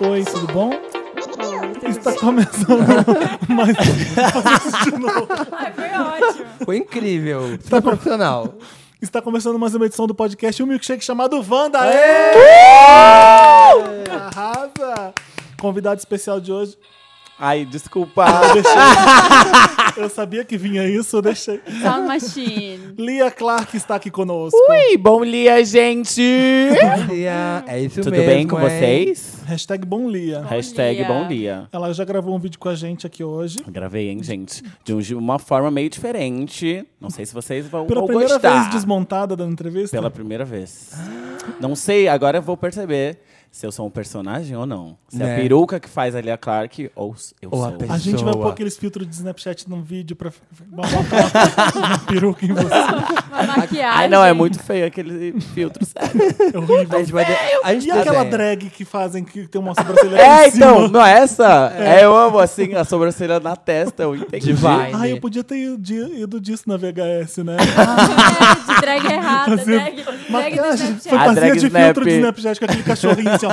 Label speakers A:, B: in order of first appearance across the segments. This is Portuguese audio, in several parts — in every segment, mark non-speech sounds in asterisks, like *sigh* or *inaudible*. A: Oi, tudo bom? Está Tá começando *laughs* mais. um
B: Ai, foi ótimo.
C: Foi incrível.
D: Tá profissional.
A: Está começando mais uma edição do podcast Um Milkshake chamado Wanda. Aê! Arrasa! Convidado especial de hoje.
C: Ai, desculpa.
A: Eu, deixei- Eu sabia que vinha isso, eu deixei.
B: Sound Machine.
A: Lia Clark está aqui conosco.
D: Oi, bom dia, gente!
C: É isso
E: Tudo
C: mesmo.
E: bem com
C: hein?
E: vocês?
A: Hashtag bom Lia.
E: Hashtag
B: dia.
E: bom dia.
A: Ela já gravou um vídeo com a gente aqui hoje.
E: Gravei, hein, gente? De um- de uma forma meio diferente. Não sei se vocês vão,
A: Pela
E: vão
A: primeira
E: gostar.
A: vez desmontada da entrevista.
E: Pela primeira vez. Não sei, agora eu vou perceber se eu sou um personagem ou não. Se é a
C: Né?
E: peruca que faz ali a Clark ou s- eu
C: Ou a
E: sou.
C: pe-
A: A gente vai
C: Pessoa.
A: pôr aqueles filtros de Snapchat num vídeo pra botar uma peruca em você.
B: Uma maquiagem.
E: Ai, não, é muito feio aquele filtro, sério.
A: É
C: A
A: horrível.
C: gente vai de... a gente
A: E
C: tá
A: aquela
C: bem.
A: drag que fazem que tem
E: *laughs*
A: uma sobrancelha
E: É,
A: em cima?
E: então, não é essa? É. eu amo, assim, a sobrancelha na testa, eu entendi.
C: Divine.
A: Ai, eu podia ter ido, ido disso na VHS,
E: *laughs*
A: né?
B: É, *laughs* de drag errada, drag, drag do
A: Maquiagem.
B: Snapchat.
E: A
A: Fantasia
E: drag
A: de
E: snap.
A: filtro de Snapchat com aquele cachorrinho
E: *laughs*
A: assim, ó.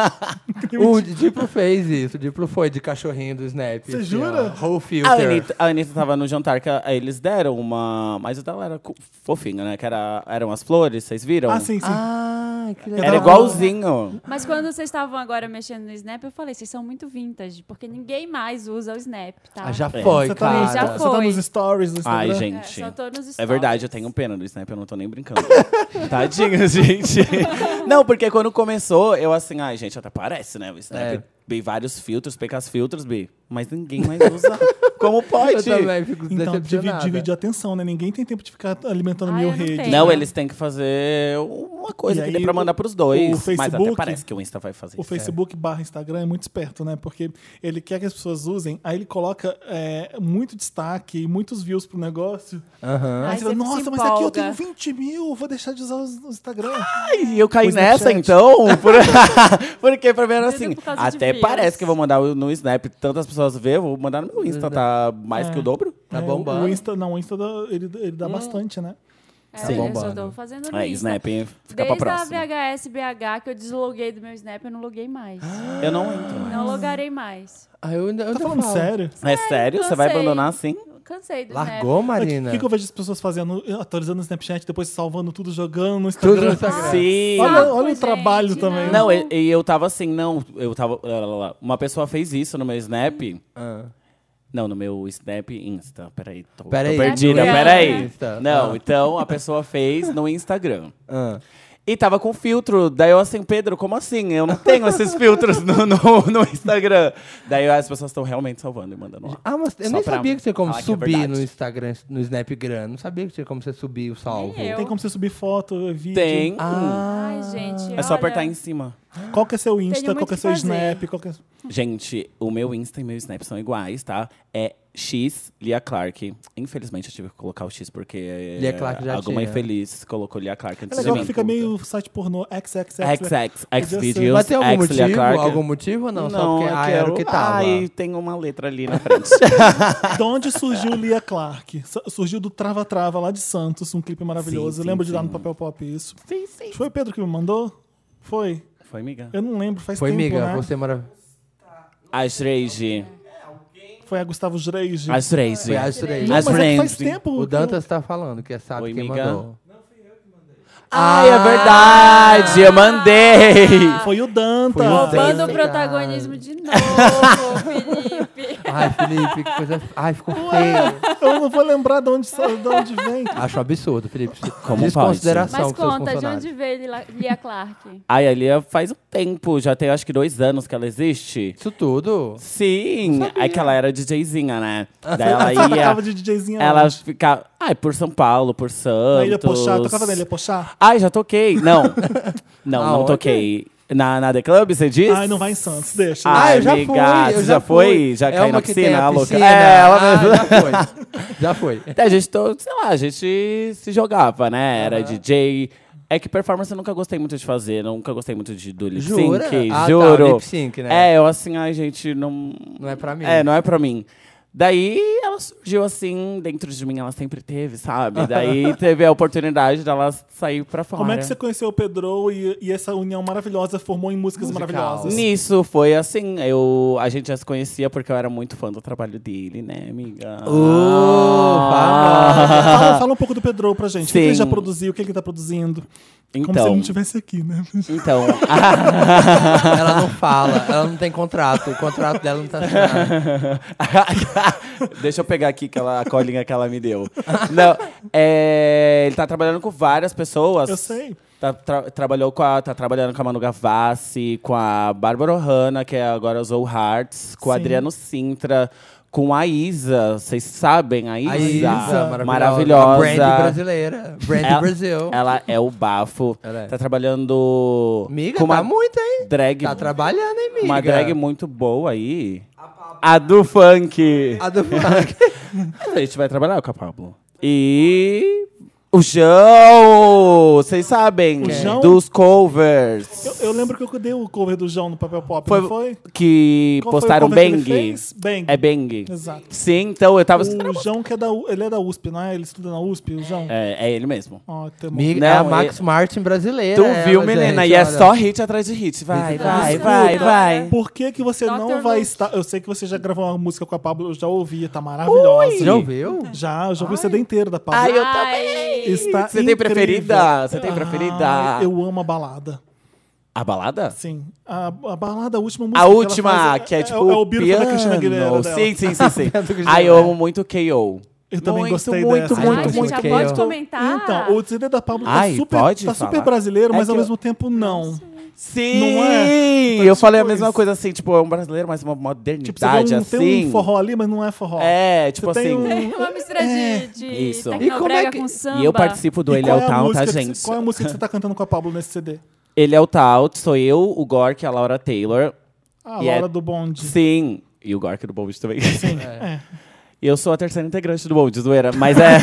C: O Diplo fez isso. O Diplo foi de cachorrinho do Snap.
A: Você
C: assim,
A: jura?
C: ó. Whole
E: A
C: filter.
E: Anitta, a Anitta tava no jantar que a- eles deram uma. Mas o dela era co- fofinho, né? Que era, eram as flores, vocês viram?
A: Ah, sim, sim.
C: Ah, que legal.
E: Era igualzinho.
B: Mas quando vocês estavam agora mexendo no Snap, eu falei, vocês são muito vintage, porque ninguém mais usa o Snap, tá?
C: Ah, já
E: É.
C: foi,
A: Você tá,
C: cara.
B: no- Já
A: você tá
B: foi.
A: nos stories do Instagram?
E: Ai,
B: É,
E: gente.
B: só tô nos
E: É verdade, eu
B: stories.
E: tenho pena do Snap, eu não tô nem
A: *laughs*
E: brincando. Tadinho, gente. Não, porque quando começou, eu assim, ai, gente, até parece, né? O Snap
C: É.
E: bi vários filtros, pecas filtros, bi. Mas ninguém mais
A: *laughs*
E: usa. Como
C: Eu
E: pode?
C: também fico
A: Então, divide,
C: decepcionado.
A: divide a atenção, né? Ninguém tem tempo de ficar alimentando
B: Ai,
A: mil
B: Ah, eu não
A: redes.
B: tenho.
E: Não, eles têm que fazer uma coisa
A: E
E: que
A: aí,
E: dê pra
A: o-
E: mandar pros dois.
A: o
E: mas até
A: Facebook-
E: parece que o Insta vai fazer
A: O
E: isso. é.
A: Facebook barra Instagram é muito esperto, né? Porque ele quer que as pessoas usem, aí ele coloca é, muito destaque e muitos views pro negócio.
C: Aham.
A: Aí
E: Ah,
B: Ai,
A: você fala,
B: você se
A: nossa, mas aqui eu
B: empolga."
E: um
A: tenho 20 mil, vou deixar de usar o o Instagram.
E: E eu caí
A: O
E: nessa,
A: Snapchat.
E: então. por- *laughs* Porque primeiro
B: Tudo
E: assim,
B: por causa de
E: até
B: views.
E: parece que eu vou mandar no Snap, tantas pessoas vê, eu vou mandar no meu Insta, tá mais
A: É.
E: que o dobro.
C: Tá
A: É, o-
C: bombando.
A: O Insta, não, o Insta dá- ele, ele dá bastante, né?
B: É,
E: Sim.
B: eu só tô
C: Bombando.
B: fazendo no
E: É,
B: Insta.
E: Snap fica pra
B: Desde a
E: próxima.
B: VHS BH que eu desloguei do meu Snap, eu não loguei mais.
E: Eu não entro mais.
B: Não logarei mais.
C: Ah, eu, eu
A: Tá falando sério?
E: É sério? Você vai
B: cansei.
E: abandonar assim?
B: Eu Cansei do
C: Largou, Marina?
A: O que, que eu vejo as pessoas fazendo? eh, Atualizando o Snapchat, depois salvando tudo, jogando no
C: Tudo no
A: Instagram.
B: Ah.
C: Instagram.
E: Sim.
A: Olha,
B: Saco,
A: olha o
B: gente,
A: trabalho
B: não.
A: também.
E: Não, e e eu tava assim, não, eu tava. lá, lá, lá. Uma pessoa fez isso no meu Snap.
C: Ah.
E: Não, no meu Snap Insta. Peraí, tô, tô
C: Peraí,
E: perdida,
B: no
E: peraí.
C: Insta.
E: Não,
C: Ah.
E: então a pessoa fez no Instagram.
C: Ah.
E: E tava com filtro. Daí eu assim, Pedro, como assim? Eu não tenho esses filtros no, no, no Instagram. Daí as pessoas estão realmente salvando e mandando lá.
C: Ah, mas eu
E: Só
C: nem
E: pra
C: sabia que tinha como
E: falar que é
C: subir no
E: verdade.
C: Instagram, no Snapgram. Não sabia que tinha como você subir o salvo.
B: Nem eu.
A: Tem como você subir foto, eh, vídeo.
E: Tem. um.
B: Ai, gente.
E: é só
B: Ah, olha,
E: apertar em cima.
A: Qual que é seu Insta,
B: muito
A: qual que é
B: o que
A: seu
B: fazer.
A: Snap, qual que é...
E: Gente, o meu Insta e meu Snap são iguais, tá? É X Lia Clark. Infelizmente eu tive que colocar o X porque é,
C: Lia Clark já
E: alguma
C: tinha.
E: infeliz colocou Lia Clark
A: É
E: antes de
A: legal
E: mim.
A: que fica meio site pornô, XXX.
E: XX, X videos,
C: né? Mas tem algum
E: X Lia
C: motivo?
E: Clark.
C: Algum motivo ou não? Só porque
E: eu
C: ah, era o
E: quero-
C: que tava.
E: Ai, tem uma letra ali
C: *laughs*
E: na frente.
A: *laughs* De onde surgiu Lia Clark? Su- Surgiu do Trava Trava, lá de Santos, um clipe maravilhoso.
E: Sim,
A: Eu
E: sim,
A: lembro de dar
E: sim.
A: no papel pop isso.
E: sim, sim.
A: Foi o Pedro que me mandou? Foi.
E: Foi, amiga.
A: Eu não lembro, faz
C: Foi,
A: tempo,
C: miga,
A: né?
C: você mara...
E: As Rage.
A: Foi a Gustavo Dreige.
E: As Rage.
C: Foi as três.
A: Não,
E: as
A: mas é que faz
E: Rage.
A: tempo.
C: O
A: que
C: Dantas tá falando que sabe
E: Oi,
C: quem
E: miga.
C: mandou. Ah!
E: Ai, é verdade. Eu mandei.
A: eu- Foi o Dantas.
C: Foi o Dantas.
B: Roubando o
C: Sim.
B: protagonismo de novo, Felipe.
C: Ai, Felipe, que coisa. Ai, ficou feio.
A: Eu não vou lembrar de onde, sa- de onde vem.
C: Acho absurdo, Felipe.
E: Como
C: Desconsideração
B: Mas
C: com seus
B: conta, de
C: funcionários.
B: onde veio Lila- Lia Clark?
E: Ai, a Lia faz um tempo. Já tem acho que dois anos que ela existe.
C: Isso tudo.
E: Sim. É que ela era DJzinha, né?
C: Ah,
E: Daí ela
A: Ela tocava
E: ia...
A: de DJzinha
E: Ela
A: onde?
E: ficava... Ai, por São Paulo, por Santos.
A: Na Ilha Pochá. Tocava na Ilha Pochá?
E: Ai, já toquei. Não.
C: *laughs*
E: Não,
C: Ah,
E: não
C: ok.
E: toquei. Na, na The Club, você disse?
A: Ai, não vai em Santos, deixa.
E: Ah, Ai,
C: eu já
E: amiga,
C: fui.
E: você
C: Eu
E: já foi? Já
C: é
E: caiu
C: uma
E: na
C: que
E: piscina,
C: tem a
E: a louca?
C: piscina.
E: É, ela
C: Ah, já foi. *laughs* Já foi.
E: Até É, a gente, to- sei lá, a gente se jogava, né? Era DJ. É que performance eu nunca gostei muito de fazer, nunca gostei muito de, do lip sync,
C: Jura? Ah, tá,
E: juro.
C: lip sync, né?
E: É, eu assim, ai, gente, não.
C: Não é pra mim.
E: É, não é pra mim. Daí ela surgiu assim, dentro de mim ela sempre teve, sabe?
A: *laughs*
E: Daí teve a oportunidade dela sair pra fora.
A: Como é que você conheceu o Pedro e, e essa união maravilhosa formou em músicas
C: Musical.
A: maravilhosas?
E: Nisso foi assim, eu, a gente já se conhecia porque eu era muito fã do trabalho dele, né, amiga?
A: Uh! Ah,
E: Ah!
A: Fala, fala um pouco do Pedro pra gente. O que
E: Sim.
A: ele já produziu? O que ele tá produzindo? Como se ele não estivesse aqui, né?
E: Então, *laughs*
C: Ela não fala, ela não tem contrato, o contrato dela
E: *laughs*
C: não tá assinado.
E: Deixa eu pegar aqui aquela a colinha que ela me deu. Não, é, ele tá trabalhando com várias pessoas.
A: Eu sei.
E: Tá, tra- trabalhou com a, tá trabalhando com a Manu Gavassi, com a Bárbara Ohana, que é agora usou Hearts, com o
A: Sim.
E: Adriano Sintra, com a Isa. Vocês sabem a Isa?
C: A Isa, é maravilhosa.
E: maravilhosa.
C: A brand brasileira. Brand
E: Ela-
C: Brasil.
E: Ela é o bafo.
C: Ela é.
E: Tá trabalhando
C: Miga,
E: com uma
C: tá muito, hein?
E: drag.
C: Tá trabalhando, hein, miga?
E: uma drag muito boa aí. A do funk.
C: A do
E: *laughs*
C: funk.
E: A gente vai trabalhar com a Pablo. E. O João! Vocês sabem? né?
A: O João?
E: Dos covers.
A: Eu, eu lembro que eu dei o cover do João no Papel Pop,
E: Foi-
A: não foi?
E: Que
A: Qual foi o
E: postaram
A: cover que ele
E: Bang.
A: fez? Bang.
E: É Bang.
A: Exato.
E: Sim, então eu tava.
A: O João, que é da, U- ele é da USP, não é? Ele estuda na USP, o João?
E: É, é ele mesmo.
A: Ó, temos-
C: Miga,
E: Não,
C: é a Max
E: é-
C: Martin brasileira.
E: Tu
C: ela,
E: viu, menina?
C: gente,
E: e é
C: olha.
E: só hit atrás de hit. Vai, vai,
B: Isso
E: vai,
B: não,
E: vai.
B: né?
A: Por que, que você
B: Dr.
A: não vai
B: Luke.
A: estar... Eu sei que você já gravou uma música com a Pablo, eu já ouvi, tá maravilhosa.
C: Você já ouviu?
A: Já, eu já ouvi o CD inteiro da Pablo.
E: Tá. Ai, eu
B: Ai,
A: Está
E: Você tem
A: incrível.
E: preferida? Você tem
A: Ah,
E: preferida?
A: eu amo a balada.
E: A balada?
A: Sim. A, a balada, a última música.
E: A
A: que ela
E: última,
A: faz
E: que é tipo.
A: É, o Biro da
E: piano.
A: Cristina Aguilera. Dela.
E: Sim, sim, sim, sim.
C: *laughs* Piano da Cristina
E: Ai, eu
C: Aguilera.
E: amo muito KO.
A: Eu também
E: muito,
A: gostei
E: muito,
A: dessa.
E: Muito,
B: Ai,
E: muito,
B: gente, já
C: muito
B: pode
C: que eu-
B: comentar?
A: Então, o CD da Pablo
E: Ai,
A: tá super,
E: pode
A: tá super
E: falar?
A: brasileiro,
E: É
A: mas ao
E: que eu-
A: mesmo tempo não.
E: Sim!
A: Não é? Então, tipo
E: eu falei a
A: isso.
E: mesma coisa assim, tipo, é um brasileiro, mas uma
A: Tipo, você
E: modernidade
A: vê um, tem
E: assim.
A: um forró ali, mas não é forró.
E: É, tipo
A: Você tem
E: assim. *laughs*
A: um-
B: Uma mistura de, de
E: Isso.
B: tecnobrega
C: E como é que-
B: com samba.
E: E eu participo do
A: E
E: Ele é
A: qual
E: o
A: a
E: Tal, tá,
A: música que
E: gente?
A: você- Qual é a música que você tá cantando com a Pablo nesse CD?
E: Ele é o Tal, sou eu, o Gork, a Laura Taylor.
A: A
E: E é-
A: Laura Ah, do Bonde.
E: Sim. E o Gork do Bold também. Sim.
A: É.
E: E eu sou a terceira integrante do Bold, zoeira.
A: *laughs*
E: Mas é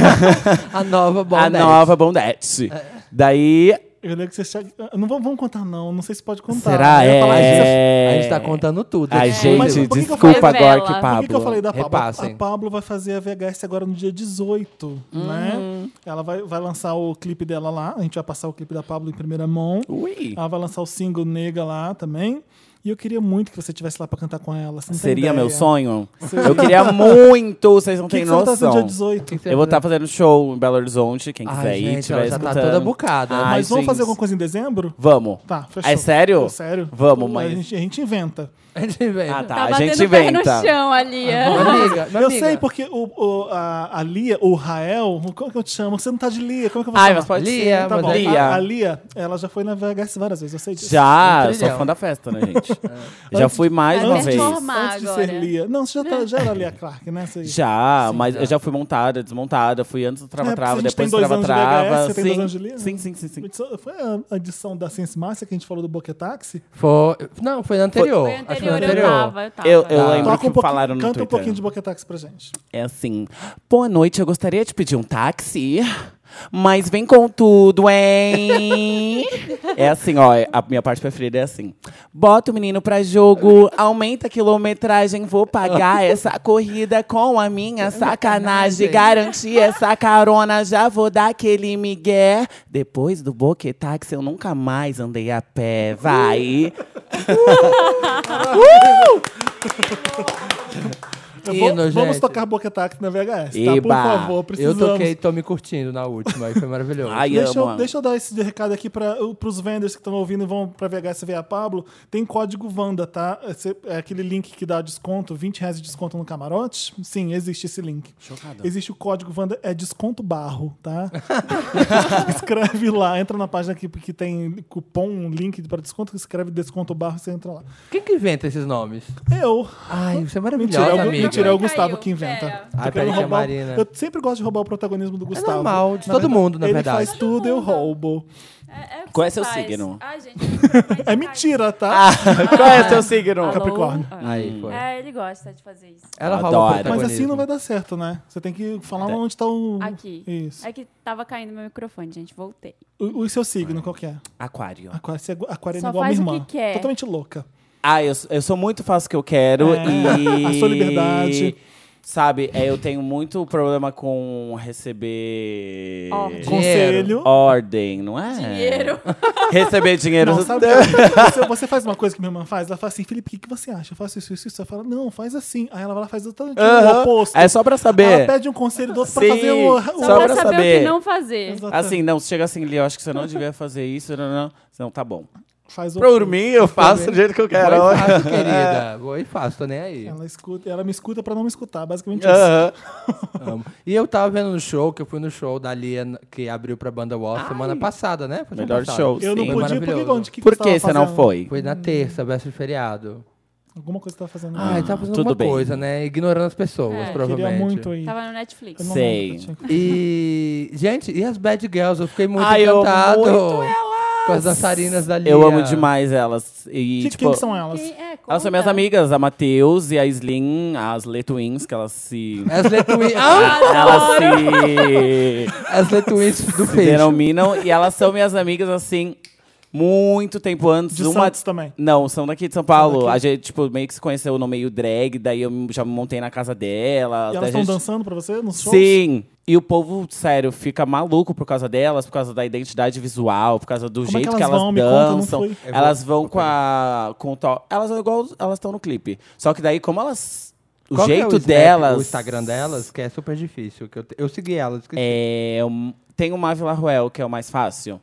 C: A nova
E: a
C: Bondage.
E: nova Bondette. Daí.
A: Eu lembro que você chega... Ah, Não vamos, vamos contar, não. Não sei se pode contar.
E: Será?
A: Eu ia falar, gente, você-
E: É.
C: A gente tá contando tudo.
E: A
C: aqui.
E: gente,
A: Mas por que que eu
E: desculpa,
B: falei
E: Gork
B: dela?
E: e
A: Por
E: Pablo.
A: que, que eu falei da Pablo?
C: repassem.
A: A Pablo vai fazer a VHS agora no dia 18,
E: Hum.
A: né? Ela vai, vai lançar o clipe dela lá. A gente vai passar o clipe da Pablo em primeira mão.
E: Ui.
A: Ela vai lançar o single Nega lá também. E eu queria muito que você estivesse lá pra cantar com ela. você não tem
E: Seria
A: ideia.
E: meu sonho?
A: Seria.
E: Eu queria
A: *laughs*
E: muito, vocês não
A: O que,
E: têm
A: que você vai fazer no dia né?
E: noção.
A: 18?
E: Eu vou estar fazendo show em Belo Horizonte, quem
C: Ai,
E: quiser ir,
C: gente,
E: tiver
C: ela já tá
E: escutando.
C: toda bucada.
E: Ai,
A: Mas vamos
E: gente.
A: fazer alguma coisa em dezembro?
E: Vamos.
A: Tá, fechou.
E: É sério?
A: É sério?
E: Vamos,
A: Pô,
E: mas-
A: A gente, a gente inventa.
C: A gente vem.
E: Ah, tá.
B: Tá
E: a gente
B: batendo o pé no
E: inventa.
B: chão ali. é.
C: Amiga, minha
A: eu
C: amiga.
A: sei, porque o, o- a, a Lia, ou Rael, como é que eu te chamo? Você não tá de Lia, como é que eu vou
E: Ai,
A: chamar?
E: mas pode
C: Lia,
E: ser.
A: Tá
C: mas
A: bom.
C: é-
E: Lia.
A: A, a Lia, ela já foi na VHS várias vezes, eu sei disso.
E: Já,
C: Um
E: sou
C: trilhão.
E: fã da festa, né,
A: *laughs*
E: gente?
A: É.
E: já fui mais
B: Vai
E: uma
B: ter
E: vez.
B: forma.
A: Antes de
B: agora.
A: ser Lia. Não, você já, tá, já era Lia Clark, né? Você-
E: Já, mas
C: já.
E: eu já fui montada, desmontada, fui antes do
A: É,
E: trava-trava,
A: porque a gente tem
E: depois do
A: dois anos de VHS,
E: trava-trava.
A: você tem dois anos de Lia,
E: Sim.
A: né?
E: sim, sim, sim, sim.
A: Foi a edição da Ciência Márcia que a gente falou do Boquetaxi?
C: Foi... Não, foi na anterior.
B: Foi
C: Acho que foi na
B: anterior, eu
C: anterior.
B: tava, eu tava.
E: Eu, eu
C: Tá.
E: lembro
A: Toca
E: que
A: um pouquinho,
E: falaram no
A: canta
E: Twitter.
A: um pouquinho de Boquetaxi pra gente.
E: É assim. Boa noite, eu gostaria de pedir um táxi, mas vem com tudo,
A: *laughs*
E: hein? é assim, ó, a minha parte preferida é assim. Bota o menino pra jogo, aumenta a quilometragem,
A: *laughs*
E: vou pagar essa corrida com a
A: É
E: minha sacanagem.
A: *laughs*
E: Garantir essa carona, já vou dar aquele migué. Depois do boquetáxi, eu nunca mais andei a pé, vai.
A: Eu vou-
C: Hino,
A: vamos
C: gente.
A: tocar Boquetaxi na VHS, tá? Por
E: Eba.
A: favor,
C: Eu
A: precisamos.
C: toquei Tô Me Curtindo na última e foi
E: *laughs*
C: maravilhoso.
E: Ai,
A: Deixa
E: amo.
A: eu, deixa eu dar esse recado aqui para os vendors que estão ouvindo e vão para VHS ver a Pablo. Tem código Vanda, tá? Esse- é aquele link que dá desconto, 20 reais de desconto no camarote. Sim, existe esse link.
E: Chocado.
A: Existe o código Vanda, é desconto
C: *laughs*
A: barro, tá? escreve lá, entra na página que, que tem cupom, um link para desconto, escreve desconto barro e você entra lá.
C: Quem que inventa esses nomes?
A: Eu.
C: Ai, você é
A: Mentira,
C: maravilhosa,
A: é o,
C: amiga.
A: mentira, é o
B: Caiu,
A: Gustavo que inventa.
B: pera.
A: Tô
C: Ah,
A: querendo
C: peraí, que é a
A: roubar o-
C: Marina. É
A: Eu sempre gosto de roubar o protagonismo do Gustavo.
C: normal, de
A: Na
C: todo
A: verdade,
C: mundo, na verdade.
A: Ele faz tudo, eu roubo.
B: É, o que
E: Qual
B: você
E: é seu
B: faz.
E: signo?
B: Ai, gente. mas-
A: É mentira, tá?
C: Ah, *laughs*
E: Qual é o seu signo?
B: Alô?
A: Capricórnio.
B: Ah.
C: Aí, foi.
B: É, ele gosta de fazer isso.
C: Ela
E: Eu
C: rouba o
E: adoro.
A: Mas
C: protagonismo.
A: assim não vai dar certo, né? Você tem que falar onde tá o.
B: Aqui.
A: Isso.
B: É que tava caindo meu microfone, gente. Voltei.
A: O, o seu signo, qual que é?
E: Tá. Aquário.
A: Aquário, você é gu- aquariana
B: Só
A: igual a minha
B: faz o
A: irmã.
B: que quer.
A: Totalmente louca. *laughs*
E: Ah, eu, eu sou muito, faço o que eu quero
A: É,
E: e.
A: a sua liberdade.
E: Sabe, é, eu tenho muito problema com receber
B: Ordem.
A: Conselho.
E: ordem, não é?
B: Dinheiro.
E: *laughs* Receber dinheiro.
A: Não,
E: *laughs*
A: sabe o que você, você faz uma coisa que minha irmã faz? Ela fala assim, Felipe, o que, que você acha? Eu faço isso, isso, isso. Ela fala, não, faz assim. Aí ela vai lá e faz o tanto de
E: Aham.
A: um oposto.
E: É só pra
A: Ela
E: saber.
A: pede um conselho do outro pra
E: Sim,
A: fazer o... o-
B: Só
E: Só
B: Então, pra
E: pra
B: saber, o
E: saber.
B: que não fazer.
E: Assim, não, se chega assim, Li, eu acho que você não devia fazer isso, não, não, não. Não, tá bom.
A: Faz o
D: Por mim, eu faço do jeito que eu quero.
E: *laughs*
C: Vou e faço,
E: É.
C: querida. Vou e faço, tô nem aí.
A: Ela, escuta, ela me escuta pra não me escutar, basicamente isso.
D: Aham.
C: Amo. E eu tava vendo no show, que eu fui no show da Lia, que abriu pra banda Wall semana passada, né? Foi semana
E: Melhor
C: passada.
E: show,
A: Eu não
E: sim.
C: Foi
A: podia, porque
C: maravilhoso.
A: onde que
E: Por
A: que Hum.
E: que
A: você
E: você
A: tava
E: não
A: fazendo?
E: foi?
C: Foi na terça, véspera de feriado.
A: Alguma coisa que você tava fazendo.
C: Ah, ele tava fazendo
E: tudo
C: alguma
E: bem.
C: coisa, né? Ignorando as pessoas,
B: É.
A: eu queria
C: provavelmente.
A: muito ir.
B: Tava no Netflix.
A: Eu não
E: Sei.
A: lembro, tinha que-
C: E, gente, e as Bad Girls? Eu fiquei muito
E: Ai, eu amo
C: encantado.
E: muito
C: Com as dançarinas da Lia.
E: Eu amo demais elas. E,
A: Que-
E: tipo,
A: Quem que são elas?
B: Quem- é,
E: Elas
B: conta.
E: são minhas amigas, a Matheus e a Slim, as Letuins, que
A: *laughs*
E: elas se.
C: As Letuins. Ah,
E: elas se.
C: as Letuins do
E: se
C: peixe.
E: denominam. E elas são minhas amigas, assim, muito tempo antes.
A: De
E: uma...
A: Santos também.
E: Não, são daqui de São Paulo.
A: daqui?
E: A gente, tipo, meio que se conheceu no meio drag, daí eu já me montei na casa dela.
A: E elas estão
E: gente...
A: dançando pra você nos shows?
E: Sim. E o povo, sério, fica maluco por causa delas, por causa da identidade visual, por causa do
A: Como é
E: jeito
A: que
E: que
A: elas
E: elas
A: vão? Me conta, eu não
E: dançam.
A: fui.
C: Eu É, vou-
E: elas vão com a. com o to... Elas são igual elas estão no clipe. Só que daí, como elas. O
C: Qual que é
E: jeito
C: Snap,
E: delas.
C: O Instagram delas, que é super difícil. Que eu, te- eu segui elas. esqueci.
E: É, um- tem o Marvel Arruel, que é o mais fácil.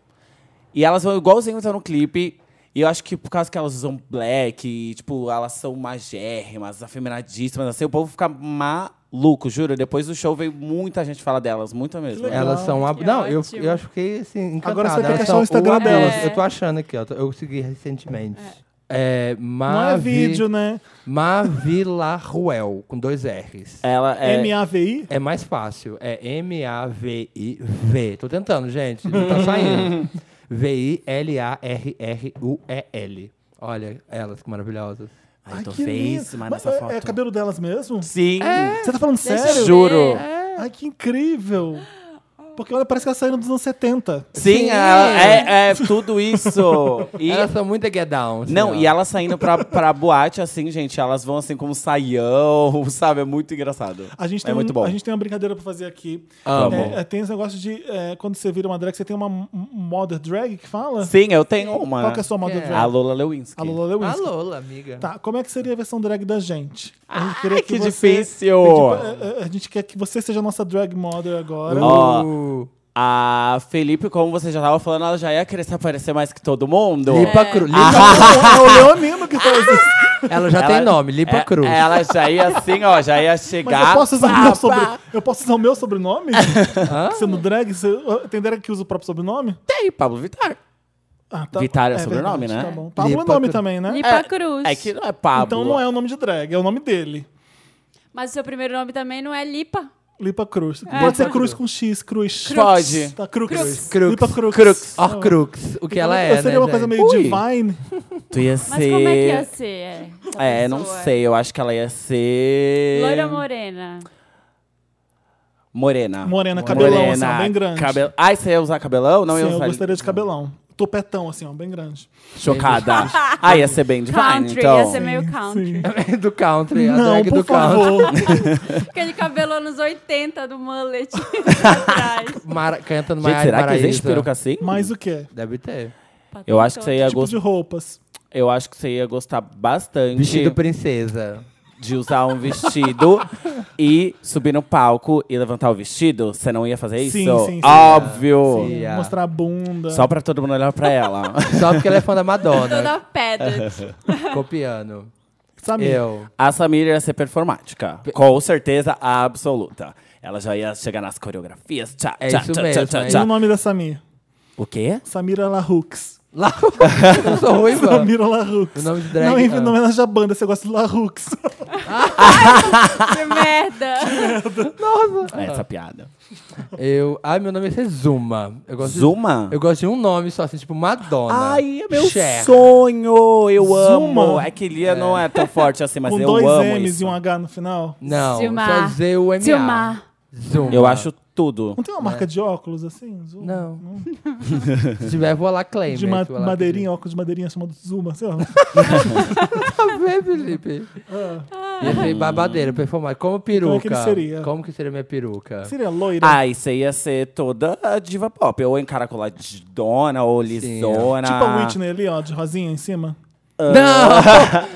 E: E elas vão igualzinho estão no clipe. E eu acho que por causa que elas usam black, e, tipo, elas são magérrimas, afeminadíssimas, assim, o povo fica maluco, juro. Depois do show veio muita gente falar delas, muita mesmo.
A: legal.
C: Elas são. A...
B: Que
C: Não, eu,
B: ótimo.
C: eu acho que assim, encantado.
A: Agora você vai ter que
C: Elas
A: achar o
C: são
A: Instagram
C: uma
B: delas.
C: Eu tô achando aqui, ó. tô- Eu segui recentemente. É,
A: Não
E: Ah,
A: é vídeo, né?
C: Mavilaruel, com dois R's.
E: Ela é.
A: M-A-V-I?
C: É mais fácil. É M-A-V-I-V. Tô tentando, gente. Não tá
E: *laughs*
C: saindo. V-I-L-A-R-R-U-E-L. Olha, elas que maravilhosas.
E: Ai, eu tô
A: que
E: feíssima
A: lindo.
E: nessa
A: Mas é-
E: foto.
A: É cabelo delas mesmo?
E: Sim,
A: Você tá falando
B: Deixa
A: sério?
B: eu
E: juro.
B: ver.
A: Ai, que incrível. Porque olha, parece que elas saíram dos anos 70.
E: Sim, ela- é, é tudo isso. E,
C: elas são muito get down. assim,
E: não,
C: ó.
E: e elas saindo pra, pra boate, assim, gente, elas vão assim como saião, *laughs* sabe? É muito engraçado.
A: A gente,
E: é
A: tem
E: muito
A: um-
E: bom.
A: a gente tem uma brincadeira pra fazer aqui.
C: Amo.
A: É, é, tem esse negócio de é, quando você vira uma drag, você tem uma m- mother drag que fala?
E: Sim, eu tenho uma.
A: Qual que é a sua mother
C: É.
A: drag?
E: A Lola Lewinsky.
A: A Lola Lewis.
C: A Lola, amiga.
A: Tá, como é que seria a versão drag da gente? A gente
E: Ai, que difícil.
A: pedir pra- é, é, a gente quer que você seja a nossa drag mother agora.
E: Ó.
C: Uh,
E: A Felipe, como você já tava falando, ela já ia querer se aparecer mais que todo mundo.
C: Lipa Cru. Lipa
A: É o Leonino que faz isso.
C: Ela já
E: Ela-
C: tem nome, Lipa
E: É,
C: Cruz.
E: Ela já ia assim, ó, já ia
A: Mas
E: chegar.
A: eu, posso usar o
E: pá,
A: meu
E: pá.
A: sobre... eu posso usar o meu sobrenome? Sendo drag? você- Tem drag que usa o próprio sobrenome?
E: Tem, Pablo Vittar.
A: Ah, tá.
E: Vitar é sobrenome,
A: verdade,
E: né?
A: Tá bom. Pablo é
C: Lipa
A: nome
C: Cru-
A: também, né?
B: Lipa Cruz.
E: É que não é Pablo.
A: Então não é o nome de drag, é o nome dele.
B: Mas o seu primeiro nome também não é Lipa.
A: Lipa Cruz. É, Pode ser Cruz com X, Cruz.
E: Pode.
A: Tá, Crux.
B: Crux.
C: Crux.
A: Lipa Crux.
E: Crux.
A: Tá
C: Ó,
A: bom.
C: Crux. O que ela é, né,
A: Seria uma coisa
C: gente?
A: meio
E: Ui.
A: divine.
E: Tu ia
B: Mas
E: ser.
B: como é que ia ser? É, essa
E: É, não
B: pessoa?
E: sei. Eu acho que ela ia ser.
B: Loira morena.
E: Morena.
A: Morena, cabelão,
E: Morena,
A: assim, ó, bem grande.
E: Cabe... Ai, você ia usar cabelão? Não
A: Sim,
E: ia
A: eu
E: usar.
A: gostaria de cabelão. Topetão, assim, ó, bem grande. *laughs*
E: Chocada. ah, ia ser bem divine,
B: Country,
E: então.
B: ia ser meio country.
C: *laughs* do country. a
A: Não,
C: drag
A: por
C: do country.
A: *laughs* favor.
B: Aquele cabelo anos 80
E: *laughs*
B: do mullet atrás.
C: Mara, cantando
E: Gente,
C: Maiara
E: será que
C: Maraíza.
E: existe peruca assim?
A: Mas o quê?
C: Deve ter.
B: Tá
E: Eu acho que
C: É
E: você ia
A: Tipo
E: gostar.
A: de roupas.
E: Eu acho que você ia gostar bastante.
C: Vestido princesa.
E: de usar um
C: *laughs*
E: vestido e subir no palco e levantar o vestido? Você não ia fazer isso?
A: Sim, sim, sim.
E: Óbvio!
A: Sim,
C: yeah.
A: Mostrar a bunda.
E: Só pra todo mundo olhar pra ela.
A: *laughs*
C: Só porque ela é fã *laughs* da Madonna.
B: Toda pedra.
C: copiando.
A: Sabe?
C: Eu. *laughs*
E: A Samira ia ser performática. Com certeza absoluta. Ela já ia chegar nas coreografias. Tchá,
C: É
E: tchá,
C: isso
E: tchá,
C: mesmo,
E: tchá,
C: é
A: E
E: tchá.
A: o nome da Samir?
E: O quê?
A: Samira
C: *laughs*
A: Larux.
C: Lá, eu sou ruiva.
A: Samira Larux.
C: O nome de drag,
A: Não, em
C: ah.
A: em homenagem à banda, você gosta de Larux.
E: *laughs*
B: que merda.
E: É Essa piada.
C: Eu, ai, meu nome é Zuma. Eu gosto
E: Zuma?
C: De, eu gosto de um nome só, assim, tipo Madonna.
E: Ai, é meu
C: Cher.
E: sonho! Eu
A: Zuma.
E: amo! É que Lia
C: *laughs*
E: não é tão forte assim, mas
A: *laughs* Com
E: eu
A: dois
E: amo
A: M's
E: isso.
A: e um H no final.
C: Não,
B: Zuma.
C: só Z-U-M-A.
B: Silmar.
C: Zuma. Um
E: Eu acho tudo.
A: Não tem uma marca de óculos assim? Zuma?
C: É. Não. *laughs* Se tiver, vou lá claim.
A: De ma- madeirinha, óculos de madeirinha chamado
C: *laughs*
A: Zuma, sei lá.
C: Tá bem, Felipe. Ia ser babadeira, performar. Como peruca.
A: Como é que ele seria?
C: Como que seria minha peruca?
A: Seria loira.
E: Ah, isso aí ia ser toda a diva pop. Ou encaracoladona, ou lisona.
A: Tipo a Whitney ali, ó, de rosinha em cima.
C: Não!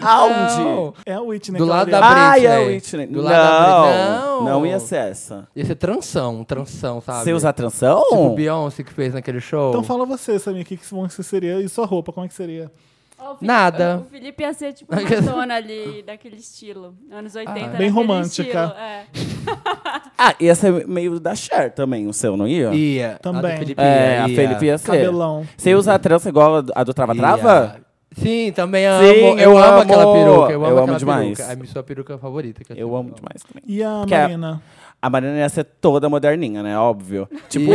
E: Aonde?
C: Não!
A: É a Whitney.
C: Do
A: aquela
C: lado
A: ali,
C: da
A: ó.
E: Ah, um Ai, a
C: Britney.
E: Whitney.
C: Do
E: não,
C: lado da Britney. Não.
E: não. ia ser essa.
C: Ia ser tranção, tranção, sabe?
E: Você usa tranção?
C: Tipo Beyoncé que fez naquele show.
A: Então fala você, Samir, o que, que você seria? E sua roupa, como é que seria?
B: Ó, o Felipe-
C: Nada.
B: O Felipe ia ser tipo Madonna ali, daquele estilo. Anos 80,
C: Bem
B: daquele
A: romântica.
B: estilo, é.
E: Ah, ia ser meio da Cher também, o seu, não ia?
C: Ia. A
A: Também.
C: do Felipe
E: é,
C: ia,
E: a Felipe ia ser.
A: Cabelão.
E: Você ia usar a trança igual a do- a do Trava Trava?
C: Ia. Sim, também amo. eu,
E: Sim, eu
C: amo
E: amo.
C: aquela peruca. Eu amo,
E: Eu amo
C: aquela
E: demais.
C: peruca. É a minha sua peruca favorita. que
E: Eu
C: sempre
E: amo demais também.
A: E a
E: Que é-
A: Marina?
E: A Marina ia ser toda moderninha, né? Óbvio. Tipo,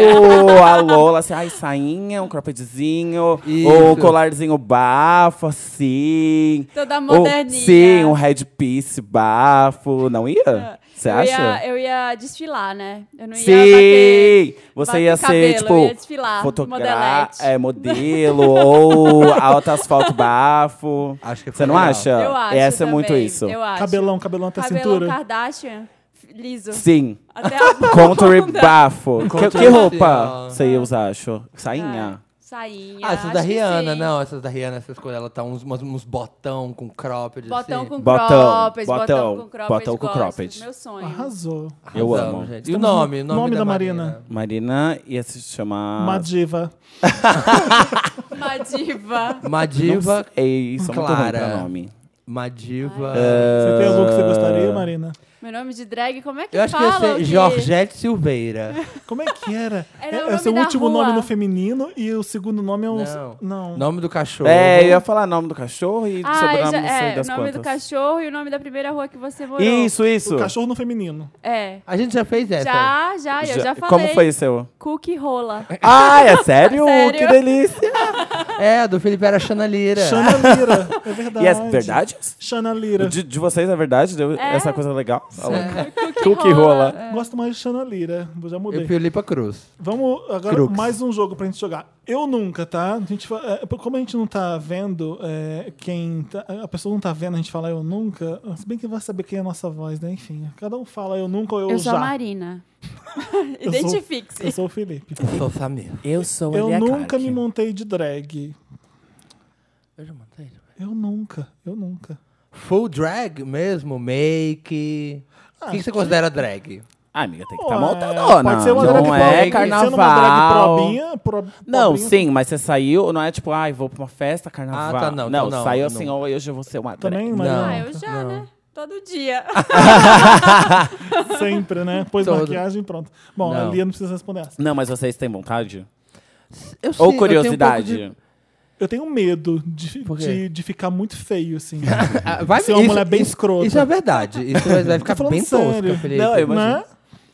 E: a Lola, assim, ai, sainha, um croppedzinho,
C: Isso.
E: ou um colarzinho bafo, assim.
B: Toda
E: Ou,
B: moderninha.
E: sim, um headpiece bafo. Não ia? Você
B: Tá. eu
E: acha?
B: Ia, eu ia desfilar, né? Eu não ia bater...
E: Sim! Você
B: bater
E: ia
B: cabelo,
E: ser,
B: eu ia
E: tipo,
B: desfilar,
E: fotogra-
B: Ah, modelete.
E: é, modelo
B: *laughs*
E: ou alta asfalto bafo.
C: Acho que é
E: Você
C: foi
E: não
C: legal.
E: acha?
B: Eu acho
E: Essa é
B: também,
E: muito isso.
B: Eu acho.
A: Cabelão, cabelão até a
B: Cabelão
A: cintura.
B: Kardashian, f- liso.
E: Sim. *laughs*
B: Até a *laughs*
E: Contour
B: bunda.
E: bafo. Que- Que,
C: Contour é
E: roupa
C: bafo.
E: você ia usar, acho? Sainha?
B: Ah, Sainha.
C: Ah, essas
B: acho
C: da
B: que
C: Rihanna,
B: sim.
C: não. Essas da Rihanna, essas coisas, ela tá uns, umas- uns botão com cropped,
B: Botão
C: assim.
B: com
E: Botão,
B: cropped, botão,
E: botão,
B: com cropped.
E: botão com
B: gosto,
E: cropped.
B: Meu sonho.
A: Arrasou.
E: Eu
C: Arrasamos,
E: amo.
C: gente. E o nome? O nome,
A: Nome
C: da,
A: da
C: Marina.
A: Marina.
E: Marina ia se chamar...
A: Uma diva.
B: Uma diva.
C: Madiva.
E: Ei, isso é muito ruim
C: Clara.
E: pra nome.
C: Madiva.
E: É.
A: Você tem algum que você gostaria, Marina?
B: Meu nome de drag, como é que
C: Eu acho que ia
B: fala?
C: ser
B: que...
C: Georgette
B: *laughs*
C: Silveira.
A: Como é que era?
B: Era
A: é,
B: o
A: é
B: nome
A: seu
B: da
A: último
B: rua.
A: nome no feminino e o segundo nome é o.
C: Não.
A: Não.
C: Nome do cachorro.
E: É, eu ia falar nome do cachorro e
B: Ah,
E: sobrenome
B: já-
E: não sei
B: é, o
E: das
B: nome do
E: quantas.
B: cachorro e o nome da primeira rua que você morou.
E: Isso, isso.
A: O cachorro no feminino.
B: É.
C: A gente já fez essa.
B: Já, já, eu já falei.
E: Como foi o seu?
B: Cookie rola.
E: Ah,
B: *laughs*
E: é sério?
B: Sério.
E: Que delícia.
C: É, a do Felipe era Chanalira.
A: Xana Lira. É verdade.
E: E é verdade?
A: Xana
E: O
A: Lira.
E: De, de vocês é verdade? Deu
B: É.
E: essa coisa legal?
B: *laughs* Cookie,
E: Cookie rola.
B: É.
A: Gosto mais de Xana Lira. Eu já
C: E
A: mudei.
C: Filipa Cruz.
A: Vamos agora
C: Crux.
A: mais um jogo pra gente jogar. Eu nunca, tá? A gente, fa- é, como a gente não tá vendo é, quem. tá- a pessoa não tá vendo a gente falar eu nunca. Se bem que vai saber quem é a nossa voz, né? Enfim, cada um fala eu nunca ou eu,
B: Eu
A: já.
B: sou a *laughs* Marina.
A: Eu sou-
B: Identifique-se.
A: Eu sou o Felipe.
C: Sou Samir.
E: Eu sou
A: Eu nunca me montei de drag.
C: Eu já mandei.
A: Eu nunca, eu nunca.
C: Full drag mesmo? Make. o que que você considera drag?
E: Ah, amiga, tem que estar
A: Ué,
E: tá montadona.
A: Pode ser uma
E: não
A: drag
E: é
A: pobre, sendo uma
E: carnaval.
A: drag probinha, pro,
E: não,
A: pobrinha,
E: sim, mas você saiu, não é tipo, ai, vou pra uma festa, carnaval.
C: Ah, tá, não,
E: Não,
C: então não,
E: saiu
C: não.
E: assim, ó, hoje eu vou ser uma drag.
A: Também, mas
C: Não.
B: Ah, eu já, né? Todo dia.
C: *laughs*
A: sempre, né? Pôs
C: Todo.
A: maquiagem, pronto. Bom,
C: Não.
A: a Lia não precisa responder essa.
E: Não, mas vocês têm vontade?
C: Eu sei, eu tenho um
E: Ou
C: pouco
E: curiosidade?
C: de-
A: Eu tenho medo de,
C: Por quê?
A: de, de ficar muito feio,
C: *laughs*
A: assim.
C: Ah, vai
A: Ser uma mulher bem
C: isso-
A: escrota.
C: Isso é verdade. Isso vai vai
A: Tô
C: ficar
A: falando
C: bem
A: sério.
C: tosco, Felipe.
E: Não, eu imagino.
A: né?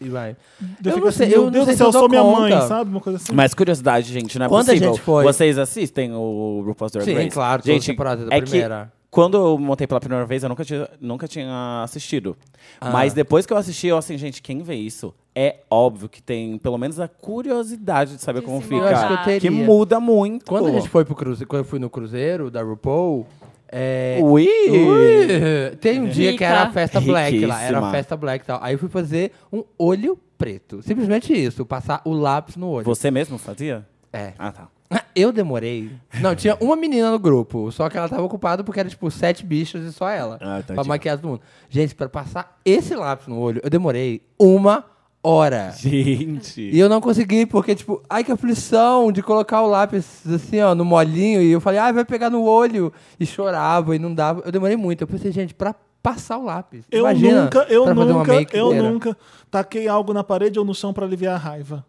C: E vai.
A: Eu,
C: Eu
A: fico
C: não
A: assim,
C: sei, eu
A: meu
C: não
A: Deus
C: sei
A: do
C: se
A: céu,
C: eu
A: eu
C: dou
A: sou minha mãe,
C: conta.
A: sabe? Uma coisa assim.
E: Mas curiosidade, gente, não é
C: Quando a
E: possível.
C: gente foi-
E: Vocês assistem o RuPaul's Drag
C: Sim,
E: Race?
C: claro, todas as
E: gente,
C: temporadas da
E: é
C: primeira.
E: Que quando eu montei pela primeira vez, eu nunca tinha, nunca tinha assistido.
C: Ah.
E: Mas depois que eu assisti, eu assim, gente, quem vê isso? É óbvio que tem pelo menos a curiosidade de saber
B: De
E: como
B: se
E: fica.
B: Eu acho que eu
C: teria.
E: muda muito.
C: Quando a gente foi pro cruzeiro, quando eu fui no cruzeiro da RuPaul, é,
E: Ui!
C: Ui, Tem um dia que era a festa black lá, era a
E: Riquíssima.
C: festa black e tal. Aí eu fui fazer um olho preto. Simplesmente isso, passar o lápis no olho.
E: Você mesmo fazia?
C: É.
E: Ah, tá.
C: *laughs* Eu demorei. Não, tinha uma menina no grupo, só que ela tava ocupada porque era tipo sete bichos e só ela.
E: Ah,
A: então
E: tadinha.
C: pra maquiar todo mundo. Gente, pra passar esse lápis no olho, eu demorei uma hora. E
E: Gente.
C: eu não consegui, porque, tipo, ai que aflição de colocar o lápis assim, ó, no molinho. E eu falei, ai, vai pegar no olho. E chorava e não dava. Eu demorei muito. Eu pensei, gente, pra passar o lápis.
A: Eu
C: imagina,
A: nunca, eu
C: pra fazer uma
A: nunca,
C: make
A: eu
C: inteira.
A: nunca taquei algo na parede ou no chão pra aliviar a raiva.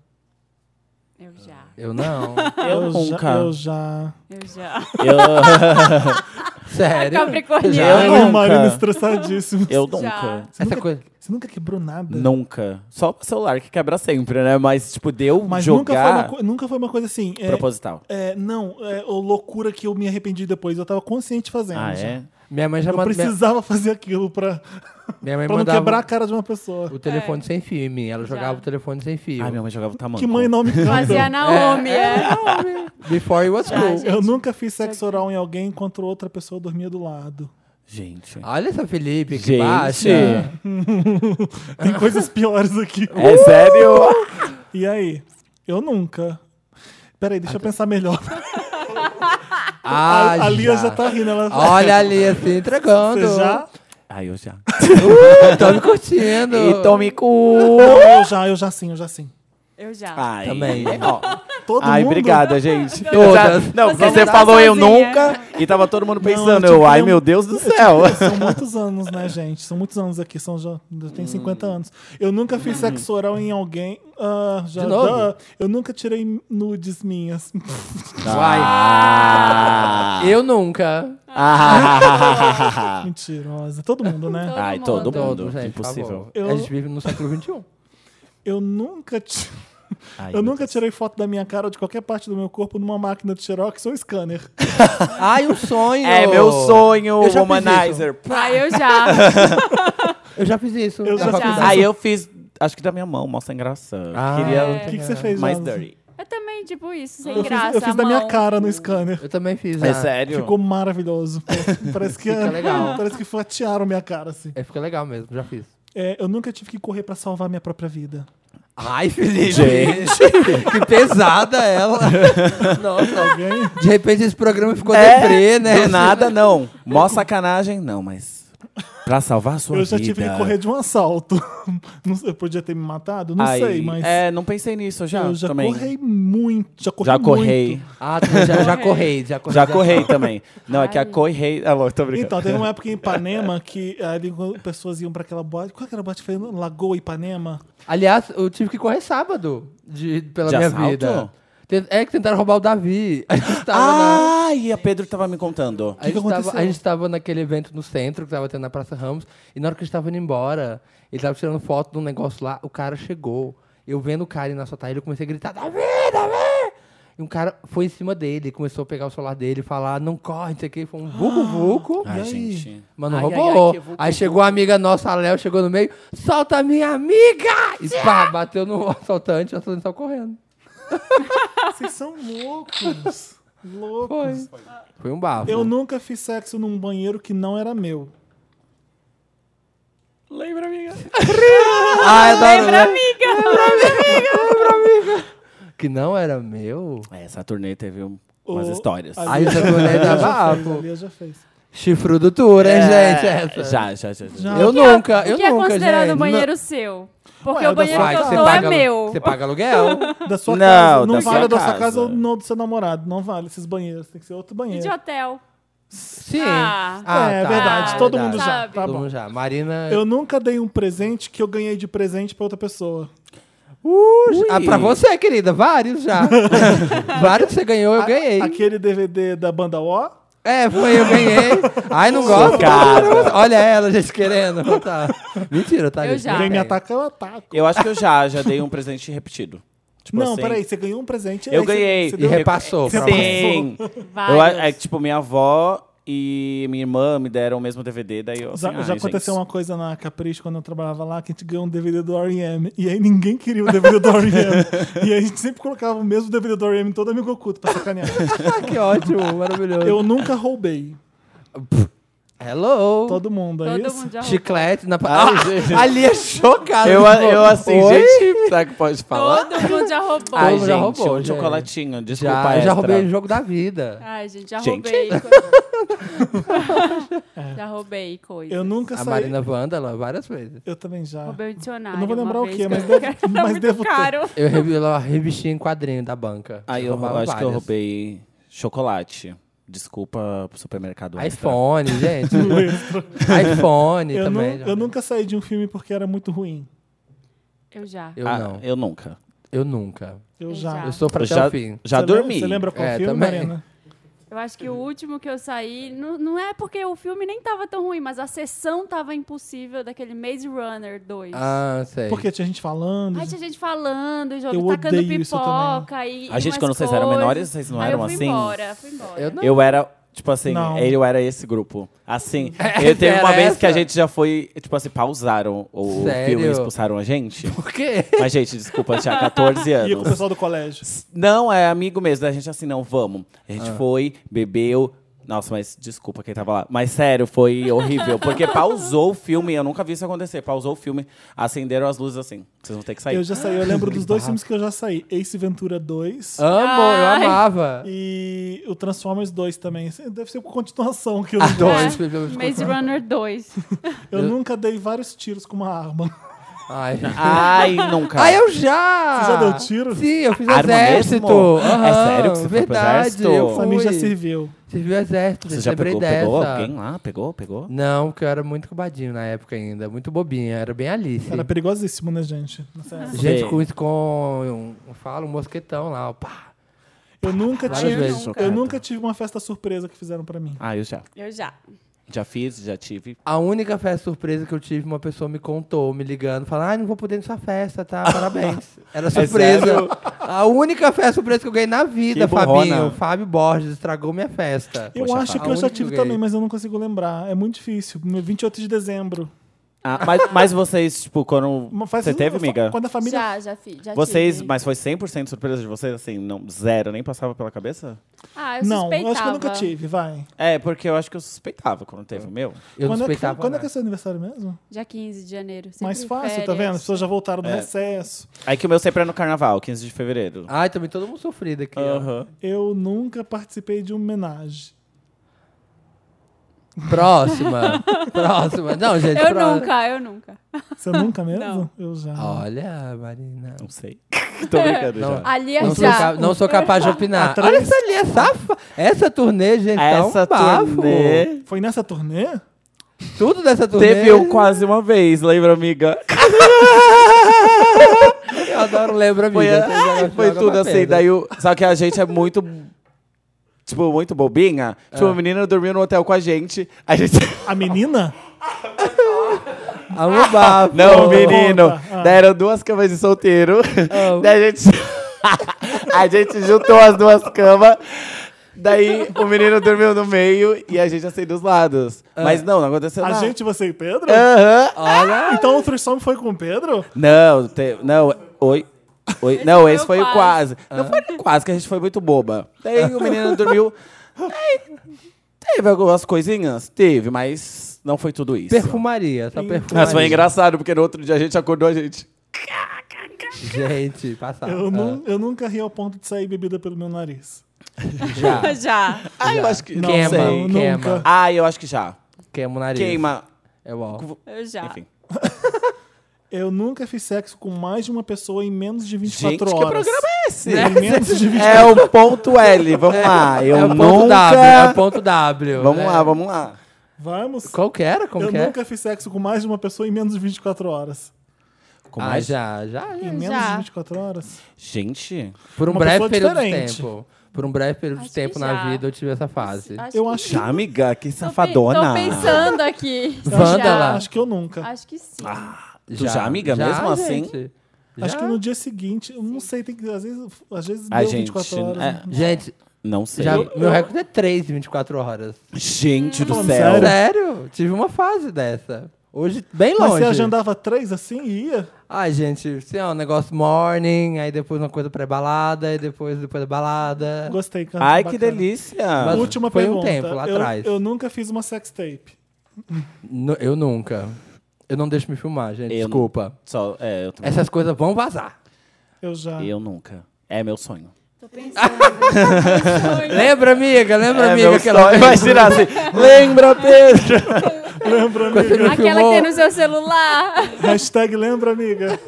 B: Eu já.
C: *laughs* Eu não. *laughs*
E: Eu nunca.
A: Já, eu já.
B: Eu já.
E: Eu,
C: Sério.
B: Capricorniano.
E: Eu
A: Ai,
E: nunca.
A: Marina estressadíssimo.
E: eu
B: Já.
E: nunca.
A: Você,
C: Essa
A: nunca,
C: coisa.
A: você nunca quebrou nada?
E: Nunca. Só o celular que quebra sempre, né? Mas, tipo, deu
A: Mas
E: jogar
A: nunca, foi uma, co- nunca foi uma coisa assim. é,
E: proposital.
A: é, não, é ou loucura que eu me arrependi depois. Eu tava consciente fazendo.
E: Ah,
A: já.
E: é?
C: Minha mãe já
A: Eu
C: manda- minha-
A: precisava fazer aquilo pra,
C: Minha mãe
A: pra não
C: mandava
E: um
A: quebrar a cara de uma pessoa.
C: o telefone sem fio em mim. Ela
B: É. Já.
C: jogava o telefone sem fio.
E: é? Ai, minha mãe jogava o tamanho.
A: Que mãe não me
B: *laughs* Fazia a
A: canta.
B: Naomi, é.
C: Before it was
B: Já,
C: cool.
B: gente.
A: Eu nunca fiz sexo oral em alguém enquanto outra pessoa dormia do lado.
E: Gente.
C: Olha essa Felipe, que
E: Gente.
C: baixa.
A: É. Tem coisas piores aqui.
E: *laughs* É sério?
A: E aí? Eu nunca. Peraí, deixa eu pensar melhor.
C: Ah,
A: a, a Lia já tá rindo. Ela...
C: Olha ali, assim, entregando.
A: Você já?
E: Ai, eu já.
C: Tô me curtindo.
E: E tome cu.
A: Eu já, eu já sim, eu já sim.
B: Eu já.
E: Ai.
C: Também.
E: Ó.
A: Todo
E: Ai,
A: mundo...
E: obrigada, gente.
C: Todas.
E: Não,
B: Você
E: você,
B: não tá
E: falou eu
B: sozinha.
E: nunca e tava todo mundo
A: eu
E: pensando,
A: tive
E: eu, ai
A: um-
E: meu Deus do *laughs* céu.
A: *laughs* São muitos anos, né, gente? São muitos anos aqui, são já, já tem 50 anos. Eu nunca fiz sexo oral em alguém. Ah, já,
C: De novo?
A: ah, eu nunca tirei nudes minhas.
E: Ah.
C: Eu nunca.
E: Ah.
A: *laughs* Mentirosa. Todo mundo,
B: *laughs*
A: né?
E: Ai, todo mundo.
C: Todo, gente, por
E: Impossível.
C: favor.
A: Eu-
C: A gente vive no século um.
A: *laughs*
C: XXI.
A: Eu nunca, ti-
E: Ai,
A: eu
E: meu
A: nunca tirei foto da minha cara ou de qualquer parte do meu corpo numa máquina de xerox ou scanner.
C: Ai, um sonho.
E: É meu sonho,
C: Eu já fiz
E: womanizer.
B: Ai, Ah, eu já.
C: Eu já fiz isso.
A: Eu
C: na
A: já fiz
C: faculdade.
E: Aí eu fiz, acho que da minha mão, mostra engraçado.
C: Ah,
E: Queria
A: O que, que você fez,
E: mais
A: Jonathan?
E: dirty.
B: Eu também, tipo isso, sem
A: Eu fiz,
B: graça.
A: eu fiz
B: a
A: da minha
B: mão.
A: cara no scanner.
C: Eu também fiz.
E: É
C: ah.
E: sério?
A: Ficou maravilhoso. Parece- Parece que,
C: Fica legal.
A: *laughs* parece que fatiaram minha cara, assim.
C: É, fica legal mesmo, já fiz.
A: É, eu nunca tive que correr pra salvar minha própria vida.
C: Ai, Felipe.
E: Gente.
C: que pesada
A: *laughs*
C: ela. Nossa.
A: Alguém?
C: De repente esse programa ficou
E: É,
C: deprê, né?
E: Do nada, não. Mó sacanagem, não, mas... Pra salvar a sua
A: Eu já
E: vida.
A: tive que correr de um assalto. *laughs* Não sei, eu podia ter me matado? Não
E: Ai,
A: sei, mas
E: É, não pensei nisso, eu já,
A: eu já
E: também.
A: corri muito. Já corri
E: já
A: muito.
E: correi.
C: Ah, tu já, já correi, já correi.
E: Já correi também. Não, é que a
B: Ai.
E: correi... Ah, louco, tô brincando.
A: Então, teve uma época em Ipanema que ali, quando pessoas iam pra aquela boate. Qual que era a boate? que Foi Lagoa Ipanema?
C: Aliás, eu tive que correr sábado de, pela
E: De
C: minha
E: assalto?
C: vida. Tent- É que tentaram roubar o Davi. *laughs* A gente tava
E: Ah,
C: na.
E: Ai, a Pedro tava me contando.
C: A gente,
A: que
C: tava,
A: aconteceu?
C: a gente tava naquele evento no centro que tava tendo na Praça Ramos, e na hora que a gente tava indo embora, ele tava tirando foto de um negócio lá, o cara chegou. Eu vendo o cara e na sua eu comecei a gritar, Davi, Davi! E um cara foi em cima dele, começou a pegar o celular dele e falar, não corre, não sei o que, foi um
A: *gasps*
C: vucu-vucu.
E: Ai,
A: aí?
E: gente.
C: Mas não
E: Ai,
C: roubou.
E: ai, ai, que vucu-vucu.
C: aí chegou a amiga nossa, a Léo, chegou no meio, solta a minha amiga! E pá, bateu no *laughs* assaltante, o assaltante saiu correndo.
A: Vocês são loucos. Loucos.
C: Foi um bafo.
A: Eu nunca fiz sexo num banheiro que não era meu.
E: Lembra, amiga?
C: Ah, eu tava... Lembra, amiga! Lembra, amiga! Que não era meu.
E: É, Essa turnê teve um- umas
A: O-
E: histórias.
A: a
C: Aí
A: Lia
C: já
A: já-
C: falei,
A: a
E: Tá
A: Lia
C: dá
A: já fez,
C: bafo.
A: a Lia já fez.
C: Chifrudo tour, hein, gente? Essa.
E: Já, já, já. já.
A: Já.
C: Eu
B: É, O que é-
C: nunca, eu
B: O que é
C: nunca,
B: considerado
C: gente.
B: banheiro seu?
A: Ué,
B: Porque o
A: da
C: Não.
B: banheiro
A: sua
B: que eu
A: casa.
B: tô é meu.
C: Você paga aluguel.
A: Da sua
E: Não,
A: casa. Não
E: da
A: vale
E: sua
A: da sua
E: casa.
A: casa ou não do seu namorado. Não vale esses banheiros. Tem que ser outro
B: E
A: banheiro.
B: de hotel.
C: Sim. tá. Ah,
B: Ah.
A: É, verdade,
B: todo mundo já,
A: tá
C: todo
A: bom.
C: mundo já. Marina.
A: Eu nunca dei um presente que eu ganhei de presente pra outra pessoa.
E: Ui.
C: Ah, pra você, querida, vários
A: *laughs*
C: já. vários que você ganhou, eu ganhei.
A: Aquele DVD da banda O.
B: Ah,
C: É, foi, eu ganhei. Ai, não gosto.
E: Chocada.
C: Olha ela, gente, querendo. Tá. Mentira, tá?
B: Eu
C: gente?
B: já.
A: Ninguém me
C: É.
A: ataca, eu ataco.
E: Eu acho que eu já, já dei um presente repetido. Tipo
A: não,
E: assim,
A: peraí, você ganhou um presente.
E: Eu
A: aí você-
E: ganhei.
A: você
C: E
A: deu- um-
C: repassou. pra mim.
E: Sim. Eu, a- é, que, tipo, minha avó e minha irmã me deram o mesmo DVD, daí eu assim,
A: Já, já
E: ai,
A: aconteceu
E: *laughs* gente.
A: uma coisa na Capricho quando eu trabalhava lá, que a gente ganhou um DVD do R.E.M. E aí ninguém queria o DVD do
E: *laughs*
A: R.E.M. e aí a gente sempre colocava o mesmo DVD do R.E.M. em todo amigo oculto pra sacanear.
C: Ah, que ótimo, maravilhoso.
A: Eu nunca roubei.
C: Hello.
A: Todo mundo, é
B: Todo
A: isso?
B: mundo já roubou.
C: Chiclete na... Ah,
E: *laughs*
C: ali é chocado. tipo,
E: Eu, a- eu assim,
C: Oi?
E: gente, será que pode falar?
B: Todo mundo já roubou.
E: Ai,
C: mundo
E: gente,
C: já roubou,
E: um
C: gente.
E: chocolatinho, desculpa
C: Já, eu já
E: extra.
C: roubei o jogo da vida.
B: Ai, gente, já
E: Gente. *laughs*
B: roubei. coisa. já roubei coisa.
A: É. Eu nunca
C: A
A: saí.
C: Marina Vandala, várias vezes.
A: Eu também já.
B: Roubei o dicionário.
A: Eu não vou lembrar o
B: uma vez,
A: quê,
B: que
A: mas
B: *laughs* eu-
A: devo-
B: Tá
A: mas
B: muito
A: devo ter.
B: caro.
C: Eu revi lá, revistinha em quadrinho da banca.
E: Aí Ah, eu
C: Roubava
E: acho que eu
C: várias.
E: roubei chocolate. Desculpa pro supermercado. extra.
C: iPhone,
E: *laughs*
C: gente. iPhone
A: Eu, nu-
C: também. já.
E: né?
A: eu nunca saí de um filme porque era muito ruim.
B: Eu já.
C: Eu
E: Ah,
C: não.
E: eu nunca.
C: Eu nunca.
A: Eu
B: Eu
A: já.
B: já.
C: Eu sou pra
E: Eu
C: até
E: já
C: o fim.
E: já
A: Você lembra-
E: dormi.
A: Você lembra qual
C: É,
A: filme,
C: também.
A: Marina?
B: Eu acho que o último que eu saí, não, não é porque o filme nem tava tão ruim, mas a sessão tava impossível daquele Maze Runner 2.
C: Ah,
E: É.
C: sei.
A: Porque tinha gente falando.
B: Aí tinha gente falando, jogo,
A: Eu
B: tacando
A: odeio isso
B: pipoca e.
E: A gente,
B: umas
E: quando vocês eram
B: coisas.
E: menores, vocês não
B: Aí
E: eram
B: eu fui
E: assim?
B: Embora, fui embora.
C: Eu não.
E: Eu era Tipo assim,
A: Não.
E: eu era esse grupo.
A: *laughs*
E: Assim, eu teve uma
C: era
E: vez que a
C: essa?
E: gente já foi, tipo assim, pausaram o
C: Sério?
E: filme e expulsaram a gente.
C: Por quê?
E: Mas, gente, desculpa, eu tinha
A: *laughs*
E: 14
A: Ia com o
E: anos.
A: pessoal do colégio.
E: Não, é amigo mesmo. A gente assim, não, vamos. A gente
A: Ah.
E: foi, bebeu. Nossa, mas desculpa quem tava lá. Mas sério, foi horrível. Porque pausou o filme, eu nunca vi isso acontecer. Pausou o filme, acenderam as luzes assim. Vocês vão ter que sair.
A: Eu já saí, eu lembro dos dois filmes que eu já saí: Ace Ventura 2
C: Amo,
B: Ai.
C: eu amava.
A: e o Transformers 2 também. Deve ser por continuação que eu
C: Ah, Dois.
B: Maze Runner 2.
A: Eu nunca dei vários tiros com uma arma. *laughs*
C: Ai.
E: Ai, nunca.
C: Ah, eu já!
A: Você já deu tiro?
C: Sim, eu fiz
E: Arma
C: exército.
E: mesmo? É
C: Aham,
E: sério que você foi pro
C: verdade,
E: exército?
C: Eu fui.
A: Pra mim já serviu.
C: Serviu exército,
E: Você
C: gente,
E: já
C: lembrei
E: pegou,
C: dessa.
E: pegou alguém lá? Pegou, pegou?
C: Não, porque eu era muito cobadinho na época ainda, muito bobinha, era bem Alice.
A: Era perigosíssimo, né, gente? Nessa época.
C: Gente
E: Sim.
C: com, com um, fala, um mosquetão lá, ó, pá.
A: Eu nunca
C: Várias
A: tive.
C: vezes.
A: Eu nunca tive uma festa surpresa que fizeram pra mim.
E: Ah, eu já.
B: Eu já.
E: Já fiz, já tive.
C: A única festa surpresa que eu tive, uma pessoa me contou, me ligando, falando, ai, não vou poder ir na sua festa,
E: *laughs*
C: tá? Parabéns. Era surpresa.
E: É sério?
C: a única festa surpresa que eu ganhei na vida,
E: Que burrona.
C: Fabinho. Fábio Borges estragou minha festa.
A: Eu
E: Poxa,
A: acho
C: fala.
A: que eu
C: tá. Aonde
A: já
C: que eu
A: tive
C: ganhei?
A: também, mas eu não consigo lembrar. É muito difícil. 28 de dezembro.
E: Ah, mas, mas vocês, tipo, quando.
A: Uma festa-
E: Você teve, amiga?
A: um Quando a família.
B: Já, já fiz. Já
E: Vocês,
B: tive.
E: mas foi 100% surpresa de vocês, assim, não, zero, nem passava pela cabeça?
B: Ah, eu
A: não,
B: suspeitava.
A: eu acho que eu nunca tive, vai.
E: É, porque eu acho que eu suspeitava quando teve o meu.
C: Eu não
A: quando é que,
C: suspeitava né?
A: quando é
C: nada.
A: que é seu aniversário mesmo?
B: Dia 15 de janeiro. sempre
A: Mais
B: em
A: fácil, tá
B: férias.
A: vendo? As pessoas já voltaram do
E: É.
A: recesso.
E: Aí que o meu sempre é no carnaval, 15 de fevereiro.
C: Ai, também todo mundo sofrido aqui. ó.
E: Aham.
A: Eu nunca participei de uma homenagem.
E: *laughs*
C: Próxima. próxima. Não, gente.
B: Eu
C: pró-
B: nunca, eu nunca.
A: Você nunca mesmo?
B: Não.
A: Eu já.
E: Ah.
C: Olha, Marina.
E: Não sei. *laughs* Ah, Tô brincando
C: Não.
E: já.
B: Ali é
C: Não sou,
B: já.
C: ca-
B: *laughs*
C: não sou capaz de opinar.
A: trans-
C: Olha essa ali, é safa. Essa turnê, gente, tá um
E: Essa
C: bafo.
E: turnê
A: Foi nessa turnê?
C: Tudo dessa turnê.
E: teve um quase uma vez, lembra, amiga?
C: Eu adoro lembra
E: Foi,
C: amiga. Vocês
E: *laughs* ai,
C: jogam-
E: foi
C: jogam
E: tudo
C: pra
E: assim,
C: pedra.
E: daí o... Só que a gente é muito... Tipo, muito bobinha. Tipo, a menina dormiu no hotel com a gente. A gente...
A: A menina?
E: Ah,
C: Amo bafo.
E: Não, menino.
A: Conta. Ah.
E: Daí eram duas camas de solteiro.
C: Amo.
E: Daí a gente. *laughs* a gente juntou as duas camas. Daí o menino dormiu no meio e a gente assim dos lados. Mas não, não aconteceu
A: Ah. A
E: nada.
A: gente, você e Pedro?
E: Ah. Aham.
C: Olha.
A: Então o threesome foi com o Pedro?
E: Não, te- não. Oi. Oi. não,
B: foi
E: esse
B: o
E: foi o quase.
A: Ah.
E: Não foi nem quase, que a gente foi muito boba. Daí o menino
A: *laughs*
E: dormiu. Daí teve algumas coisinhas? Teve, mas não foi tudo isso.
C: Perfumaria, só perfumaria.
E: Mas foi engraçado, porque no outro dia a gente acordou a gente.
C: Gente,
E: Ah,
C: passado.
A: Eu, nun- eu nunca ri ao ponto de sair bebida pelo meu nariz.
C: Já.
B: já.
E: Ah, eu acho que. Não
C: Queima,
E: sei.
A: nunca.
C: queima.
E: Ah, eu acho que já.
C: Queima o nariz.
E: Queima.
C: É ó.
B: Eu já.
E: Enfim.
A: Eu nunca fiz sexo com mais de uma pessoa em menos de 24
E: Gente, que
A: horas.
E: programa é esse?
A: Em
C: *laughs*
A: menos de 24
E: É o ponto L, vamos lá. Eu
C: Né? é o ponto W, é o
E: nunca...
C: ponto W.
E: Vamos
C: né?
E: lá, vamos lá.
A: Vamos.
C: Qual que era? Como
A: Eu
C: que é?
A: nunca fiz sexo com mais de uma pessoa em menos de 24 horas.
E: Com
C: Ah,
E: mais-
C: já, já.
A: Em
C: já.
A: menos de
B: Já.
A: 24 horas?
E: Gente,
C: Por um
A: Uma
C: breve
A: pessoa
C: período
A: diferente.
C: de tempo. Por um breve período
B: Acho
C: de tempo
B: que
C: na
B: já.
C: vida eu tive essa fase.
A: Eu
B: que
A: acho-
E: já, amiga, que
B: Tô pe-
E: safadona.
B: Tô pensando aqui.
A: Eu acho que-
E: Ah.
C: Vândala.
A: Acho que eu nunca.
B: Acho que sim.
E: Tu Ah, já, amiga, mesmo assim?
C: Gente,
A: Acho
C: assim? Já?
A: que no dia seguinte, eu não sei, tem que. Às vezes, às vezes
E: A
A: deu
E: gente,
A: 24 horas.
E: é.
A: Não-
C: Gente,
E: Não sei.
C: já,
A: Eu-
C: meu recorde é 3 em 24 horas.
E: Gente do
A: Falando
E: céu.
A: sério?
C: Sério, tive uma fase dessa. Hoje, bem
A: Mas
C: longe.
A: você agendava três assim e ia?
C: Ai, gente, assim, ó, um negócio morning, aí depois uma coisa pré-balada, e depois, depois da balada.
A: Gostei, cara.
E: Ai, que
A: bacana.
E: delícia.
C: Mas-
A: Última
C: Foi um
A: pergunta.
C: tempo lá
A: eu,
C: atrás.
A: eu nunca fiz uma sex tape.
C: Nu- eu nunca. Eu não deixo me filmar, gente,
E: Eu
C: desculpa.
E: Só, é, eu também.
C: Essas coisas vão vazar.
A: Eu já.
E: Eu nunca. É meu sonho.
B: Tô pensando. Sonho.
C: Lembra, amiga? Lembra,
E: é
C: amiga?
E: meu
C: Aquela
E: sonho.
C: *laughs*
E: Imagina assim. Lembra,
B: *laughs*
E: Pedro?
A: Lembra,
C: Você
A: amiga.
C: não
B: Aquela que
C: filmou?
B: tem no seu celular.
A: Hashtag lembra, amiga.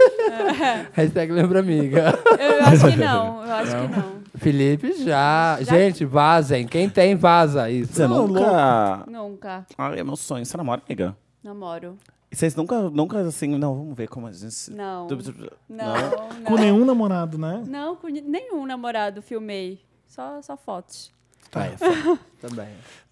C: Hashtag lembra, amiga.
B: Eu acho que não. Eu acho que não.
C: Felipe já. Gente, vazem. Quem tem, vaza. Isso.
E: Você nunca.
B: Nunca.
E: Ai, é meu sonho. Você namora, amiga?
B: Namoro.
E: E Vocês nunca, nunca assim, não, vamos ver como a gente.
B: Não.
E: Não?
B: Não,
A: Com
B: não.
A: nenhum namorado, né?
B: Não, com ni- nenhum namorado filmei. Só, só fotos.
C: Tá, é foda. Também.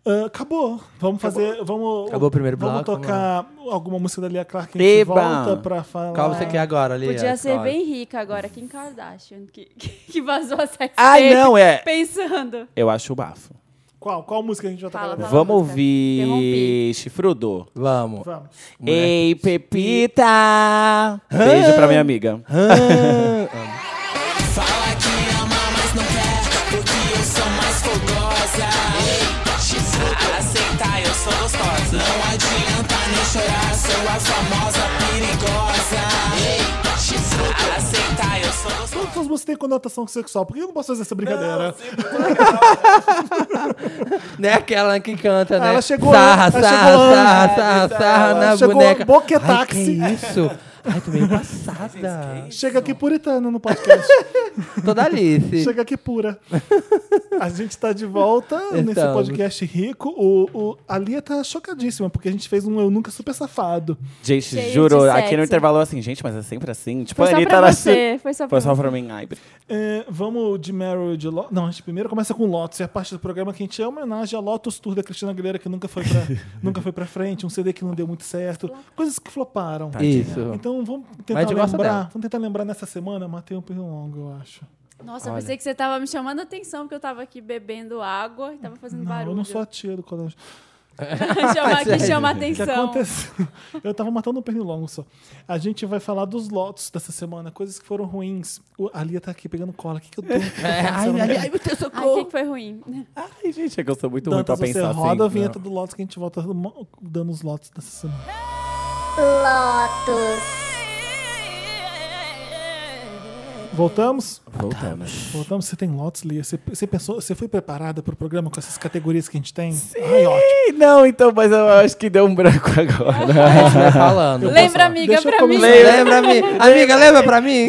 A: Ah, acabou. Vamos fazer. Vamos,
C: Acabou o primeiro
A: Vamos
C: bloco, vamos
A: tocar alguma música da Lia Clark que a gente
E: Eba!
A: volta pra falar.
C: Qual você quer agora, ali?
B: Podia ser bem rica agora, Kim *laughs* Kardashian, que, que, que vazou a sex
E: Ai,
B: tape
E: não, é.
B: Pensando.
E: Eu acho o bafo.
A: Qual? Qual música a gente vai tocar?
B: Fala,
A: agora?
B: fala.
E: Vamos ouvir
B: Interrompi.
E: Chifrudo.
C: Vamos.
A: Vamos.
C: Mulher.
E: Ei, Pepita! Beijo pra minha amiga.
A: Todas as músicas têm conotação sexual. Por que eu não posso fazer essa brincadeira?
C: Não é aquela que canta, né?
A: Ah, Ela chegou
C: sarra,
A: antes, ela
C: sarra,
A: chegou
C: sarra,
A: antes.
C: sarra, sarra
A: Ela
C: na
A: chegou
C: boneca.
A: boquetaxi.
C: Ai, que isso? Ai, tô meio passada.
A: Chega aqui puritana no podcast.
C: *laughs* Toda Alice.
A: Chega aqui pura. A gente tá de volta nesse
C: Estamos.
A: podcast rico. O, o, a Lia tá chocadíssima, porque a gente fez um Eu Nunca Super Safado.
E: Gente,
B: Cheio
E: juro,
B: de
E: aqui no
B: sexo.
E: intervalo eu assim, gente, mas é sempre assim. Tipo,
B: Foi
E: a
B: só
E: Anitta
B: pra
E: era
B: você. Foi só pra
E: Foi só
B: você.
E: pra mim. Ai,
A: É, vamos de Meryl e de Lotus. Não, a gente primeiro começa com Lotus. E a parte do programa que a gente é homenagem a Lotus Tour da Cristina Aguilera, que nunca foi
C: *laughs*
A: pra, nunca foi pra frente. Um CD que não deu muito certo. Coisas que floparam.
C: Tá, Isso.
A: Então vamos
C: Mas a
A: tentar
C: gente gosta
A: lembrar.
C: dela.
A: Vamos tentar lembrar nessa semana. Matei um pelo longo, eu acho.
B: Nossa, eu pensei que você tava me chamando a atenção porque eu tava aqui bebendo água e tava fazendo
A: Não,
B: barulho.
A: eu não
B: *laughs*
A: sou a tia do colégio.
B: Chamar aqui chama
A: O que
B: atenção.
A: aconteceu? *laughs* Eu tava matando um pernilongo só. A gente vai falar dos lotos dessa semana, coisas que foram ruins. O- A Lia tá aqui pegando cola. O que, que
C: *laughs*
A: eu tô?
C: É, ai, ai, ai, meu Deus,
B: Ai, o que
C: socorro.
B: que foi ruim?
E: Ai, gente, é que eu sou muito ruim pra
A: Dantas, você
E: pensar assim.
A: roda a
E: Não.
A: vinheta
E: *laughs*
A: do Lotus que a gente volta mo- dando os lotos dessa semana. Voltamos?
E: Voltamos.
A: Voltamos. Você tem lotos, Lia? Você, você pensou, você foi preparada pro programa com essas categorias que a gente tem? Ai, ótimo.
E: Ih, não, então, mas eu acho que deu um branco *laughs* agora.
C: A gente vai falando.
B: Lembra, amiga,
A: Deixa eu
B: pra mim.
A: começar.
C: Lembra-me. Amiga, lembra pra mim?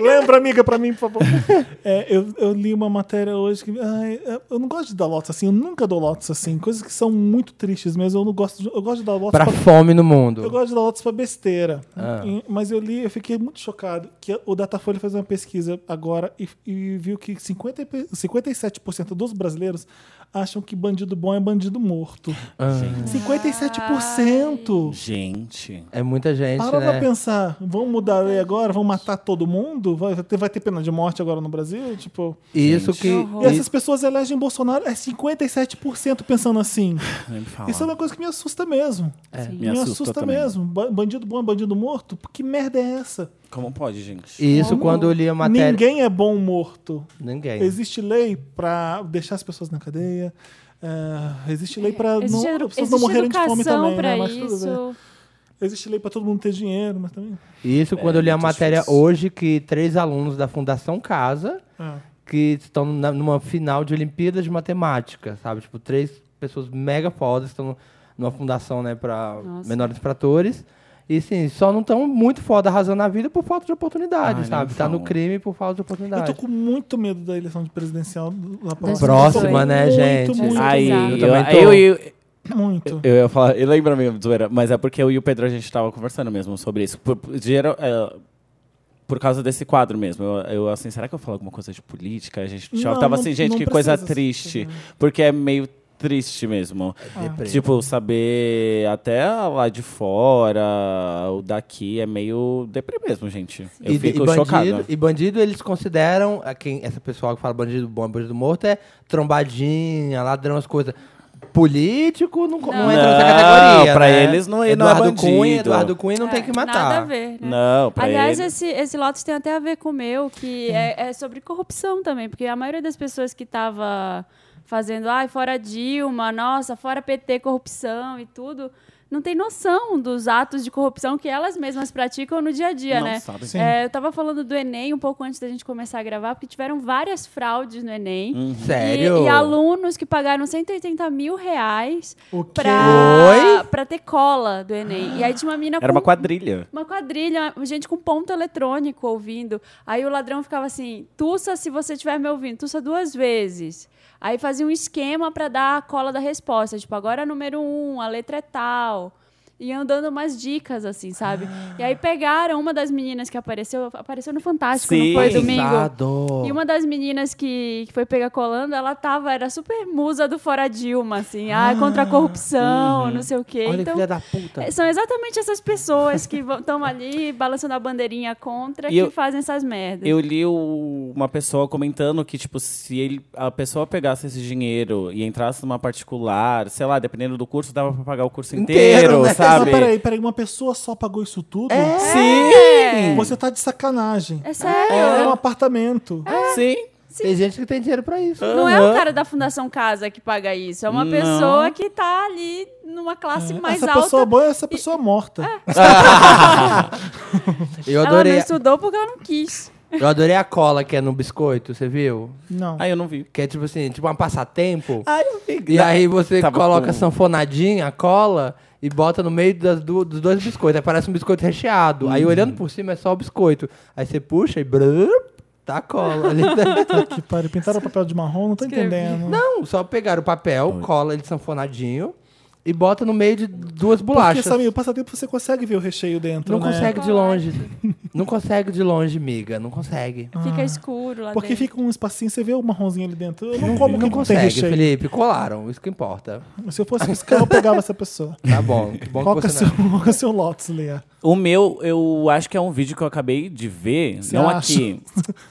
A: Lembra, amiga, pra mim, por favor. *laughs* É, eu, eu li uma matéria hoje que. ai, eu não gosto de dar lotes assim, eu nunca dou lotes assim. Coisas que são muito tristes mesmo. Eu não gosto de, Eu gosto de dar lotes
C: Pra
A: pra. Ah.
C: fome no
A: Eu
C: mundo.
A: gosto de dar lotes pra besteira. E- Mas eu li, eu fiquei muito chocado que o Datafolha fez uma pesquisa agora e, e viu que 50, e pe- 57% dos brasileiros acham que bandido bom é bandido morto.
B: Ah.
A: 57%!
E: Gente.
C: É muita gente,
A: Para pra
C: né?
A: pensar, vão mudar a lei agora? Vão matar todo mundo? Vai ter, vai ter pena de morte agora no Brasil? Tipo.
C: Isso que...
A: E essas pessoas elegem Bolsonaro, é 57% pensando assim.
E: Nem me fala.
A: Isso é uma coisa que me assusta mesmo.
E: Me assusta também.
A: mesmo. Ba- Bandido bom é bandido morto? Que merda é essa?
E: Como pode, gente?
C: Isso quando eu li a matéria... É.
A: Ninguém é bom morto.
C: Ninguém.
A: Existe lei pra deixar as pessoas na cadeia. é, existe lei pra não,
B: Existe,
A: as
B: edu-
A: pessoas não
B: existe
A: morrerem de fome
B: educação
A: também,
B: pra
A: né? Mas tudo bem.
B: isso.
A: Existe lei pra todo mundo ter dinheiro, mas também.
C: Isso quando eu li a
E: muito
C: matéria
E: difícil.
C: hoje que três alunos da Fundação Casa
A: Ah.
C: que estão na- numa final de Olimpíadas de Matemática, sabe? Tipo, três pessoas mega fodas estão numa fundação, né, para
B: Nossa.
C: menores infratores. E sim, só não estão muito foda arrasando a vida por falta de oportunidade,
E: Ai,
C: sabe?
E: nem
C: Tá no
E: fala.
C: crime por falta de
A: Eu
C: oportunidade.
A: tô com muito medo da eleição de presidencial lá pra
B: Próxima,
A: Eu tô
C: né,
A: muito,
C: gente?
B: é
A: Muito,
E: Aí,
B: bizarro.
E: eu,
C: Eu também tô.
E: eu, eu,
A: muito.
E: eu ia falar, eu lembro mesmo, zoeira, mas é porque eu e o Pedro a gente tava conversando mesmo sobre isso. Por, por- geral, é, por causa desse quadro mesmo. Eu, eu, assim, será que eu falo alguma coisa de política? A gente
A: Não,
E: tava
A: não-
E: assim, gente,
A: não
E: que coisa
A: precisa,
E: triste.
A: né?
E: Porque é meio triste mesmo.
C: Deprê.
E: Tipo, saber até lá de fora, o daqui, é meio deprê mesmo, gente. Eu
C: e,
E: fico
C: e bandido,
E: chocado.
C: E bandido, eles consideram, a quem, essa pessoa que fala bandido bom, bandido morto, é trombadinha, ladrão, as coisas. Político não, co- não
B: Não.
C: entra nessa
E: Não,
C: categoria.
E: pra
C: né?
E: eles não- não é
C: Eduardo Cunha,
E: bandido.
C: Eduardo Cunha não
B: É,
C: tem que matar.
B: Nada a ver, né?
E: Não, pra
B: Aliás,
E: ele... Hum.
B: esse, esse Lotus tem até a ver com o meu, que é, é sobre corrupção também, porque a maioria das pessoas que tava fazendo, ai, fora Dilma, nossa, fora PT, corrupção e tudo, não tem noção dos atos de corrupção que elas mesmas praticam no dia a dia,
E: Não
B: né?
E: sabe.
A: Sim.
B: É, eu tava falando do Enem um pouco antes da gente começar a gravar, porque tiveram várias fraudes no Enem.
E: Hum,
C: Sério?
B: E, e alunos que pagaram 180 mil reais
A: O quê?
B: pra, pra ter cola do Enem. E aí tinha uma mina
E: Era
B: com
E: uma quadrilha.
B: uma quadrilha, gente com ponto eletrônico ouvindo. Aí o ladrão ficava assim: tussa se você estiver me ouvindo, tussa duas vezes. Aí fazia um esquema para dar a cola da resposta, tipo, agora é número um, a letra é tal. Iam dando umas dicas, assim, sabe? E aí pegaram uma das meninas que apareceu, apareceu no Fantástico,
E: Sim.
B: não foi domingo.
C: Pesado.
B: E uma das meninas que, que foi pegar colando, ela tava, era super musa do Fora Dilma, assim, ah, contra a corrupção, não sei o quê.
C: Olha,
B: então,
C: filha da puta.
B: é, São exatamente essas pessoas que estão ali balançando a bandeirinha contra
E: E
B: que
E: eu-
B: fazem essas merdas.
E: Eu li o- uma pessoa comentando que, tipo, se ele- a pessoa pegasse esse dinheiro e entrasse numa particular, sei lá, dependendo do curso, dava pra pagar o curso
C: Inteiro,
E: inteiro,
C: né?
E: sabe?
A: Mas peraí, peraí, uma pessoa só pagou isso tudo?
C: É.
E: Sim!
A: Você tá de sacanagem.
B: É sério.
A: É um apartamento.
C: É
E: Sim!
C: Tem gente que tem dinheiro pra isso.
B: Não é o cara da Fundação Casa que paga isso, é uma
E: Não.
B: pessoa que tá ali numa classe mais
A: Ah, essa
B: alta.
A: pessoa boa é essa pessoa morta.
C: Eu
B: Ela não
C: adorei,
B: estudou porque ela não quis.
C: eu adorei a cola que é no biscoito, você viu?
A: Não.
E: Ai, eu não vi.
C: Que é tipo assim, tipo um passatempo.
E: Ai, eu vi.
C: E aí você
E: Tava
C: coloca
E: com-
C: a sanfonadinha, a cola, e bota no meio das du- dos dois biscoitos. Aí parece um biscoito recheado. Aí olhando por cima é só o biscoito. Aí você puxa e brrr, tá a cola. *laughs* ali dentro.
A: Que pariu, pintaram o papel de marrom, não tô
B: Escrevi.
A: entendendo.
C: Não, só pegar o papel, cola ele sanfonadinho e bota no meio de duas
A: Porque,
C: bolachas.
A: sabe, o passatempo você consegue ver o recheio dentro,
C: não
A: né?
C: consegue de
B: Caraca.
C: longe. *laughs* não consegue de longe, miga. Não consegue.
B: Fica escuro lá
A: Porque
B: dentro.
A: fica um espacinho, você vê o marronzinho ali dentro. Eu não como
C: não
A: que não tem
C: consegue,
A: recheio.
C: Felipe. Colaram, isso que importa.
A: Se eu fosse fiscal, eu pegava essa pessoa.
C: Tá bom. Que bom
A: Qual que
C: que
A: é
C: você
A: seu, *laughs*
C: não...
A: qual que é seu Lotus, Leia?
E: O meu, eu acho que é um vídeo que eu acabei de ver.
A: Você
E: não
A: acha?
E: aqui.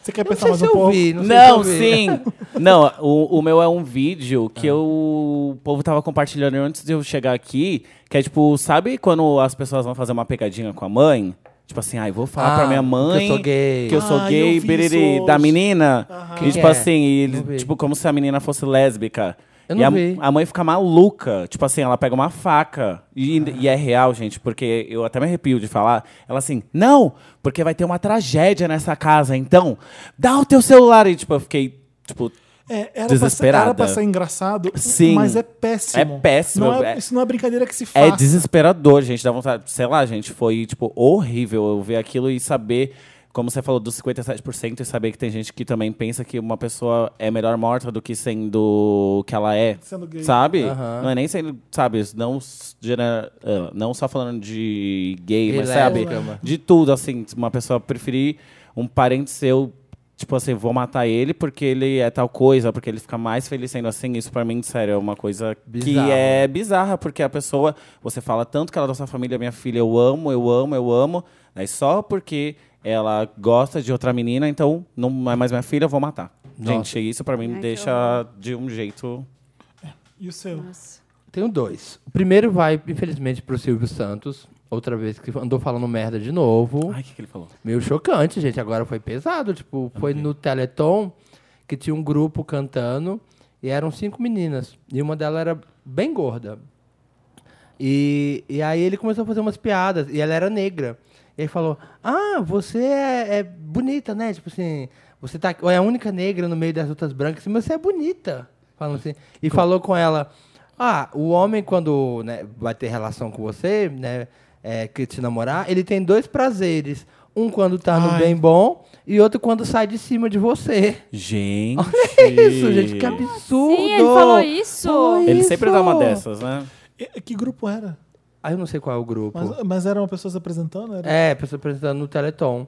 A: Você
C: Eu
A: quer
C: *laughs* não
A: pensar
C: sei
A: mais
C: se
A: um
C: eu
A: pouco?
C: vi, não, sei é.
E: Não,
C: se eu vi.
E: sim. Não, o, o meu é um vídeo que eu- o povo tava compartilhando antes de eu chegar aqui, que é tipo, sabe quando as pessoas vão fazer uma pegadinha com a mãe? Tipo assim, ai, vou falar
C: Ah,
E: pra minha
C: que
E: mãe
C: eu sou gay.
E: que eu sou
A: Ah, eu vi
E: gay,
A: isso
E: beriri,
A: hoje.
E: da menina.
C: Quem
E: E tipo
C: é?
E: assim, e
C: Não vi.
E: ele, tipo, como se a menina fosse lésbica.
C: Eu
E: e
C: não
E: a,
C: vi.
E: a mãe fica maluca. Tipo assim, ela pega uma faca. E,
C: Ah.
E: e é real, gente, porque eu até me arrepio de falar. Ela assim, não, porque vai ter uma tragédia nessa casa, então dá o teu celular. E tipo, eu fiquei, tipo,
A: É, era pra, ser,
E: Desesperada.
A: era pra ser engraçado,
E: Sim.
A: mas é péssimo.
E: É péssimo,
A: Não é-
E: é-
A: isso não é brincadeira que se faz.
E: é desesperador, gente. Dá vontade, sei lá, gente, foi, tipo, horrível eu ver aquilo e saber. Como você falou dos 57% e saber que tem gente que também pensa que uma pessoa é melhor morta do que sendo o que ela é.
A: Sendo gay.
E: Sabe?
C: Aham.
E: Não é nem sendo, sabe, não, s- gera- ah, não só falando de gay,
C: Gay,
E: mas sabe,
C: lésbica.
E: de tudo, assim, uma pessoa preferir um parente seu, tipo assim, vou matar ele porque ele é tal coisa, porque ele fica mais feliz sendo assim, isso pra mim, sério, é uma coisa
C: Bizarro.
E: que é bizarra, porque a pessoa, você fala tanto que ela é da sua família, minha filha, eu amo, eu amo, eu amo, mas só porque ela gosta de outra menina, então não é mais minha filha, eu vou matar.
C: Nossa.
E: Gente, isso pra mim
B: Ai,
E: me
B: que
E: deixa de um jeito
A: E o seu?
B: Nossa.
C: Tenho dois. O primeiro vai, infelizmente, pro Silvio Santos. Outra vez que andou falando merda de novo.
E: Ai, o que, que ele falou?
C: Meio chocante, gente. Agora foi pesado. Tipo, foi no Teleton que tinha um grupo cantando e eram cinco meninas. E uma delas era bem gorda. E, e aí ele começou a fazer umas piadas e ela era negra. E ele falou: Ah, você é, é bonita, né? Tipo assim, você tá, é a única negra no meio das outras brancas, mas você é bonita. Falando assim. E falou com ela: Ah, o homem, quando né, vai ter relação com você, né? É, que te namorar, ele tem dois prazeres. Um quando tá no
A: Ai.
C: bem bom e outro quando sai de cima de você. *laughs*
E: Gente.
C: Olha isso, gente, que absurdo!
B: Sim, ele falou isso.
C: Falou
E: Ele sempre dá uma
C: isso.
E: dessas, né?
A: E- Que grupo era?
C: Ah, eu não sei qual é o grupo.
A: Mas, mas eram pessoas apresentando? Era?
C: É, pessoa apresentando no Teleton.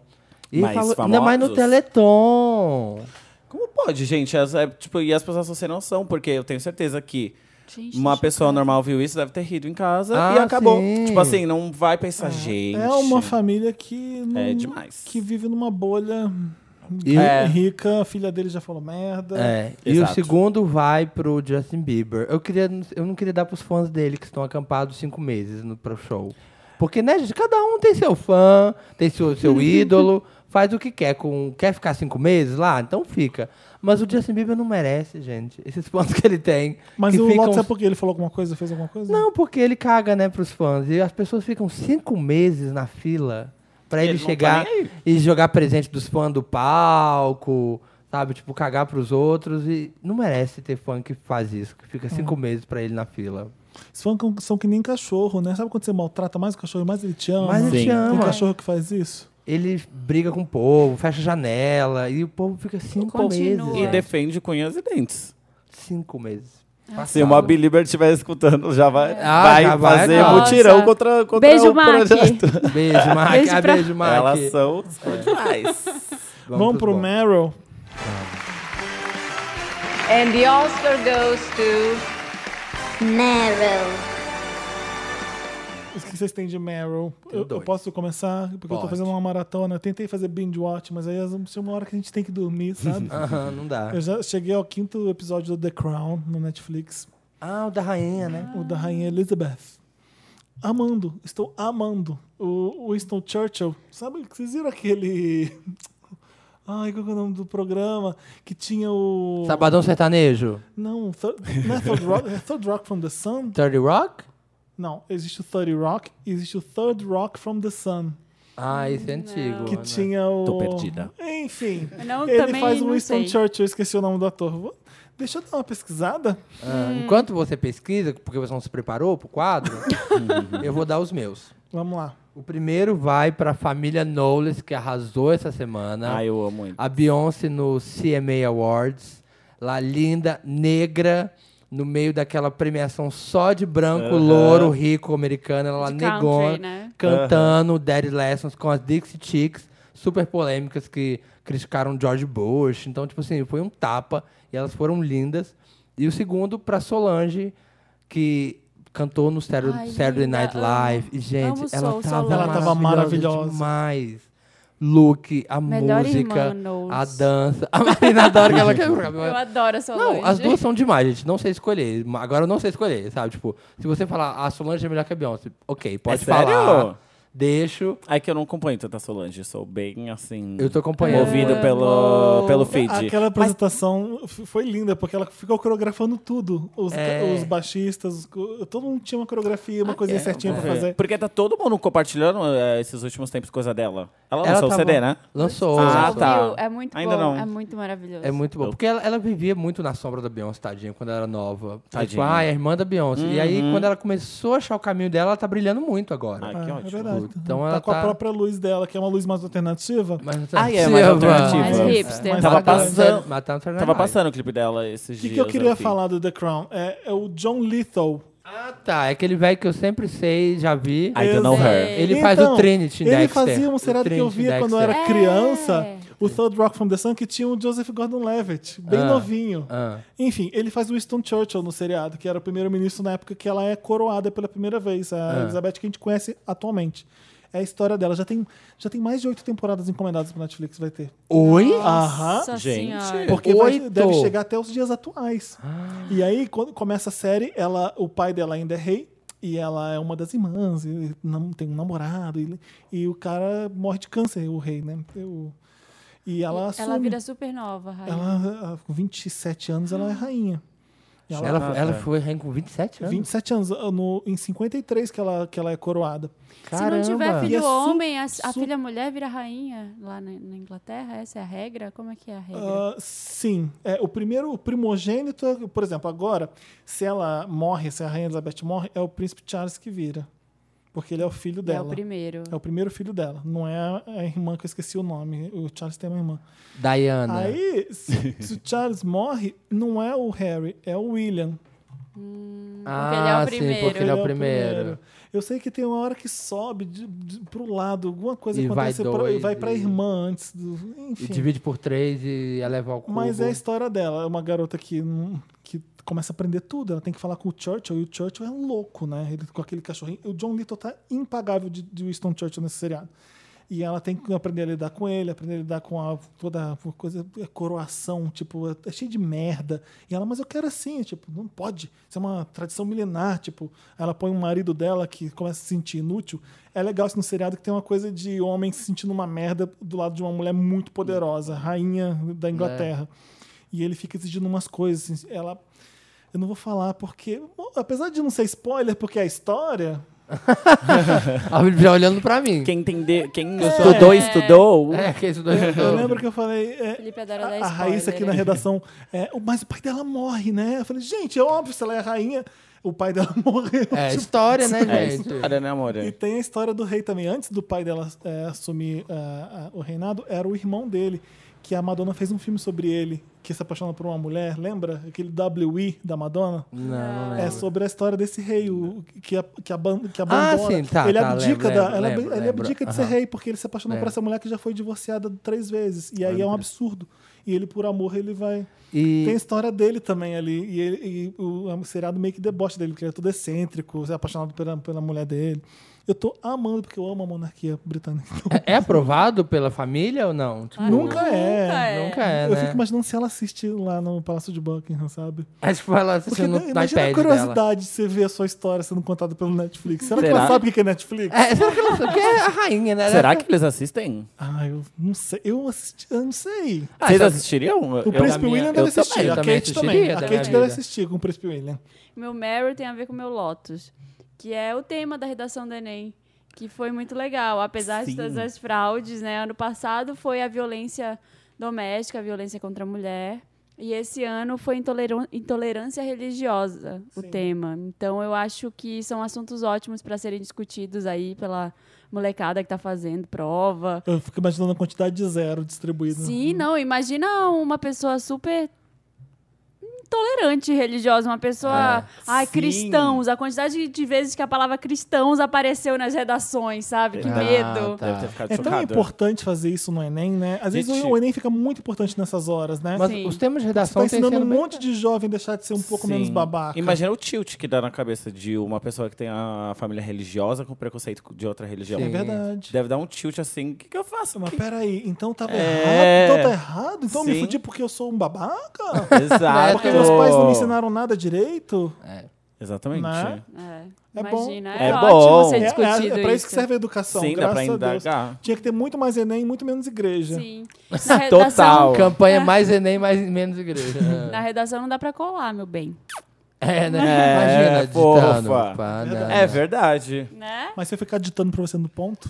C: E
E: Mais
C: falou, ainda mais no
E: famosos?
C: Teleton.
E: Como pode, gente? As- é, tipo, e as pessoas são sem noção, porque eu tenho certeza que
B: Gente,
E: uma
B: chocada.
E: pessoa normal viu isso, deve ter rido em casa e
C: Ah,
E: acabou.
C: sim.
E: Tipo assim, não vai pensar, gente.
A: É uma família que não-
E: É demais.
A: que vive numa bolha
C: E,
A: é rica, a filha dele já falou merda.
C: é, e o
E: Exato.
C: segundo vai pro Justin Bieber. Eu, queria, eu não queria dar pros fãs dele que estão acampados cinco meses no, pro show. Porque, né, gente, cada um tem seu fã, tem seu, seu ídolo, faz o que quer. Com, quer ficar cinco meses lá? Então fica. Mas o Justin Bieber não merece, gente. Esses fãs que ele tem.
A: Mas
C: que
A: o
C: ficam
A: Lotus é porque ele falou alguma coisa, fez alguma coisa?
C: Não, porque ele caga, né, pros fãs. E as pessoas ficam cinco meses na fila pra ele,
E: Ele não tá
C: chegar
E: nem aí.
C: e jogar presente dos fãs do palco, sabe? Tipo, cagar pros outros. E não merece ter fã que faz isso, que fica cinco meses pra ele na fila.
A: Os fãs são- são que nem cachorro, né? Sabe quando você maltrata mais o cachorro, mais ele te ama?
C: Mas ele te
A: Tem
C: ama.
A: cachorro que faz isso?
C: Ele briga com o povo, fecha a janela, e o povo fica cinco
B: Continua.
C: meses.
E: E
B: É.
E: defende com unhas e dentes.
C: Cinco meses.
E: Se uma Belieber estiver escutando, já vai,
C: Ah,
E: vai
C: já vai,
E: fazer
B: nossa.
E: mutirão contra, contra
B: Beijo,
E: é o
B: Mac.
E: projeto.
C: *laughs* Beijo, Mark.
B: Beijo
C: Ah,
B: pra-
C: beijo, Mark.
E: Elas são demais.
A: Vamos pro
C: bom.
A: Meryl.
F: *laughs* And the Oscar goes to
G: Meryl.
A: O que vocês têm de Meryl? Eu, eu
C: dois.
A: posso começar? Porque eu tô
C: Pode.
A: fazendo uma maratona. Eu tentei fazer binge watch, mas aí tinha uma hora que a gente tem que
C: *laughs*
A: dormir, sabe?
C: Aham, não dá.
A: Eu já cheguei ao quinto episódio do The Crown no Netflix.
C: Ah, o da rainha, né?
A: O da Rainha Elizabeth. Amando, estou amando. O Winston Churchill, sabe? Vocês viram aquele. *laughs* Ai, qual que é o nome do programa? Que tinha o.
C: Sabadão sertanejo.
A: Não, Thir- não é Third Rock, é Third Rock from the Sun?
C: 30 Rock?
A: Não, existe o 30 Rock e existe o Third Rock from the Sun.
C: Ah, esse é antigo.
A: Que
C: né?
A: tinha o.
E: Tô perdida.
A: Enfim.
B: Não,
A: ele
B: também
A: faz o
B: não
A: Winston
B: sei.
A: Churchill, eu esqueci o nome do ator. Vou- Deixa eu dar uma pesquisada.
C: Ah, Enquanto você pesquisa, porque você não se preparou pro quadro, eu vou dar os meus.
A: Vamos lá.
C: O primeiro vai pra família Knowles, que arrasou essa semana.
E: Ai, eu amo muito.
C: A Beyoncé no CMA Awards. Lá linda, negra, no meio daquela premiação só de branco, louro, rico, americana. Ela lá
B: De country,
C: negona,
B: né?
C: cantando Daddy Lessons com as Dixie Chicks, super polêmicas, que criticaram George Bush. Então, tipo assim, foi um tapa e elas foram lindas. E o segundo pra Solange, que cantou no Saturday,
B: Ai,
C: Saturday
B: linda,
C: Night
B: amo.
C: Live. E, gente,
B: Amo
C: ela,
B: Soul,
C: tava
B: Solange.
A: Ela tava maravilhosa.
C: demais. Look, a
B: Melhor
C: música,
B: irmã, Knowles.
C: a dança. A Marina adora
A: *laughs*
C: que ela quer o cabelo.
B: Eu adoro essa
C: Não, as duas são demais, gente. Não sei escolher. Ma- Agora eu não sei escolher, sabe? Tipo, se você falar a Solange é melhor que a Beyoncé, ok,
A: É
C: pode falar.
E: É sério?
C: Deixo.
E: É que eu não acompanho tanta Solange, sou bem assim.
C: Eu tô acompanhando.
E: movido pelo, pelo feed.
A: Aquela apresentação f- foi linda, porque ela ficou coreografando tudo. Os,
C: É.
A: os baixistas, os co- todo mundo tinha uma coreografia,
B: Ah,
A: uma
B: é,
A: coisinha certinha pra fazer.
E: Porque tá todo mundo compartilhando eh, esses últimos tempos coisa dela. Ela
C: Ela
A: tá
E: lançou o
C: tava-
E: CD, né?
C: Lançou.
E: Ah,
C: lançou.
E: tá.
B: É muito
E: Ainda
B: bom.
E: não.
B: É muito maravilhoso.
C: É muito bom. Porque ela, ela vivia muito na sombra da Beyoncé, tadinha, quando ela era nova. Aí, Tipo,
E: Tadinha.
C: ah, é a irmã da Beyoncé. E aí, quando ela começou a achar o caminho dela, ela tá brilhando muito agora.
E: Ai,
A: Ah,
E: que
A: é
E: ótimo.
A: verdade.
C: Então
A: tá
C: ela
A: com a
C: tá-
A: própria luz dela, que é uma luz mais alternativa.
C: Mas,
E: Ah, é, mas
C: Silva.
E: alternativa.
B: Mais hipster.
A: Mas
E: Tava
A: tá grande.
E: passando,
C: Mas tá no Saturday
E: tava
C: Night.
E: passando o clipe dela esses
A: O
E: dias.
A: que, que eu queria
E: vi.
A: falar do The Crown? É, é o John Lithgow.
C: Ah, tá. É aquele velho que eu sempre sei, já vi.
E: I don't know her.
C: Ele faz o Trinity em
A: Então, Ele
C: Dexter.
A: fazia um
C: O
A: seriado que eu
C: Trinity em
A: via quando eu
C: Dexter.
A: era criança,
B: É.
A: o Third Rock from the Sun, que tinha o Joseph Gordon-Levitt, bem
C: Ah,
A: novinho.
C: ah.
A: Enfim, ele faz o Winston Churchill no seriado, que era o primeiro-ministro na época que ela é coroada pela primeira vez, a Elizabeth que a gente conhece atualmente. É a história dela. Já tem, já tem mais de oito temporadas encomendadas pro Netflix, vai ter.
C: Oi?
A: Aham.
B: Nossa
E: Gente.
B: Senhora.
A: Porque vai-
C: Oito.
A: deve chegar até os dias atuais. E aí, quando começa a série, ela, o pai dela ainda é rei. E ela é uma das irmãs, e nam- tem um namorado. E, e o cara morre de câncer, o rei, né? O- e ela
B: Ela,
A: assume.
B: vira supernova, Raia.
A: Ela, a- com 27 anos, ela é rainha. E
C: Ela,
A: Ela,
C: ela foi rainha com 27 anos?
A: 27 anos, ah, no, em 53 que ela, que ela é coroada.
B: Se não tiver
A: E é
B: filho
A: su-
B: homem, a, a
A: su-
B: filha mulher vira rainha lá na, na Inglaterra? Essa é a regra? Como é que é a regra?
A: Ah, sim. É, o primeiro, o primogênito, é- por exemplo, agora, se ela morre, se a Rainha Elizabeth morre, é o príncipe Charles que vira. Porque ele é o filho
B: é
A: dela.
B: o primeiro.
A: É o primeiro filho dela. Não é a- a irmã que eu esqueci o nome. O Charles tem uma irmã.
C: Diana.
A: Aí, se, se o Charles morre, não é o Harry, é o William.
C: ah,
B: porque ele é o
C: Sim, porque ele é o primeiro.
A: Eu sei que tem uma hora que sobe de, de, pro lado, alguma coisa
C: E vai
A: acontece pra-
C: dois
A: vai pra
C: e-
A: irmã antes do.
C: E
A: Enfim.
C: divide por três e eleva ao cubo.
A: Mas
C: *laughs*
A: é a história dela. É uma garota que, hum, que começa a aprender tudo. Ela tem que falar com o Churchill. E o Churchill é louco, né? Ele com aquele cachorrinho. O John Little tá impagável de, de Winston Churchill nesse seriado. E ela tem que aprender a lidar com ele, aprender a lidar com a, toda a coisa, a coroação, tipo, é, é cheio de merda. E ela, mas eu quero assim, tipo, não pode. Isso é uma tradição milenar, tipo, ela põe um marido dela que começa a se sentir inútil. É legal isso no seriado que tem uma coisa de homem se sentindo uma merda do lado de uma mulher muito poderosa, rainha da Inglaterra. E ele fica exigindo umas coisas. assim, Ela. Eu não vou falar porque. bom, Apesar de não ser spoiler, porque é a história.
C: A Bíblia já olhando pra mim.
E: Quem
A: É.
E: entender, quem estudou, estudou.
C: É, que esses dois
A: Eu *laughs* lembro que eu falei. é,
B: Felipe adora dar
A: a, a
B: spoiler.
A: Raíssa aqui na
B: né?
A: redação. É, "O- mas o pai dela morre, né? Eu falei, gente, é óbvio, se ela é rainha, o pai dela *laughs* morreu.
C: É
A: Tipo,
C: história, né,
E: É,
C: gente?
E: história, né, amor?
A: E tem a história do rei também. Antes do pai dela é, assumir ah, ah, o reinado, era o irmão dele, que a Madonna fez um filme sobre ele, que se apaixona por uma mulher, lembra? Aquele WE da Madonna?
C: Não, não
A: É
C: lembro.
A: sobre a história desse rei o, que, a- que, aban- que abandona.
C: Ah, sim, tá,
A: ele
C: tá, lembro,
A: abdica, da-
C: lembro,
A: ela ab-
C: lembro,
A: ele
C: lembro,
A: abdica de ser
C: aham.
A: rei porque ele se apaixonou por
C: Lembro.
A: essa mulher que já foi divorciada três vezes. E aí é um absurdo. E ele, por amor, ele vai.
C: E-
A: Tem a história dele também ali. E, ele, e o, é um seriado meio que deboche dele, porque ele é todo excêntrico, é apaixonado pela, pela mulher dele. Eu tô amando, porque eu amo a monarquia britânica. então,
C: *laughs* É aprovado pela família ou não? Tipo,
A: nunca, é.
B: nunca é.
C: Nunca é,
A: Eu
C: né?
A: fico imaginando se ela assiste lá no Palácio de Buckingham, sabe?
C: É tipo ela
A: Porque né,
C: assistindo no
A: imagina a
C: iPad
A: curiosidade
C: dela.
A: de você ver a sua história sendo contada pelo Netflix. Será, que
E: Será?
A: ela sabe o que é Netflix?
C: É, *laughs* será que ela Porque é a rainha, né?
E: Será que eles assistem?
A: Ah, eu não sei. Eu assisti, eu não sei.
E: Vocês
C: sabe-
E: assistiriam?
A: Ah, então, O
E: Eu-
A: Príncipe
C: minha-
A: William
C: eu
A: deve
C: também,
A: assistir.
C: eu
A: a
C: também
A: Kate também.
C: assistiria,
A: A
C: da
A: Kate
C: minha
A: deve
C: vida.
A: assistir com o Príncipe William.
B: Meu Meryl tem a ver com meu Lotus, que é o tema da redação do Enem, que foi muito legal. Apesar de
E: Sim.
B: todas as fraudes, né? Ano passado foi a violência doméstica, a violência contra a mulher. E esse ano foi intoleran- intolerância religiosa o tema. Então eu acho que são assuntos ótimos para serem discutidos aí pela molecada que tá fazendo prova.
A: Eu fico imaginando a quantidade de zero distribuída.
B: Sim, não, imagina uma pessoa super intolerante religiosa, uma pessoa, ai,
E: Sim.
B: cristãos, a quantidade de vezes que a palavra cristãos apareceu nas redações, sabe? Que
E: Ah,
B: medo.
E: Deve ter ficado
A: É tão
E: chocado.
A: importante fazer isso no Enem, né? Às vezes
E: Gente-
A: o Enem fica muito importante nessas horas, né?
C: Mas
B: Sim.
C: os temas de
A: Você tá
C: redação têm
A: ensinando
C: sido
A: um
C: bem-
A: monte de jovem a deixar de ser um pouco
E: Sim.
A: menos babaca.
E: Imagina o tilt que dá na cabeça de uma pessoa que tem a família religiosa com preconceito de outra religião.
A: É verdade.
E: Deve dar um tilt assim. O que, que eu faço? *laughs*
A: Mas
E: Que-
A: peraí, então tava
E: É.
A: errado? Então tá errado? Então eu me
E: Sim.
A: fudi porque eu sou um babaca?
B: *laughs*
E: Exato.
A: É, Porque meus pais não me ensinaram nada direito?
E: Exatamente.
A: Né?
B: É,
A: É bom.
B: imagina, é,
E: É
B: ótimo
E: bom.
B: ser
E: É-
A: É,
B: discutido
A: é, é pra isso
B: isso
A: que serve a educação,
E: Sim, dá pra
A: graças a Deus.
E: indagar.
A: Tinha que ter muito mais Enem e muito menos igreja.
B: Sim. Na redação,
E: Total.
B: Ah.
C: Campanha mais Enem, mais menos
B: *laughs*
C: igreja.
B: na redação não dá pra colar, meu bem.
C: É, né?
E: É,
C: Imagina, ditando.
E: fofa.
C: Pá, né?
E: É verdade.
B: Né?
A: Mas se eu ficar ditando pra você no ponto,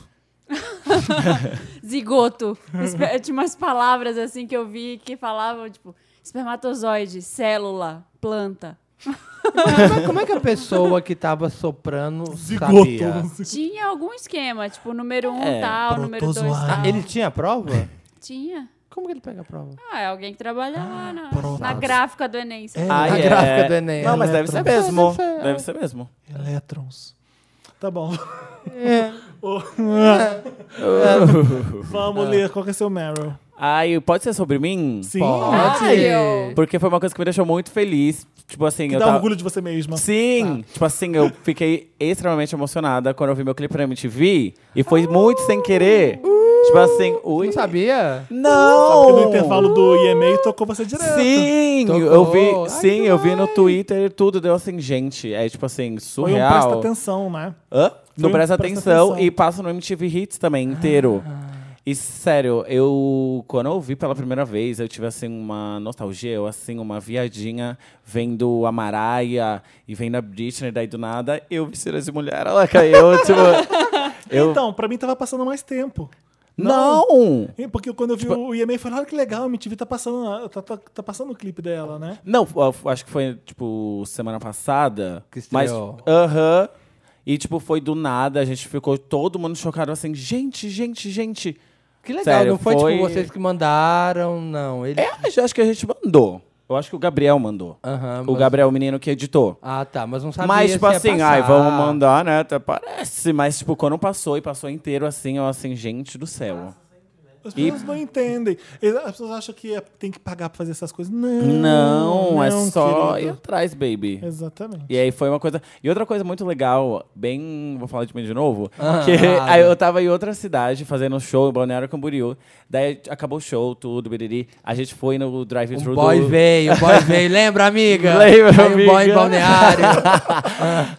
B: Zigoto. Espe- Tinha umas palavras assim que eu vi que falavam, tipo, espermatozoide, célula, planta.
C: Como é- Como é que a pessoa que tava soprando sabia?
A: zigoto.
B: Tinha algum esquema, tipo, número um
E: É,
B: tal, número dois
A: protozoário.
B: tal.
C: Ah, ele tinha a prova?
B: Tinha.
C: Como que ele pega a prova?
B: Ah, é alguém que trabalha lá
C: Ah,
B: na,
A: pronto.
B: na gráfica do Enem. sabe?
A: É.
E: Ah,
C: A
E: é.
C: gráfica do Enem. né?
E: Não, mas deve ser mesmo.
C: Deve ser, é.
E: Deve ser mesmo.
A: Elétrons. Tá bom.
E: É.
A: *laughs*
E: *laughs*
A: Ô, Vamos ler qual que é seu Meryl.
E: Ai, pode ser sobre mim?
A: Sim.
C: Pode.
B: Ai, eu-
E: Porque foi uma coisa que me deixou muito feliz. Tipo assim,
A: Que
E: eu
A: dá
E: tava...
A: orgulho de você Tá. mesma.
E: Sim! Tipo assim, eu fiquei extremamente emocionada quando eu vi meu clipe na MTV. E foi
A: Ah!
E: muito sem querer. Tipo assim, ui.
C: Não sabia?
A: Porque no
E: Não!
A: intervalo do IMA tocou você direto.
E: Sim!
C: Tocou.
E: Eu vi,
C: Ai,
E: sim,
C: que
E: eu vi no
C: demais.
E: Twitter e tudo. Deu assim, gente, é tipo assim,
A: Foi um presta
E: surreal.
A: atenção, né?
E: Hã?
A: Foi
E: No
A: um Presta
E: Presta Atenção,
A: Atenção.
E: e passa no MTV Hits também inteiro. E sério, eu quando eu ouvi pela primeira vez, eu tive assim uma nostalgia, eu assim uma viadinha vendo a Mariah e vendo a Britney, daí do nada eu vestida de mulher, ela caiu, tipo, eu
A: Então, pra mim tava passando mais tempo.
E: não.
A: É, Porque quando eu
E: Tipo,
A: vi o IMA, eu falei, olha que legal, a MTV tá passando, tá, tá- tá passando o clipe dela, né?
E: Não, f- acho que foi, tipo, semana passada.
C: Que
E: mas,
C: estreou.
E: Aham. E, tipo, foi do nada. A gente ficou todo mundo chocado, assim, gente, gente, gente.
C: Que legal,
E: Sério,
C: não foi,
E: foi-
C: tipo vocês que mandaram, não. Ele...
E: É, acho- acho que a gente mandou. Eu acho que o Gabriel mandou.
C: Aham,
E: O
C: Ah, mas-
E: Gabriel, o menino que editou.
C: Ah, tá, mas não sabia
E: Mas, tipo
C: se ia
E: assim,
C: passar.
E: ai, vamos mandar, né? Até parece. Mas, tipo, quando passou e passou inteiro, assim, eu, assim, gente do céu.
A: As pessoas não entendem. Eles- As pessoas acham que é- tem que pagar pra fazer essas coisas. Não,
E: Não, é só ir
A: querido.
E: atrás, baby.
A: Exatamente.
E: E aí foi uma coisa. E outra coisa muito legal, bem. Vou falar de mim de novo.
C: Ah,
E: que
C: ah,
E: *laughs* aí
C: né.
E: eu tava em outra cidade fazendo um show em Balneário Camboriú. Daí acabou o show, tudo, biriri. A gente foi no drive-thru
C: Um boy
E: do.
C: veio, um
E: *laughs*
C: boy veio. Lembra, amiga?
E: Lembra,
C: Aí Um boy em
E: amiga? *laughs*
C: balneário.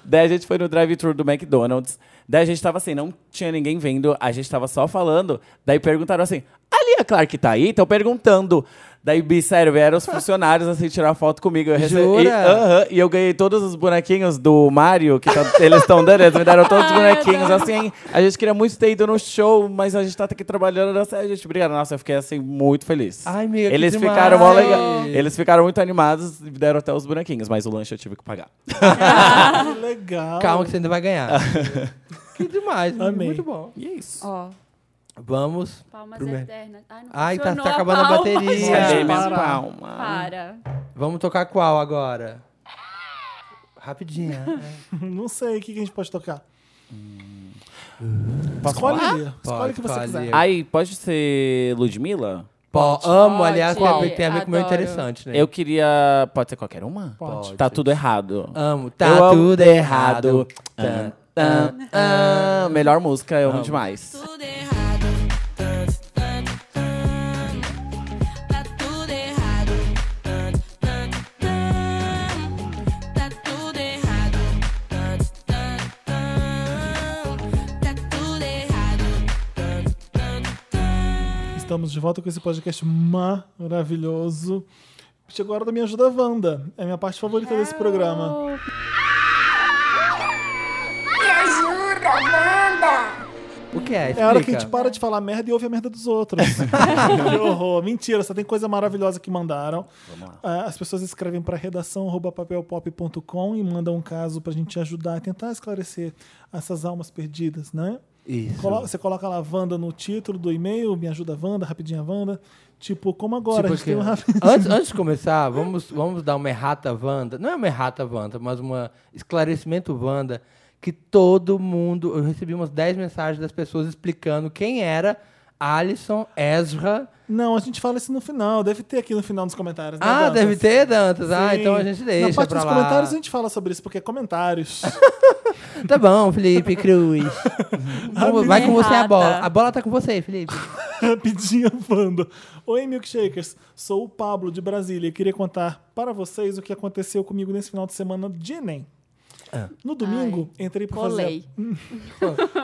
E: Daí a gente foi no drive-thru do McDonald's. Daí a gente tava assim, não tinha ninguém vendo, a gente tava só falando. Daí perguntaram assim: ali a Clark tá aí? Estão perguntando. Daí, bi, sério, vieram os funcionários assim tirar foto comigo. Eu recebi,
C: Jura?
E: E, aham, e eu ganhei todos os bonequinhos do Mario que tá- eles estão dando, eles me deram todos os bonequinhos. Assim, a gente queria muito ter ido no show, mas a gente tá aqui trabalhando. Assim, a gente obrigado. Nossa, eu fiquei assim muito feliz.
C: Ai, amiga, que
E: eles
C: demais.
E: ficaram mó legal. Eles ficaram muito animados e me deram até os bonequinhos, mas o lanche eu tive que pagar.
A: Que legal.
E: *laughs*
C: Calma que você ainda vai ganhar. que demais,
A: Amei.
C: muito bom.
E: E é isso.
B: Ó,
C: Vamos.
B: Palmas
C: Primeiro.
B: eternas. Ai, não
C: Ai, tá-
B: funcionou
C: tá acabando a
B: palma,
C: bateria.
B: gente.
E: Cadê minha
A: Para.
E: palma?
B: É, *laughs* Para.
C: Vamos tocar qual agora? Rapidinho. né?
A: Não sei o que, que a gente pode tocar.
E: Posso
A: Escolhe,
E: falar?
A: Lia. escolhe
C: Pode,
A: o que você
C: escolhe,
A: quiser.
C: Lia.
E: Ai, pode ser Ludmilla?
C: Pô, amo, aliás, tem a ver-
B: Pode.
C: tem a ver com o meu
B: Adoro.
C: interessante, né?
E: Eu queria. Pode ser qualquer uma?
C: Pode.
E: Tá tudo errado.
C: amo. Tá
E: Eu amo- Ah.
C: tudo errado. Tá.
E: Tan, tan, tan. Melhor música, eu amo demais.
H: tudo errado. Tan, tan, tan. Tá tudo errado. Tan, tan, tan. Tá tudo errado. Tan, tan, tan. Tá tudo errado.
A: Estamos de volta com esse podcast maravilhoso. Chegou a hora da minha ajuda Wanda. É a minha parte favorita desse programa.
G: Me ajuda, Wanda!
C: O que é?
A: É a hora que a gente
C: Explica.
A: para de falar merda e ouve a merda dos outros. que horror. Mentira, só tem coisa maravilhosa que mandaram. Ah, As pessoas escrevem para redação arroba papelpop.com e mandam um caso pra gente ajudar a tentar esclarecer essas almas perdidas, né?
C: Isso.
A: Colo- você coloca lá Wanda no título do e-mail, me ajuda Wanda, rapidinha Wanda. Tipo, como agora?
C: Tipo
A: a gente tem
C: *laughs* que-
A: um rapidinho.
C: antes, antes de começar, vamos, vamos dar uma errata Wanda. Não é uma errata Wanda, mas um esclarecimento Wanda. Que todo mundo. Eu recebi umas 10 mensagens das pessoas explicando quem era Alison, Ezra.
A: *laughs* Não, a gente fala isso no final. Deve ter aqui no final nos comentários. né,
C: Ah,
A: Dantas?
C: deve ter, Dantas. Ah,
A: Sim.
C: então a gente deixa.
A: Na parte
C: pra
A: dos
C: lá.
A: comentários a gente fala sobre isso, porque é comentários. *laughs*
C: Tá bom, Felipe *laughs* Cruz. Vamos- Vai com você a
B: Errata.
C: bola. A bola tá com você, Felipe.
A: Rapidinho, Wanda. Oi, milkshakers. Sou o Pablo de Brasília e queria contar para vocês o que aconteceu comigo nesse final de semana de Enem.
C: Ah.
A: No domingo, entrei para fazer.
B: Colei.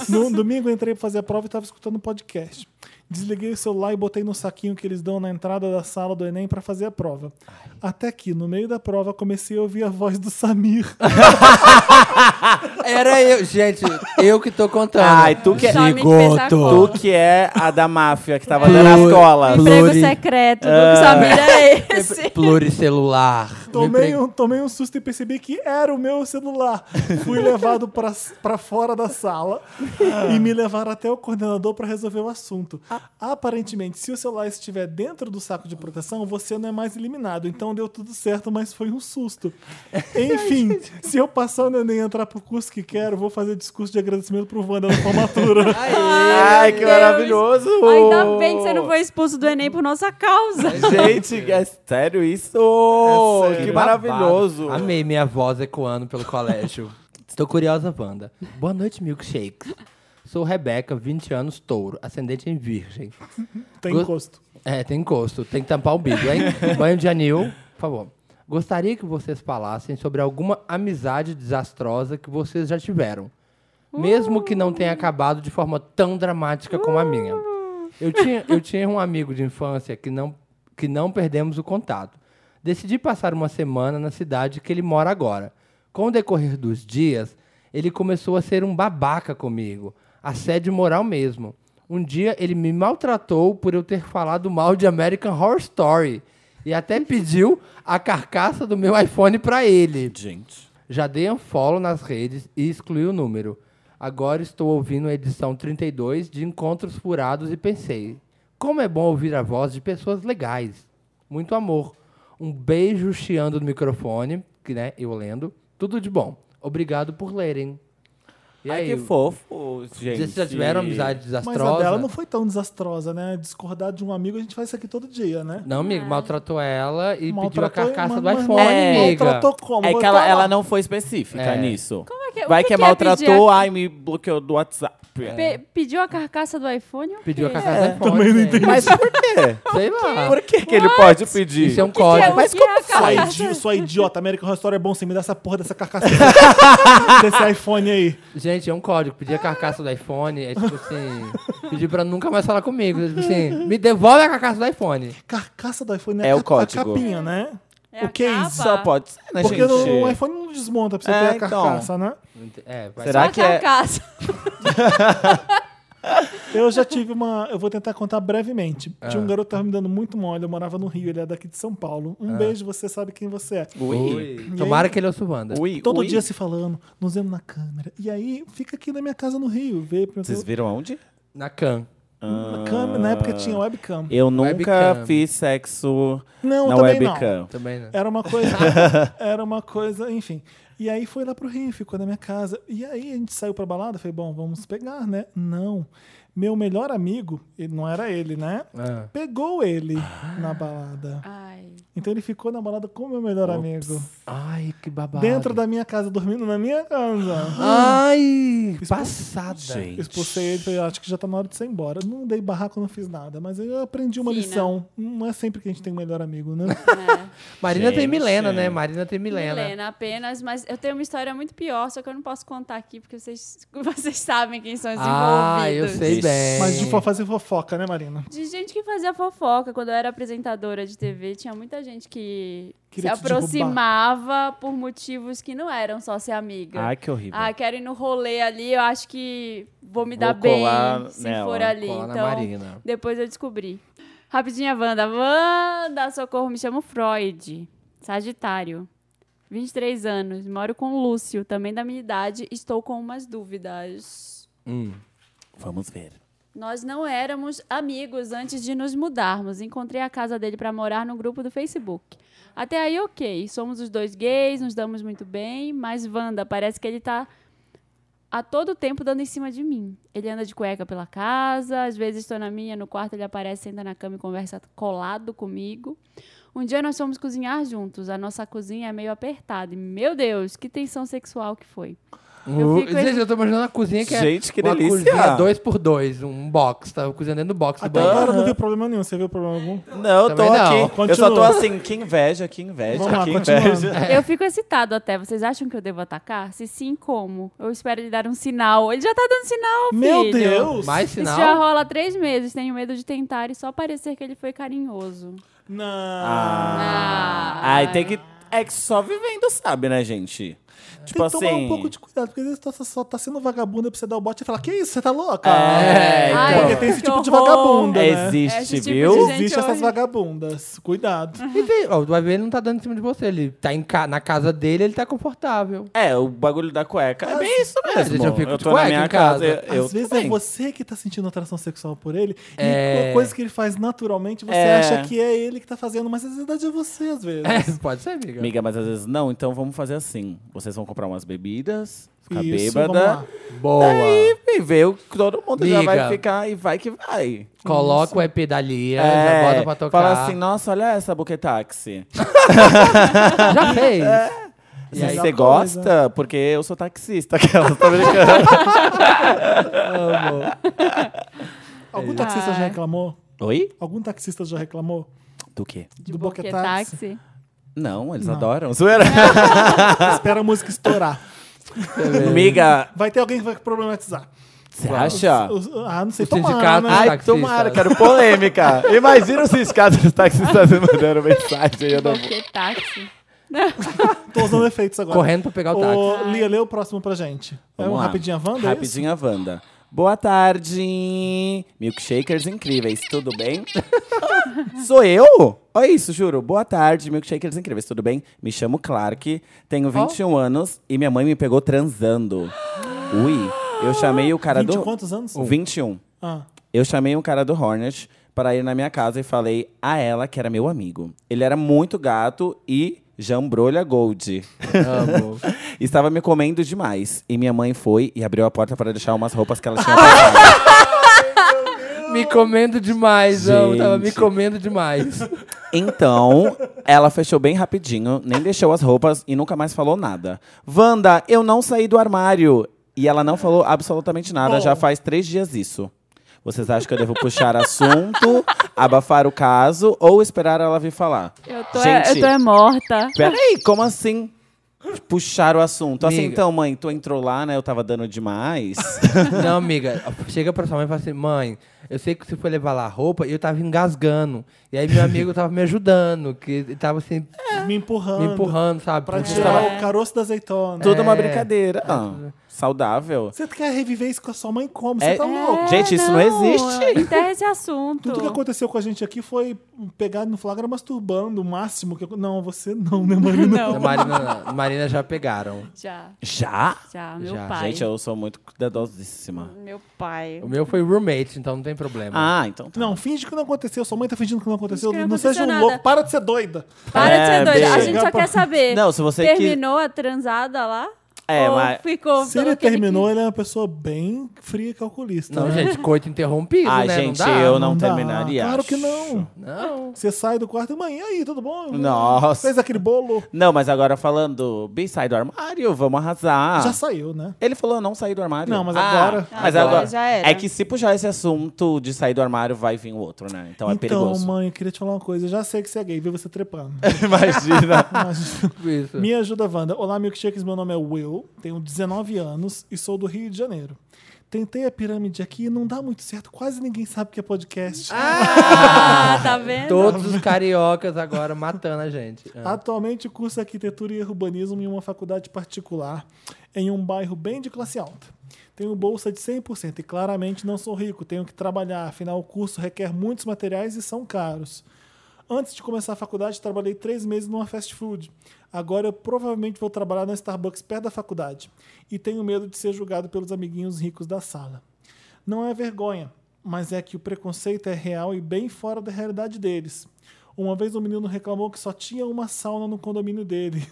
A: No domingo entrei pra fazer a prova e tava escutando um podcast. Desliguei o celular e botei no saquinho que eles dão na entrada da sala do Enem pra fazer a prova. Até que, no meio da prova, comecei a ouvir a voz do Samir.
C: Era eu. Gente, eu que tô contando.
E: Ai, tu
C: é
E: que,
B: Só me fez a
E: tu
B: conta.
E: que é a da máfia que tava dando as colas.
B: Emprego
C: Pluri-
B: secreto. Nunca sabia é
C: *laughs*
B: esse.
C: Pluricelular.
A: Tomei um, tomei um susto e percebi que era o meu celular. Fui levado pra pra fora da sala e me levaram até o coordenador pra resolver o assunto. Aparentemente, se o celular estiver dentro do saco de proteção, você não é mais eliminado. Então deu tudo certo, mas foi um susto. Enfim, se eu passar no Enem e entrar pro curso que quero, vou fazer discurso de agradecimento pro Wanda na formatura.
E: Ai, que
B: Deus.
E: maravilhoso!
B: Ainda bem que você não foi expulso do Enem por nossa causa.
E: Gente, é sério isso? Que maravilhoso!
C: É Babado. Amei minha voz ecoando pelo colégio. Estou curiosa, Wanda. Boa noite, milkshakes. Sou Rebeca, 20 anos, touro, ascendente em virgem.
A: Tem
C: Go-
A: encosto.
C: É, tem encosto, tem que tampar o bico, hein? Banho de anil, por favor. Gostaria que vocês falassem sobre alguma amizade desastrosa que vocês já tiveram. Mesmo que não tenha acabado de forma tão dramática como a minha. Eu tinha, eu tinha um amigo de infância que não, que não perdemos o contato. Decidi passar uma semana na cidade que ele mora agora. Com o decorrer dos dias, ele começou a ser um babaca comigo. Assédio moral mesmo. Um dia ele me maltratou por eu ter falado mal de American Horror Story. E até pediu a carcaça do meu iPhone pra ele.
E: Gente.
C: Já dei um follow nas redes e excluí o número. Agora estou ouvindo a edição 32 de Encontros Furados e pensei: como é bom ouvir a voz de pessoas legais. Muito amor. Um beijo chiando no microfone, que né, eu lendo. Tudo de bom. Obrigado por lerem. E
E: Ai,
C: aí,
E: que fofo, gente.
C: vocês já tiveram amizade
A: Mas
C: desastrosa?
A: a dela não foi tão desastrosa, né? Discordar de um amigo, a gente faz isso aqui todo dia, né?
C: Não,
B: Ah.
C: amigo, maltratou ela e pediu a
A: Maltratou,
C: carcaça do
A: mas-
C: iPhone,
A: mas-
C: amiga.
A: Maltratou como?
E: É que
A: Botou
E: ela,
A: lá.
E: ela não foi específica
C: É.
E: nisso.
B: *laughs* Como é que- o
E: Vai
B: que
E: que,
B: que é
E: maltratou,
B: pedir a-
E: ai, me bloqueou do WhatsApp.
B: Pe- pediu a carcaça do iPhone? ou
C: Pediu a
B: quê?
C: carcaça do iPhone. Também não entendi.
E: Mas por quê?
C: Sei lá.
E: Por que, que ele pode pedir?
C: Isso é um
B: Que que é-
C: código.
B: o que é a
A: Sua,
B: carcaça?
A: idi sua idiota, American Horror Story é bom, você me dá essa porra dessa
E: *laughs*
A: carcaça desse- desse iPhone aí.
C: Gente, é um código. Pedir a carcaça do iPhone é tipo
A: *laughs*
C: assim. pedir pra nunca mais falar comigo. É, tipo assim, me devolve a carcaça do iPhone.
A: Carcaça do iPhone né?
E: É
A: a,
E: o código.
A: A capinha, né?
B: É
A: o que é
B: a
A: isso?
E: Só
B: capa?
E: pode ser, né,
A: Porque
E: gente?
A: no- o iPhone não é desmonta pra você
E: É,
A: ter a carcaça, né?
C: É, vai
E: Será
B: Só a
E: que é...
B: carcaça.
A: Eu já tive uma. Eu vou tentar contar brevemente.
C: Ah.
A: Tinha um garoto que tava me dando muito mole, eu morava no Rio, ele é daqui de São Paulo.
C: Ah.
A: Um beijo, você sabe quem você é.
E: Ui,
C: Tomara que ele ouça o Wanda.
E: ui,
A: Todo
E: ui.
A: dia se falando, nos vemos na câmera. E aí, fica aqui na minha casa no Rio, vê.
E: Vocês viram onde?
C: Na Can.
A: Na câmera- na época tinha webcam.
E: Eu nunca
C: Webcam.
E: fiz sexo
A: Não,
E: na
A: também
E: webcam.
C: Também né? não.
A: Era uma
E: *laughs*
A: coisa. era uma coisa, enfim. E aí foi lá pro Rio, ficou na minha casa. E aí a gente saiu pra balada, falei, bom, vamos pegar, né? Não. Meu melhor amigo, ele não era ele, né?
C: Ah.
A: Pegou ele na balada.
B: Ai.
A: Então ele ficou na balada com o meu melhor amigo.
C: Ai, que babado.
A: Dentro da minha casa, dormindo na minha casa.
C: Ai,
A: Hum.
C: passada.
E: Gente.
A: Expulsei ele, falei, acho que já tá na hora de você ir embora. Não dei barraco, não fiz nada. Mas eu aprendi uma
B: Sim, né?
A: lição. Não é sempre que a gente tem o melhor amigo,
E: *laughs*
A: né?
C: Marina tem
E: Gente.
C: Milena, né? Marina tem
B: Milena.
C: Milena.
B: apenas, mas eu tenho uma história muito pior, só que eu não posso contar aqui, porque vocês, *laughs* vocês sabem quem são os
C: Ah, eu
B: envolvidos.
C: sei
E: Ixi.
C: bem.
A: Mas
E: É.
A: de fo- fazer fofoca, né, Marina?
B: De gente que fazia fofoca. Quando eu era apresentadora de TV, tinha muita gente que
A: Queria te
B: se aproximava por motivos que não eram só ser amiga.
E: Ai, que horrível.
B: ah, quero ir no rolê ali, eu acho que vou me
E: Vou
B: dar bem
E: colar
B: se
E: nela,
B: for ali.
C: Cola na
B: Então,
C: Marina.
B: depois eu descobri. Rapidinha, Wanda. Wanda, socorro, me chamo Freud. Sagitário. 23 anos, moro com o Lúcio, também da minha idade, estou com umas dúvidas.
C: Hum.
E: Vamos ver.
B: Nós não éramos amigos antes de nos mudarmos. Encontrei a casa dele para morar no grupo do Facebook. Até aí, ok. Somos os dois gays, nos damos muito bem, mas Wanda, parece que ele tá a todo tempo dando em cima de mim. Ele anda de cueca pela casa, às vezes estou na minha, no quarto ele aparece, senta na cama e conversa colado comigo. Um dia nós fomos cozinhar juntos. A nossa cozinha é meio apertada. E, meu Deus, que tensão sexual que foi. Eu fico-
C: Gente, eu tô imaginando a cozinha que é.
E: Gente, que
C: uma
E: delícia.
C: cozinha dois por dois, um box. Tá cozinhando dentro do box. do
A: Até
C: banheiro.
A: agora eu não vi problema nenhum. Você viu problema algum?
E: Não, eu tô
C: Também não.
E: aqui. Eu só tô
A: Continua.
E: assim, que inveja, que inveja,
A: Vamos lá,
E: que
A: continuando.
E: inveja.
B: Eu fico excitado até. Vocês acham que eu devo atacar? Se sim, como? Eu espero ele dar um sinal. Ele já tá dando sinal,
A: Meu
B: filho.
A: Deus!
C: Mais
B: Isso já
C: sinal?
B: rola há três meses. Tenho medo de tentar e só parecer que ele foi carinhoso.
A: Não.
E: Ah.
B: Ah.
E: Ai, tem que. É que só vivendo sabe, né, gente?
A: Tem
E: Tipo
A: que tomar
E: assim.
A: um pouco de cuidado, porque às vezes você só tá sendo vagabunda pra você dar o bote e falar, que isso, você tá louca?
E: É,
B: Ai,
E: então.
A: Porque tem esse
B: que
A: tipo de
B: horror.
A: vagabunda, né?
E: é Existe,
B: Esse tipo
E: viu?
B: de gente
A: Existe essas
B: hoje.
A: vagabundas. Cuidado.
C: E vê, ó, vai ver, ele não tá dando em cima de você. Ele tá em ca- na casa dele, ele tá confortável.
E: É, o bagulho da cueca. É bem isso
C: É,
E: mesmo.
C: gente, eu fico de
E: tô
C: cueca
E: na minha
C: em casa.
E: casa. Eu, eu
A: Às vezes
E: também.
A: é você que tá sentindo atração sexual por ele,
C: É.
A: e coisa que ele faz naturalmente, você
E: É.
A: acha que é ele que tá fazendo, mas na verdade é você, às
C: É,
A: vezes.
C: *laughs* pode ser, amiga.
E: Amiga, mas às vezes não, então vamos fazer assim. Vocês vão comprar umas bebidas, ficar
A: Isso,
E: bêbada.
A: vamos
C: Boa.
E: Daí, e ver o que todo mundo já
C: Amiga.
E: vai ficar e vai que vai.
C: Coloca o EP da Lia, já
E: É,
C: bota pra tocar.
E: Fala assim, nossa, olha essa
C: *laughs*
E: buquetaxi.
C: já fez.
E: Se
A: aí-
E: você
A: Coisa.
E: gosta, porque eu sou taxista, *laughs* aquela, tá brincando.
A: Algum
E: É.
A: taxista já
B: Ai.
A: reclamou?
E: Oi?
A: Algum taxista já reclamou?
E: Do quê?
B: De
A: Do
B: boquê
A: boquetaxi?
B: táxi.
E: Não, eles adoram.
C: *laughs*
E: Zoeira.
A: Espera a música estourar.
E: Amiga,
A: Vai ter alguém que vai problematizar.
E: você acha?
A: Os- ah, não sei,
C: O
A: tomara,
C: sindicato-
A: né?
C: Ai,
E: Ai,
C: Taxista.
E: tomara, quero polêmica. Imagina se os caras dos taxistas *laughs* me mandaram mensagem. Eu não...
B: Boquê táxi.
A: Tô usando efeitos agora.
C: Correndo pra pegar o táxi.
A: Ô, Lia, lê o próximo pra gente. é um
E: Vamos lá.
A: Rapidinha Wanda? é isso?
E: Rapidinha Wanda. Boa tarde, milkshakers incríveis, tudo *laughs* bem? Sou eu? Olha isso, juro. Boa tarde, milkshakers incríveis, tudo bem? Me chamo Clark, tenho 21 anos e minha mãe me pegou transando. Ui, eu chamei o cara
A: 20
E: do...
A: quantos anos?
E: 21.
A: Ah,
E: Eu chamei um cara do Hornet para ir na minha casa e falei a ela que era meu amigo. Ele era muito gato e jambrolha gold.
C: Amo.
E: Estava me comendo demais. E minha mãe foi e abriu a porta para deixar umas roupas que ela tinha passado.
C: Me comendo demais, amo. Tava me
E: Gente.
C: comendo demais.
E: Então, ela fechou bem rapidinho, nem deixou as roupas e nunca mais falou nada. Wanda, eu não saí do armário. E ela não falou absolutamente nada, já faz três dias isso. Vocês acham que eu devo puxar assunto, abafar o caso ou esperar ela vir falar?
B: Eu tô,
E: Gente.
B: eu tô é morta.
E: Peraí, como assim? Puxar o assunto. Assim,
C: Amiga.
E: então, mãe, tu entrou lá, né? Eu tava dando demais. *laughs*
C: Não, amiga, chega pra sua mãe e fala assim: mãe, eu sei que você foi levar lá a roupa e eu tava engasgando. E aí meu amigo tava me ajudando, que ele tava assim,
A: me empurrando.
C: me empurrando, É. sabe?
A: Pra
C: Porque-
A: tirar o caroço da azeitona.
E: Tudo uma
C: É.
E: brincadeira. Saudável.
A: Você quer reviver isso com a sua mãe como? Você
E: É-
A: tá louco?
E: Gente, isso não existe.
B: Enterra esse assunto.
A: Tudo que aconteceu com a gente aqui foi pegar no flagra masturbando o máximo. que eu- Não, você não, né, Marina?
C: A
B: Não,
C: Marina, a Marina já pegaram.
B: já,
E: Já?
B: já, meu
C: Já.
B: pai.
E: Gente, eu sou muito cuidadosíssima.
B: Meu pai.
C: O meu foi roommate, então não tem tem problema.
E: Ah, então tá.
A: Não, finge que não aconteceu. Sua mãe tá fingindo que não aconteceu.
B: que
A: não
B: não
A: seja um
B: aconteceu
A: louco.
B: nada.
A: Para de ser doida.
B: Para de
E: É,
B: ser doida. A
E: beijo.
B: gente só quer saber.
E: Não, se você que-
B: Terminou a transada lá?
E: É,
B: ou
E: mas-
B: ficou
A: Se
B: pelo
A: ele
B: que
A: terminou,
B: quis?
A: ele é uma pessoa bem fria e calculista.
C: Não,
A: né?
C: gente, coito interrompido,
E: Ah,
C: né?
E: tá. gente,
C: não dá.
E: eu não,
A: dá.
E: terminaria.
A: Claro que
E: acho.
A: não.
C: Não.
A: Você sai do quarto e mãe, e aí, tudo bom?
E: Nossa.
A: Fez aquele bolo.
E: Não, mas agora falando, bi, sai do armário, vamos arrasar.
A: Já saiu, né?
E: Ele falou não sair do armário.
A: Não, mas
E: Ah,
A: agora-
E: Mas
B: Agora
E: agora.
B: já era.
E: É que se puxar esse assunto de sair do armário, vai vir o outro, né? Então, é
A: então,
E: perigoso.
A: mãe, eu queria te falar uma coisa. Eu já sei que você é gay, viu você trepando.
E: *laughs* Imagina.
C: Isso.
A: Me ajuda, Wanda. Olá, milkshakes. Meu nome é Will, tenho 19 anos e sou do Rio de Janeiro. Tentei a pirâmide aqui e não dá muito certo. Quase ninguém sabe o que é podcast.
B: Ah, tá vendo?
C: Todos os cariocas agora matando a gente. Ah.
A: Atualmente curso arquitetura e urbanismo em uma faculdade particular, em um bairro bem de classe alta. Tenho bolsa de 100% e claramente não sou rico, tenho que trabalhar, afinal o curso requer muitos materiais e são caros. Antes de começar a faculdade, trabalhei três meses numa fast food. Agora eu provavelmente vou trabalhar na Starbucks perto da faculdade. E tenho medo de ser julgado pelos amiguinhos ricos da sala. Não é vergonha, mas é que o preconceito é real e bem fora da realidade deles. Uma vez um menino reclamou que só tinha uma sauna no condomínio dele.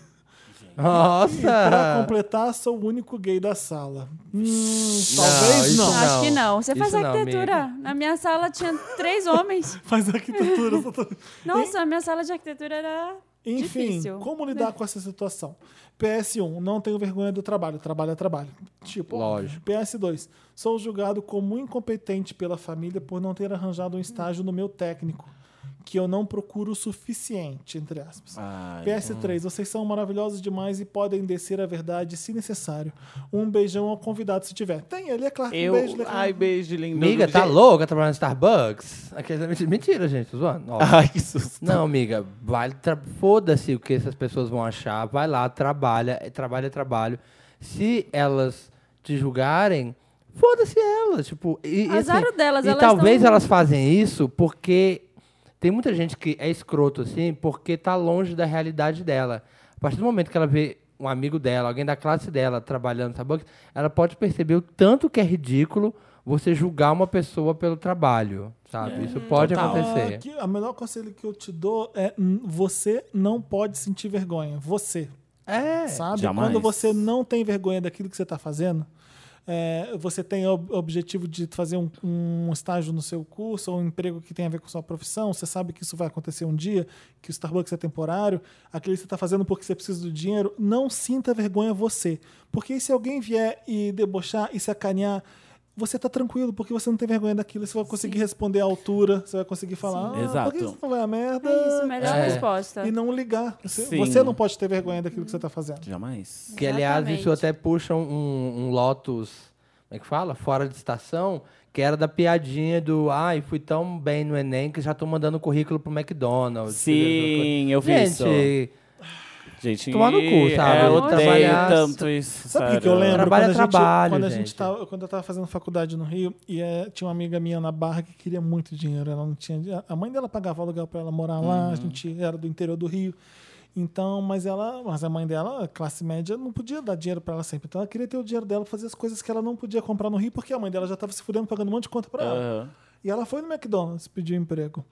A: E pra
C: Ah. Nossa!
A: completar, sou o único gay da sala. Hum,
C: Ah, isso
A: talvez não.
B: Não, acho
C: não.
B: que não. Você faz
C: Isso não,
B: arquitetura. Na minha sala tinha três homens.
A: Faz arquitetura. só tô-
B: Nossa, a minha sala de arquitetura era
A: Enfim,
B: difícil.
A: como lidar com essa situação? PS1, não tenho vergonha do trabalho, trabalho é trabalho. Tipo,
C: Lógico.
A: PS2, sou julgado como incompetente pela família por não ter arranjado um estágio no meu técnico, que eu não procuro o suficiente, entre aspas.
E: Ai. hum.
A: PS3, vocês são maravilhosos demais e podem descer a verdade se necessário. Um beijão ao convidado se tiver. Tem, ele é claro.
E: Eu.
A: Um beijo, ele é claro.
E: Ai, beijo, lindo.
C: Amiga, tá
E: Gente-
C: louca trabalhando no Starbucks? Aqueles- mentira- Mentira, gente, tô zoando. Ó,
E: Ai, que susto.
C: Não, amiga, vale tra- foda-se o que essas pessoas vão achar. Vai lá, trabalha, é trabalho é trabalho. Se elas te julgarem, foda-se elas. Tipo, e, e
B: Azar
C: assim,
B: o delas,
C: e
B: elas
C: talvez
B: tão-
C: elas fazem isso porque tem muita gente que é escroto, assim, porque tá longe da realidade dela. A partir do momento que ela vê um amigo dela, alguém da classe dela trabalhando no Starbucks, ela pode perceber o tanto que é ridículo você julgar uma pessoa pelo trabalho, sabe?
B: Uhum.
C: Isso pode
E: Total.
C: acontecer.
A: Ah, que- a melhor conselho que eu te dou é hum, você não pode sentir vergonha. Você.
C: É.
A: sabe?
E: Jamais.
A: Quando você não tem vergonha daquilo que você está fazendo, é, você tem o o objetivo de fazer um, um estágio no seu curso ou um emprego que tem a ver com sua profissão, você sabe que isso vai acontecer um dia, que o Starbucks é temporário, aquilo que você está fazendo porque você precisa do dinheiro, não sinta vergonha você. Porque se alguém vier e debochar e sacanear, você está tranquilo, porque você não tem vergonha daquilo, você vai conseguir responder à altura, você vai conseguir falar, ah, por
E: Exato.
A: que isso não vai a merda?
B: É isso, melhor
C: É.
B: resposta.
A: E não ligar. Você,
E: Sim.
A: você não pode ter vergonha daquilo que você está fazendo.
E: Jamais.
C: Que, aliás, isso
B: Exatamente.
C: até puxa um, um Lotus, como é que fala? Fora de estação, que era da piadinha do ai, fui tão bem no Enem que já tô mandando currículo pro McDonald's.
E: Sim, eu vi isso.
C: Gente,
E: Gente,
C: Tomar no cu, sabe?
E: É, eu odeio
C: Trabalhar-
E: tanto isso.
A: Sabe o que que eu
E: sério.
A: lembro?
C: Trabalho
A: quando
C: é
A: a gente,
C: trabalho,
A: quando a
C: gente.
A: gente tava, quando eu tava fazendo faculdade no Rio, e eh, tinha uma amiga minha na Barra que queria muito dinheiro. Ela não tinha. A mãe dela pagava aluguel para ela morar lá,
E: Uhum.
A: a gente era do interior do Rio. Então, mas ela, mas a mãe dela, classe média, não podia dar dinheiro para ela sempre. Então ela queria ter o dinheiro dela pra fazer as coisas que ela não podia comprar no Rio, porque a mãe dela já tava se fudendo pagando um monte de conta para ela.
E: Aham.
A: E ela foi no McDonald's, pediu emprego.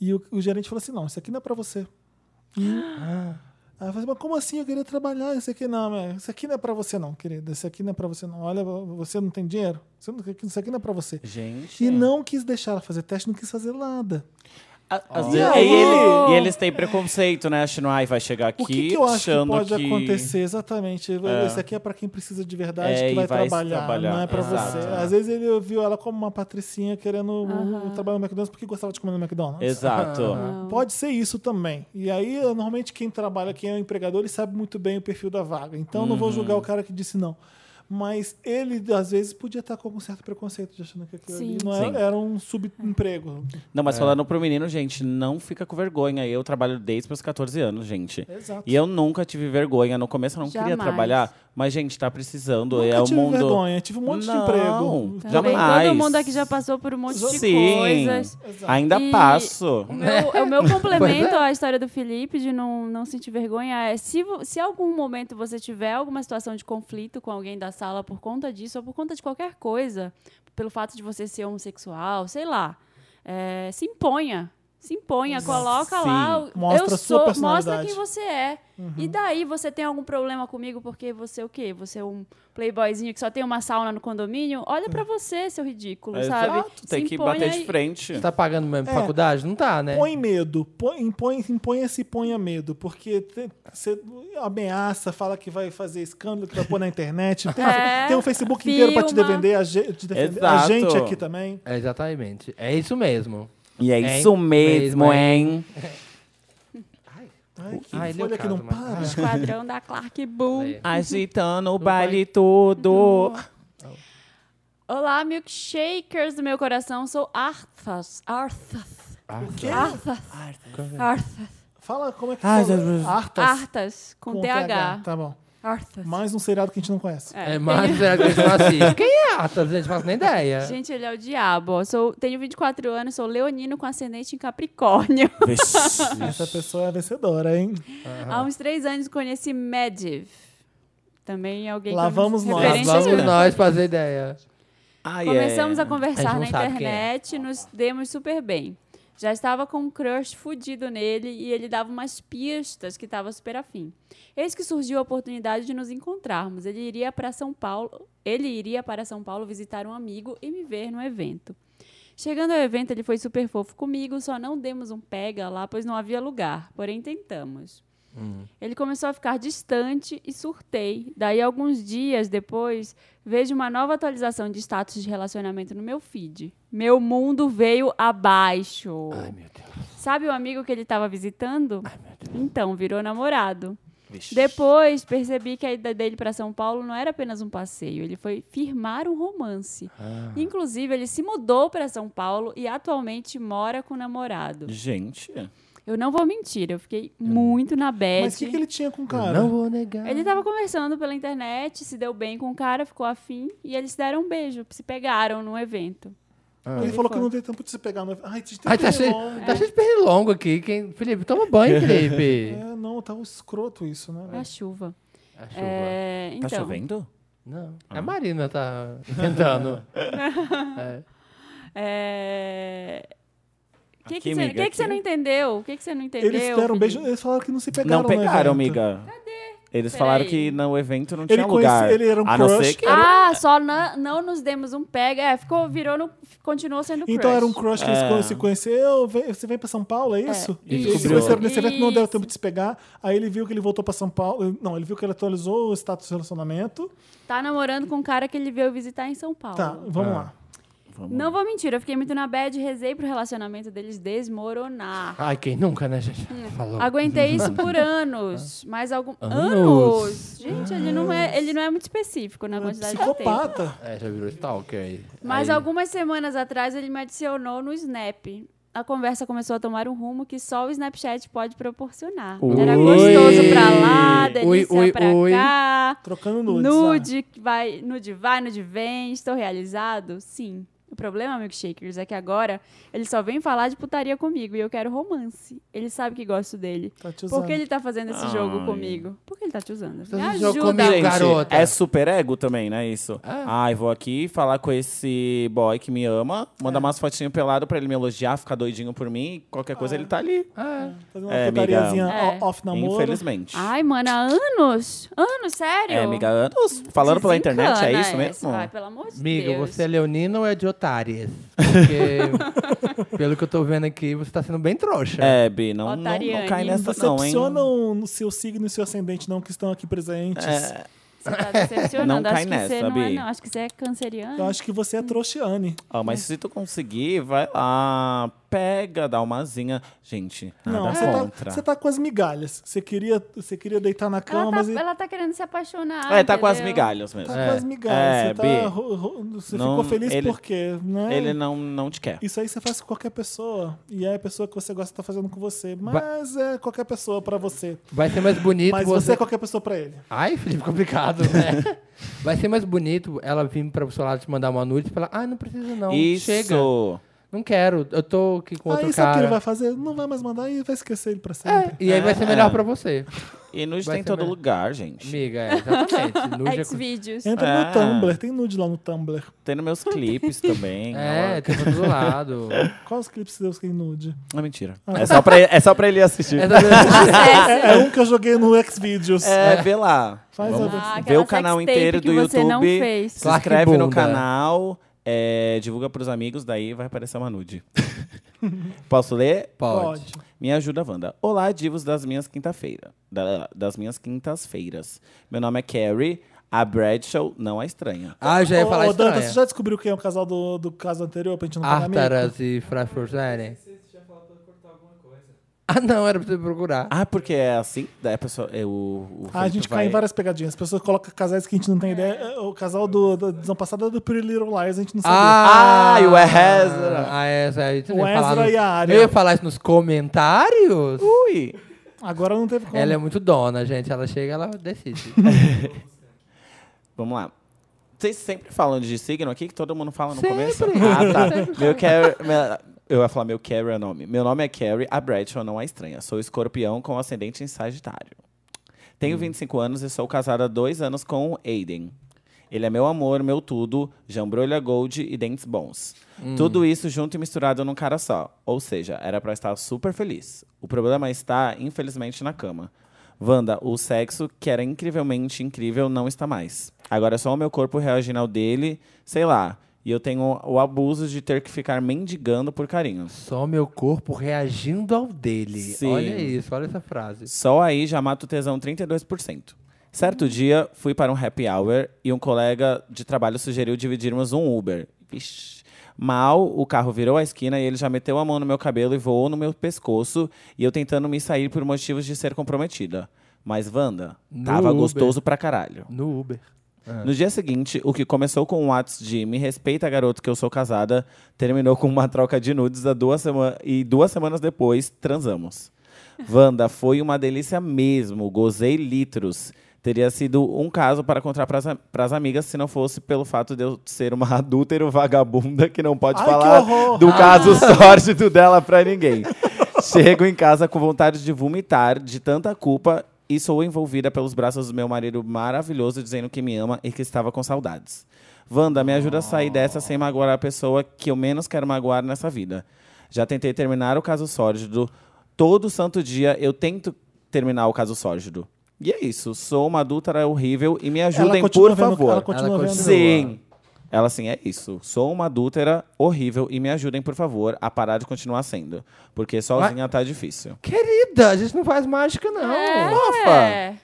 A: E o, o gerente falou assim: não, isso aqui não é pra você. E-
E: Ah.
A: Aí eu falei, mas como assim? Eu queria trabalhar. Isso aqui não, né? isso aqui não é pra você, não, querida. Isso aqui não é pra você, não. Olha, você não tem dinheiro. Você não- Isso aqui não é pra você.
E: Gente.
A: E não quis deixar ela fazer teste, não quis fazer nada.
E: A- às
A: E
E: vezes-
A: aí?
E: e, ele- e eles têm preconceito, né? Achando, ai, vai chegar aqui.
A: O que, que eu acho que
E: achando
A: pode
E: que-
A: acontecer? Exatamente. Esse aqui é pra quem precisa de verdade,
E: É,
A: que
E: e
A: vai,
E: vai se
A: trabalhar,
E: trabalhar.
A: Não é pra
E: Exato.
A: você. Às vezes ele viu ela como uma patricinha querendo uh, trabalhar no McDonald's porque gostava de comer no McDonald's.
E: Exato.
A: Pode ser isso também. E aí, normalmente, quem trabalha, quem é o empregador, ele sabe muito bem o perfil da vaga. Então, não
E: Uhum.
A: vou julgar o cara que disse não. Mas ele, às vezes, podia estar com algum certo preconceito, de achando que aquilo ali
B: Sim.
A: não era,
E: Sim.
A: era um subemprego.
E: Não,
A: É.
E: mas falando pro menino, gente, não fica com vergonha. Eu trabalho desde meus 14 anos, gente.
A: Exato.
E: É. E eu nunca tive vergonha. No começo eu não queria
B: Jamais.
E: trabalhar, mas, gente, tá precisando.
A: Nunca
E: é o
A: tive
E: mundo.
A: vergonha, tive um monte de
E: Não,
A: emprego.
B: Também.
E: Jamais.
B: Todo mundo aqui já passou por um monte de
E: Sim.
B: coisas.
E: Ainda
B: E-
E: passo.
B: O meu, é
A: *laughs*
B: o meu complemento
A: é.
B: à história do Felipe de não, não sentir vergonha é se, vo- se algum momento você tiver alguma situação de conflito com alguém da sala por conta disso ou por conta de qualquer coisa, pelo fato de você ser homossexual, sei lá. É, se imponha. Se imponha, coloca
E: Sim.
B: lá. o-
A: Mostra
B: eu
A: a sua
B: sou, mostra
A: personalidade. Uhum.
B: quem você é. E daí você tem algum problema comigo porque você é o quê? Você é um playboyzinho que só tem uma sauna no condomínio? Olha
A: É.
B: pra você, seu ridículo,
E: É,
B: sabe?
E: Exato, tem
B: Se
E: que
B: imponha
E: bater de
B: e-
E: frente.
C: Você tá pagando mesmo
A: É.
C: faculdade? Não tá, né?
A: Põe medo, põe, impõe, imponha-se e ponha medo, porque você ameaça, fala que vai fazer escândalo, que vai pôr na internet. Tem,
B: É,
A: tem um Facebook inteiro pra te
B: filma.
A: defender, a, ge- te defender. A
E: Exato.
A: gente aqui também.
C: É, exatamente. É isso mesmo.
E: E é
C: Hein?
E: isso mesmo,
C: Mesmo,
E: hein?
A: Ai, que
C: Ai, é
A: folha que
C: Leocado,
A: não para.
C: mas-
B: Esquadrão da Clark
E: É.
C: É.
B: Bull.
E: Agitando o
C: vai-
E: baile todo.
B: Olá, milkshakers do meu coração. Sou Arthas. Arthas.
E: Ah.
A: O
C: Ah.
A: quê?
B: Arthas. Arthas.
A: Fala como é que
E: Ai, Jesus.
A: fala. Artas.
B: Arthas. Com, TH.
A: Tá bom.
B: Arthas.
A: Mais um seriado que a gente não conhece.
B: É,
C: É,
B: tem-
C: mas será que eles não assistem? Quem é Atas? Gente, não faço nem ideia.
B: Gente, ele é o diabo. ó. Sou, tenho 24 anos, sou leonino com ascendente em Capricórnio.
E: Vixe.
A: Essa pessoa é vencedora, hein?
B: Há uns três anos conheci Mediv. Também é alguém
A: Lá
B: que-
A: vamos nós.
C: Lá
B: referente a
C: vamos
B: mim.
C: nós fazer ideia.
E: *laughs* Ai,
B: Começamos
E: é.
B: a conversar
C: A
B: na
C: gente não sabe quem é.
B: internet, nos demos super bem. Já estava com um crush fudido nele e ele dava umas pistas que estava super afim. Eis que surgiu a oportunidade de nos encontrarmos. Ele iria para São Paulo, ele iria para São Paulo visitar um amigo e me ver no evento. Chegando ao evento, ele foi super fofo comigo, só não demos um pega lá, pois não havia lugar, porém tentamos.
C: Hum.
B: Ele começou a ficar distante e surtei. Daí, alguns dias depois, vejo uma nova atualização de status de relacionamento no meu feed. Meu mundo veio abaixo.
C: Ai, meu Deus.
B: Sabe o amigo que ele estava visitando?
C: Ai, meu Deus.
B: Então, virou namorado.
E: Vixe.
B: Depois, percebi que a ida dele para São Paulo não era apenas um passeio, ele foi firmar um romance.
A: Ah.
B: Inclusive, ele se mudou para São Paulo e atualmente mora com o namorado.
E: Gente. tá
B: Eu não vou mentir, eu fiquei muito na bad.
A: Mas o que, que ele tinha com o cara?
C: Não vou negar.
B: Ele tava conversando pela internet, se deu bem com o cara, ficou afim e eles se deram um beijo, se pegaram num evento.
A: ele
B: É. ele
A: falou que
B: foi.
A: não tem tempo de se pegar. No... Ai, tem
C: Ai,
A: tempo
C: tá
A: de
C: cheio,
A: longo.
C: tá cheio de pernilongo aqui. Quem... Felipe, toma
E: *laughs*
C: banho, Felipe.
A: É, não, tá um escroto isso,
B: A
A: né?
B: chuva.
C: A chuva.
B: É,
E: Tá
B: então,
E: chovendo?
C: Não. A Marina tá inventando. É.
B: é, O que,
E: Aqui,
B: que, você,
E: amiga,
B: que que
E: aqui.
B: você não entendeu? O que, que você não entendeu?
A: Eles deram um
B: Felipe?
A: beijo, eles falaram que não se pegaram.
E: Não
A: no
E: pegaram,
A: evento.
E: amiga. Eles
B: Peraí.
E: falaram que no evento não tinha
A: conhecia-
E: lugar.
A: ele era um
E: a não
A: crush.
E: ser que...
B: Ah, só na- não nos demos um pega. É, ficou, virou, no, continuou sendo crush.
A: Então era um crush que
E: É.
A: eles se conheceu. vem- Você vem pra São Paulo, é isso?
C: E
A: E eles se
C: descobriu.
A: conheceram nesse evento, não deu
B: Isso.
A: tempo de se pegar. Aí ele viu que ele voltou pra São Paulo. Não, ele viu que ele atualizou o status de relacionamento.
B: Tá namorando com um cara que ele veio visitar em São Paulo.
A: Tá, vamos
C: Ah.
A: lá.
B: Não vou mentir, eu fiquei muito na bad, rezei pro relacionamento deles desmoronar.
A: Ah,
C: Ai, quem nunca, né, gente? Falou.
B: Aguentei
A: *laughs*
B: isso por anos.
A: Ah.
B: Mas algum.
C: Anos.
B: Anos! Gente, ele não é, ele não é muito específico na quantidade de tempo.
A: Psicopata.
C: É, já virou stalker aí.
B: Mas
C: Aí-
B: algumas semanas atrás ele me adicionou no Snap. A conversa começou a tomar um rumo que só o Snapchat pode proporcionar. Era
E: Ui.
B: gostoso pra lá, delícia
C: Ui, ui,
B: pra
C: ui.
B: cá.
A: Trocando nudes. ah.
B: Nude, que vai, nude vai, nude vem, estou realizado? Sim. O problema, milkshakers, é que agora ele só vem falar de putaria comigo e eu quero romance. Ele sabe que gosto dele.
A: ah, tá te
B: Por
A: usando.
B: que ele tá fazendo esse jogo
E: Ai.
B: comigo? Por que ele tá te usando?
C: Tá
B: Me
C: fazendo jogo
B: ajuda.
C: comigo,
E: Gente,
C: garota.
E: é super ego também, né? Isso.
C: É.
E: Ai, vou aqui falar com esse boy que me ama, mandar umas fotinhas pelado pra ele me elogiar, ficar doidinho por mim. Qualquer coisa ele tá ali.
C: Ah,
A: Fazendo uma
E: É, amiga.
A: putariazinha
B: É.
A: off namoro.
E: Infelizmente.
B: Ai, mano, há anos. Anos, sério?
E: É, amiga, anos falando pela
B: Desencana
E: internet, é isso
B: essa,
E: mesmo?
B: Vai, pelo amor de
C: amiga,
B: Deus.
C: você é leonina ou é de otárias? Porque, pelo que eu tô vendo aqui, você tá sendo bem trouxa.
E: É, Bi, não, não, não
B: Otariane.
E: cai nessa não, hein?
A: Decepcionam o um seu signo e seu ascendente, não, que estão aqui presentes.
E: É.
B: Você tá decepcionando.
E: Não
B: acho
E: cai
B: que
E: nessa,
B: você não é,
E: Bi.
B: não. Acho que você é canceriano.
A: Eu acho que você é trouxiane.
E: Ó, mas se tu conseguir, vai lá, pega, dá uma zinha. Gente, nada
A: Não, você tá,
E: contra.
A: você tá com as migalhas. Você queria, você queria deitar na cama,
B: ela, tá,
A: mas ele-
B: ela tá querendo se apaixonar.
E: é, tá com as
B: entendeu?
E: migalhas mesmo.
A: tá com as migalhas.
E: É,
A: você tá
E: Bi.
A: ro- ro- você
E: Não,
A: ficou feliz
E: ele-
A: por quê? Né?
E: Ele não, não te quer.
A: Isso aí você faz com qualquer pessoa. E é a pessoa que você gosta tá fazendo com você. Mas é qualquer pessoa pra você.
C: Vai ser mais bonito
A: Mas você é qualquer pessoa pra ele.
C: Ai, Felipe, complicado, *laughs* né? Vai ser mais bonito ela vir para o seu lado te mandar uma nude e falar, ah, não precisa não,
E: Isso.
C: chega. Não quero, eu tô aqui com outro
A: Aí sabe o que ele
C: cara.
A: vai fazer? Não vai mais mandar e vai esquecer ele pra sempre.
C: É, e aí vai ser melhor pra você,
E: E nude
C: Vai
E: tem em
C: ser
E: todo
C: mesmo.
E: lugar, gente.
C: amiga. É, exatamente. Nude é co-
B: Xvideos. *laughs*
A: Entra
E: Ah.
A: no Tumblr, tem nude lá no Tumblr.
E: Tem nos meus clipes também.
C: *laughs* É, tem pra todo lado.
A: Qual os clipes seus tem nude?
E: Não, mentira. É só pra, é só pra ele
C: *laughs*
E: assistir.
C: É
E: É,
C: da-
A: *laughs* É, é um que eu joguei no Xvideos.
E: vê lá.
A: Faz
E: Vamos
A: a-
B: Ah,
E: ver o
B: É. aquela
E: canal
B: sextape
E: inteiro do
B: que você
E: YouTube.
B: não fez.
E: Se
C: Claro que
E: inscreve no
C: bunda.
E: canal, é, divulga pros amigos, daí vai aparecer
A: *laughs*
E: uma nude. Posso ler?
C: Pode.
E: Me ajuda, Wanda. Olá, divos das minhas quinta-feira. da- das minhas quintas-feiras. Meu nome é Carrie. A Bradshaw não é estranha.
C: Ah, já ia
A: Ô,
C: falar
A: ô, Danta, você
C: estranha.
A: já descobriu quem é o casal do, do caso anterior pra gente não pegar medo?
C: Ártaras e Frafortune. Ah, não, era pra você procurar.
E: Ah, porque é assim? Daí a pessoa. é, o, o
A: Ah, a gente
E: Felipe
A: cai em
E: vai-
A: várias pegadinhas. As pessoas colocam casais que a gente não tem ideia. É, O casal do, da edição passada é do Pretty Little Liars, a gente não sabia.
E: Ah, e o Ezra.
C: Ah, Ezra. Eu
A: O
C: ia falar
A: Ezra
C: no-
A: e a Arya.
C: Eu ia falar isso nos comentários.
E: Ui!
A: Agora não teve como.
C: Ela é muito dona, gente. Ela chega, ela
A: *laughs*
C: decide.
E: Vamos lá. Vocês sempre falam de signo aqui, que todo mundo fala no
C: Sempre.
E: começo? Ah, tá. meu Carrie. minha- Eu ia falar meu Carrie é nome. Meu nome é Carrie, a Bradshaw não é estranha. Sou escorpião com ascendente em Sagitário. Tenho 25 anos e sou casada há dois anos com o Aiden. Ele é meu amor, meu tudo, jambrolha gold e dentes bons. Tudo isso junto e misturado num cara só. Ou seja, era pra estar super feliz. O problema está, infelizmente, na cama. Wanda, o sexo, que era incrivelmente incrível, não está mais. Agora é só o meu corpo reagindo ao dele, sei lá. E eu tenho o abuso de ter que ficar mendigando por carinho.
C: Só meu corpo reagindo ao dele.
E: Sim.
C: Olha isso, olha essa frase.
E: Só aí já mata o tesão 32%.
C: Hum.
E: Certo dia, fui para um happy hour e um colega de trabalho sugeriu dividirmos um Uber. Vixe. Mal, o carro virou a esquina e ele já meteu a mão no meu cabelo e voou no meu pescoço e eu tentando me sair por motivos de ser comprometida. Mas, Wanda,
C: No
E: tava
C: Uber.
E: gostoso pra caralho.
C: No Uber.
E: No dia seguinte, o que começou com um ato de me respeita, garoto, que eu sou casada, terminou com uma troca de nudes há duas sema- e duas semanas depois, transamos. Wanda, foi uma delícia mesmo, gozei litros. Teria sido um caso para contar para as amigas se não fosse pelo fato de eu ser uma *laughs* adúltero vagabunda que não pode
A: Ai, que
E: falar
A: horror! Ah.
E: do caso sórdido dela para ninguém. Chego em casa com vontade de vomitar de tanta culpa e sou envolvida pelos braços do meu marido maravilhoso dizendo que me ama e que estava com saudades. Wanda, me ajuda a sair dessa sem magoar a pessoa que eu menos quero magoar nessa vida. Já tentei terminar o caso sórdido. Todo santo dia eu tento terminar o caso sórdido. E é isso. Sou uma adulta horrível e me ajudem,
A: continua
E: por
A: vendo-
E: favor.
A: Ela continua
C: Ela
A: vendo.
C: continua.
E: Sim. Ela assim, é isso. Sou uma adúltera horrível e me ajudem, por favor, a parar de continuar sendo. Porque sozinha tá difícil.
C: Querida, a gente não faz mágica, não.
B: É.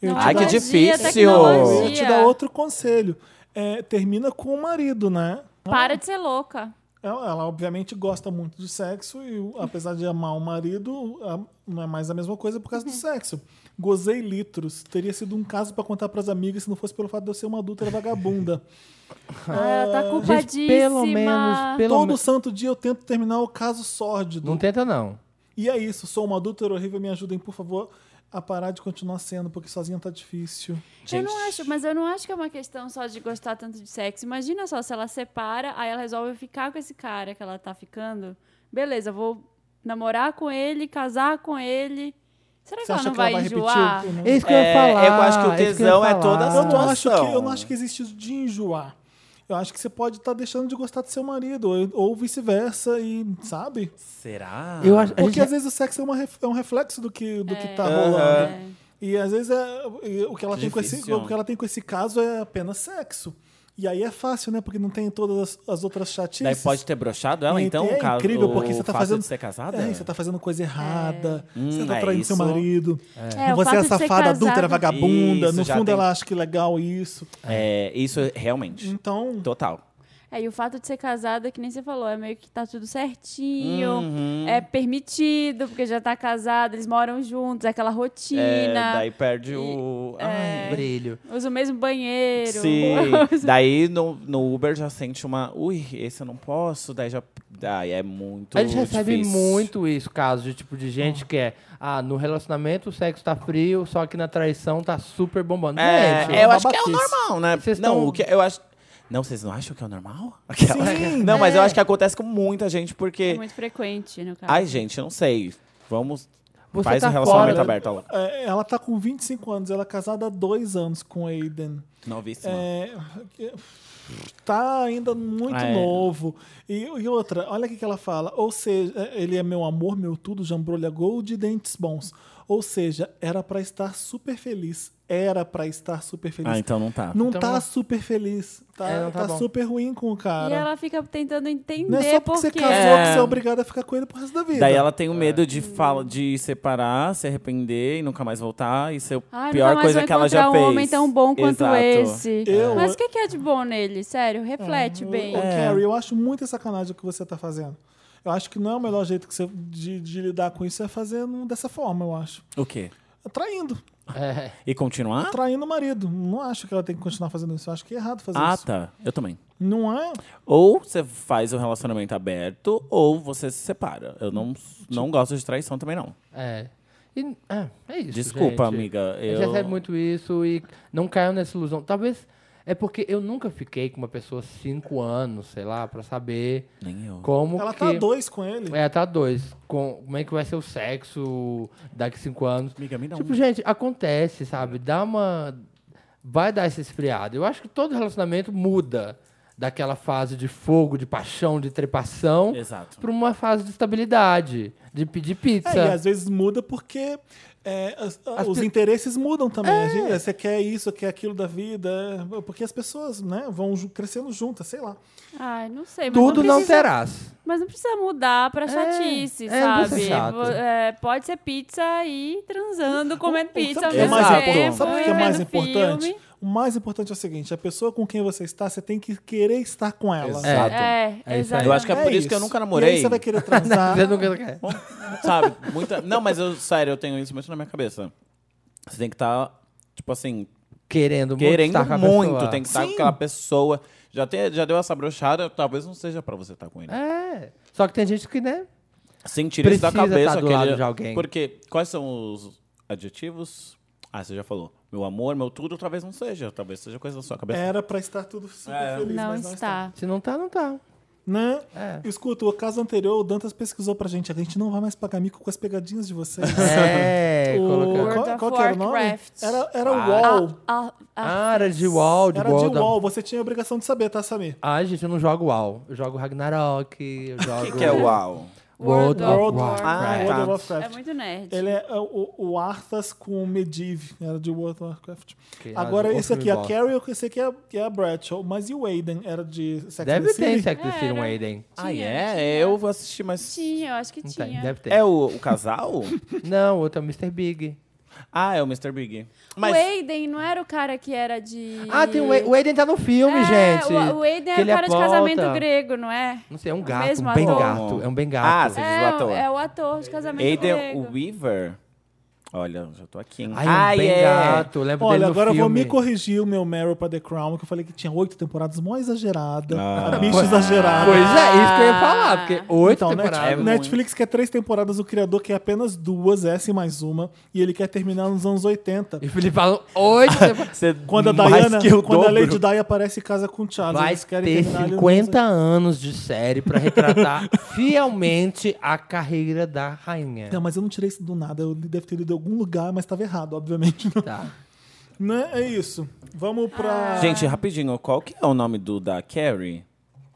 A: Eu te
E: Ai, que
A: dou- um
E: difícil.
A: Eu ia
B: tecnologia.
A: te dar outro conselho. É, termina com o marido, né?
B: Para de ser louca.
A: Ela, ela, obviamente gosta muito de sexo e o- apesar de amar o marido, a- não é mais a mesma coisa por causa
B: Uhum.
A: do sexo. Gozei litros. Teria sido um caso pra contar pras amigas se não fosse pelo fato de eu ser uma adulta
B: *laughs*
A: vagabunda.
B: Ah, ela tá
C: Gente,
B: culpadíssima.
C: pelo menos, pelo
A: Todo
C: menos.
A: santo dia eu tento terminar o caso sórdido.
C: Não tenta, não.
A: E é isso. Sou uma adulta horrível. Me ajudem, por favor, a parar de continuar sendo, porque sozinha tá difícil.
B: Eu não acho, mas eu não acho que é uma questão só de gostar tanto de sexo. Imagina só se ela separa, aí ela resolve ficar com esse cara que ela tá ficando. Beleza, vou namorar com ele, casar com ele. Será que
A: Você
B: ela
A: acha
B: não
A: que ela
B: vai
A: vai
B: enjoar?
A: repetir? o-
C: É isso que eu
E: É,
C: ia falar.
E: eu acho que o
C: é isso
E: tesão
C: eu ia
E: é toda a
C: falar.
A: Eu não, acho que,
E: situação.
A: eu não acho que existe isso de enjoar. Eu acho que você pode estar deixando de gostar do seu marido, ou- ou vice-versa, e sabe?
E: Será?
C: Eu acho- a
A: Porque
C: gente-
A: às vezes o sexo é, uma ref- é um reflexo do que, do que tá
E: Aham.
A: rolando.
B: É.
A: E às vezes é- e o, que ela tem com esse,
E: Difícil.
A: o que ela tem com esse caso é apenas sexo. E aí é fácil, né? Porque não tem todas as, as outras
E: Daí
A: chatices.
E: pode ter broxado ela,
A: E
E: então?
A: é
E: o caso-
A: incrível, porque
E: o
A: você tá
E: fato
A: fazendo.
E: de ser casada?
A: É, você tá fazendo coisa errada, você
E: Hum,
A: tá
E: é
A: traindo seu
E: isso.
A: marido.
B: É, o
A: Você
B: fato
A: é
B: de ser
A: safada, adúltera,
B: casado-
A: vagabunda.
E: Isso,
A: no
E: já
A: fundo
E: tem-
A: ela acha que legal isso.
E: É, isso realmente.
A: Então,
E: Total.
B: É, e o fato de ser casada, que nem você falou, é meio que tá tudo certinho,
E: Uhum.
B: é permitido, porque já tá casado, eles moram juntos, é aquela rotina.
E: É, daí perde o.
C: É.
E: Ai.
C: um Brilho.
B: Usa o mesmo banheiro. *laughs*
E: Sim. daí no, no Uber já sente uma. Ui, esse eu não posso. Daí já. Daí é muito.
C: A gente recebe
E: difícil.
C: muito isso, caso de tipo de gente que é, ah, no relacionamento o sexo tá frio, só que na traição tá super bombando.
E: É,
C: gente,
E: eu acho que é o
A: babaquice.
E: normal, né?
C: Vocês
E: não,
C: tão-
E: o que eu acho. Não, vocês não acham que é o normal? Aquela.
A: Sim,
E: não, mas eu
A: né?
E: acho que acontece com muita gente,
B: É
E: porque.
B: muito frequente, no caso.
E: Ai, gente, eu não sei. Vamos.
C: Você
E: faz
C: tá
E: um relacionamento
C: fora.
E: aberto, Alan.
A: É, ela tá com 25 anos, ela é casada há dois anos com Aiden.
E: Novíssima.
A: É, tá ainda muito
E: É.
A: novo. E, e outra, olha o que que ela fala. Ou seja, é, ele é meu amor, meu tudo, jambrolha gold e dentes bons. Ou seja, era pra estar super feliz. Era pra estar super feliz.
E: Ah, então não tá.
A: Não
C: Então
A: tá
C: não-
A: super feliz. Tá,
C: É, não tá
A: tá
C: bom.
A: super ruim com o
B: E
A: cara.
B: ela fica tentando entender
A: Não é só porque
B: por
A: você
B: quê.
A: casou que
E: É.
A: você é obrigado a ficar com ele pro resto da vida.
E: Daí ela tem o medo de, fala, de separar, se arrepender e nunca mais voltar. Isso é
B: Ai,
E: a
B: Ah, nunca
E: pior
B: mais
E: coisa
B: vou
E: que ela já
B: encontrar
E: fez.
B: um homem tão bom quanto
E: Exato.
B: esse.
A: Eu-
B: Mas o que que é de bom nele? Sério, reflete
E: Uhum.
B: bem.
A: Ô,
E: É.
A: Carrie, eu acho muita sacanagem o que você tá fazendo. Eu acho que não é o melhor jeito que você- de, de lidar com isso é fazendo dessa forma, eu acho.
E: O quê?
A: Traindo.
C: É.
E: E continuar?
A: Ah. Traindo o marido. Não acho que ela tem que continuar fazendo isso. Eu acho que é errado fazer
E: Ah,
A: isso.
E: tá. Eu também.
A: Não é?
E: Ou você faz um relacionamento aberto, ou você se separa. Eu não, não gosto de traição também, não.
C: É. E- é, é isso.
E: Desculpa,
C: gente.
E: amiga,
C: A gente
E: eu-
C: recebe muito isso e não caiam nessa ilusão. Talvez é porque eu nunca fiquei com uma pessoa cinco anos, sei lá, pra saber
E: Nem eu.
C: como
A: Ela
C: que...
A: tá a dois com ele.
C: É, tá dois. Com, como é que vai ser o sexo daqui cinco anos?
E: Amiga, me dá
C: tipo,
E: um.
C: gente, acontece, sabe? Dá uma. Vai dar esse esfriado. Eu acho que todo relacionamento muda daquela fase de fogo, de paixão, de trepação,
E: Exato.
C: pra uma fase de estabilidade, de pedir
A: É,
C: pizza.
A: e às vezes muda porque é, as- a-
C: As
A: os
C: pe-
A: interesses mudam também.
E: É.
A: A gente- é, você quer isso, quer aquilo da vida. é, Porque as pessoas né, vão ju- crescendo juntas, sei lá.
B: Ai, não sei. Mas
C: Tudo não,
B: precisa-
C: terás.
B: Mas não precisa mudar pra chatice,
C: é, não
B: sabe?
C: precisa ser chato.
B: Vo- é, pode ser pizza e transando, comendo pizza ao
A: sabe o que é
B: mesmo
A: mais
B: tempo.
A: importante? Sabe o que é
B: e
A: mais
B: vendo
A: importante?
B: filme.
A: O mais importante é o seguinte: a pessoa com quem você está, você tem que querer estar com ela.
E: É. Exato.
B: É,
C: É isso aí.
B: exato.
E: Eu acho que é,
A: É
E: por isso, que eu nunca namorei.
A: E aí você vai querer
E: *laughs*
A: transar.
C: Você nunca quer.
E: Sabe? Muita... Não, mas eu, sério, eu tenho isso muito na minha cabeça. Você tem que estar, tipo assim,
C: Querendo muito.
E: querendo
C: estar com a
E: muito,
C: pessoa.
E: tem que estar com
A: Sim.
E: aquela pessoa. Já, tem, já deu essa brochada, talvez não seja pra você estar com ele.
C: É. Só que tem gente que, né?
E: Sentir
C: Precisa
E: isso da cabeça.
C: tá do
E: aquele-
C: lado de alguém.
E: Porque quais são os adjetivos? Ah, você já falou. Meu amor, meu tudo, talvez não seja. Talvez seja coisa da sua cabeça.
A: Era pra estar tudo super feliz,
B: Não
A: mas não está.
B: está.
C: Se não tá, não
E: *laughs*
C: tá.
A: Né?
C: É.
A: Escuta, o caso anterior, o Dantas pesquisou pra gente. A gente não vai mais pagar mico com as pegadinhas de vocês.
C: É,
A: O-
C: colocando.
B: World
A: qual,
B: of
A: qual que era o nome?
B: Warcraft.
A: Era, era wall.
B: Ah, ah,
C: Ah, era de wall, de
A: Era
C: wall.
A: de
C: da-
A: wall. Você tinha a obrigação de saber, tá, Samir?
C: Ah, gente, eu não jogo WoW. Eu jogo Ragnarok, eu jogo...
E: O que, que é uau?
C: World of
A: World,
C: Warcraft.
A: Ah, World of
B: É
A: Warcraft.
B: muito nerd.
A: Ele é é, o, o Arthas com o Medivh. Era de World of Warcraft.
C: Que
A: Agora
C: razão,
A: esse
C: outro
A: aqui, a
C: bosta.
A: Carrie, eu sei que é, que é a Bradshaw. Mas e o Aiden? Era de Sex and the
C: Deve ter
A: City?
C: Sex and the City, um
B: Era.
C: Aiden.
E: Ah,
B: Tinha,
E: é?
B: tinha.
E: Eu vou assistir, mas.
B: Tinha, eu acho que
C: Não tem,
B: tinha.
C: deve ter.
E: É o, o *laughs* casal?
C: Não, outro é o Mr. Big.
E: ah, é o Mr. Big.
B: O
E: Mas.
B: Aiden não era o cara que era de...
C: Ah, tem o, A- o Aiden tá no filme,
B: É,
C: gente.
B: O, o Aiden
C: que
B: era o
C: ele
B: cara de casamento
C: aponta.
B: grego, não é?
C: Não sei, é um
B: O
C: gato,
B: mesmo
C: um bem
B: ator.
C: gato. É um bem
E: Ah,
C: gato.
E: você
B: É,
E: diz o ator.
B: é o ator de casamento
E: Aiden
B: grego.
E: Weaver? Olha, já tô aqui, hein?
C: Ai, um bem
E: é.
C: gato. eu Lembro dele
A: Olha,
C: no
A: agora eu vou
C: filme.
A: me corrigir o meu Meryl pra The Crown, que eu falei que tinha oito temporadas, mó exagerada.
E: Ah.
A: A bicha exagerada.
C: Pois é, isso que eu ia
B: Ah.
C: falar, porque oito
A: Então,
C: temporadas.
A: Netflix,
E: É
A: Netflix quer três temporadas, o criador quer apenas duas, essa e mais uma, e ele quer terminar nos anos 80.
C: E o Felipe falou oito temporadas.
E: Você-
A: Quando a
E: mais
A: Diana,
E: que o
A: quando a
E: dobro.
A: Lady Di aparece em casa com o Charles,
C: Vai
A: eles querem
C: ter
A: terminar ali nos
C: 50 anos de série pra retratar fielmente a carreira da rainha.
A: 80. Não, Ah, mas eu não tirei isso do nada, eu deve ter lido em algum lugar, mas tava errado, obviamente. *laughs*
C: Tá.
A: Né? É isso. Vamos pra.
E: Gente, rapidinho, qual que é o nome do da Carrie?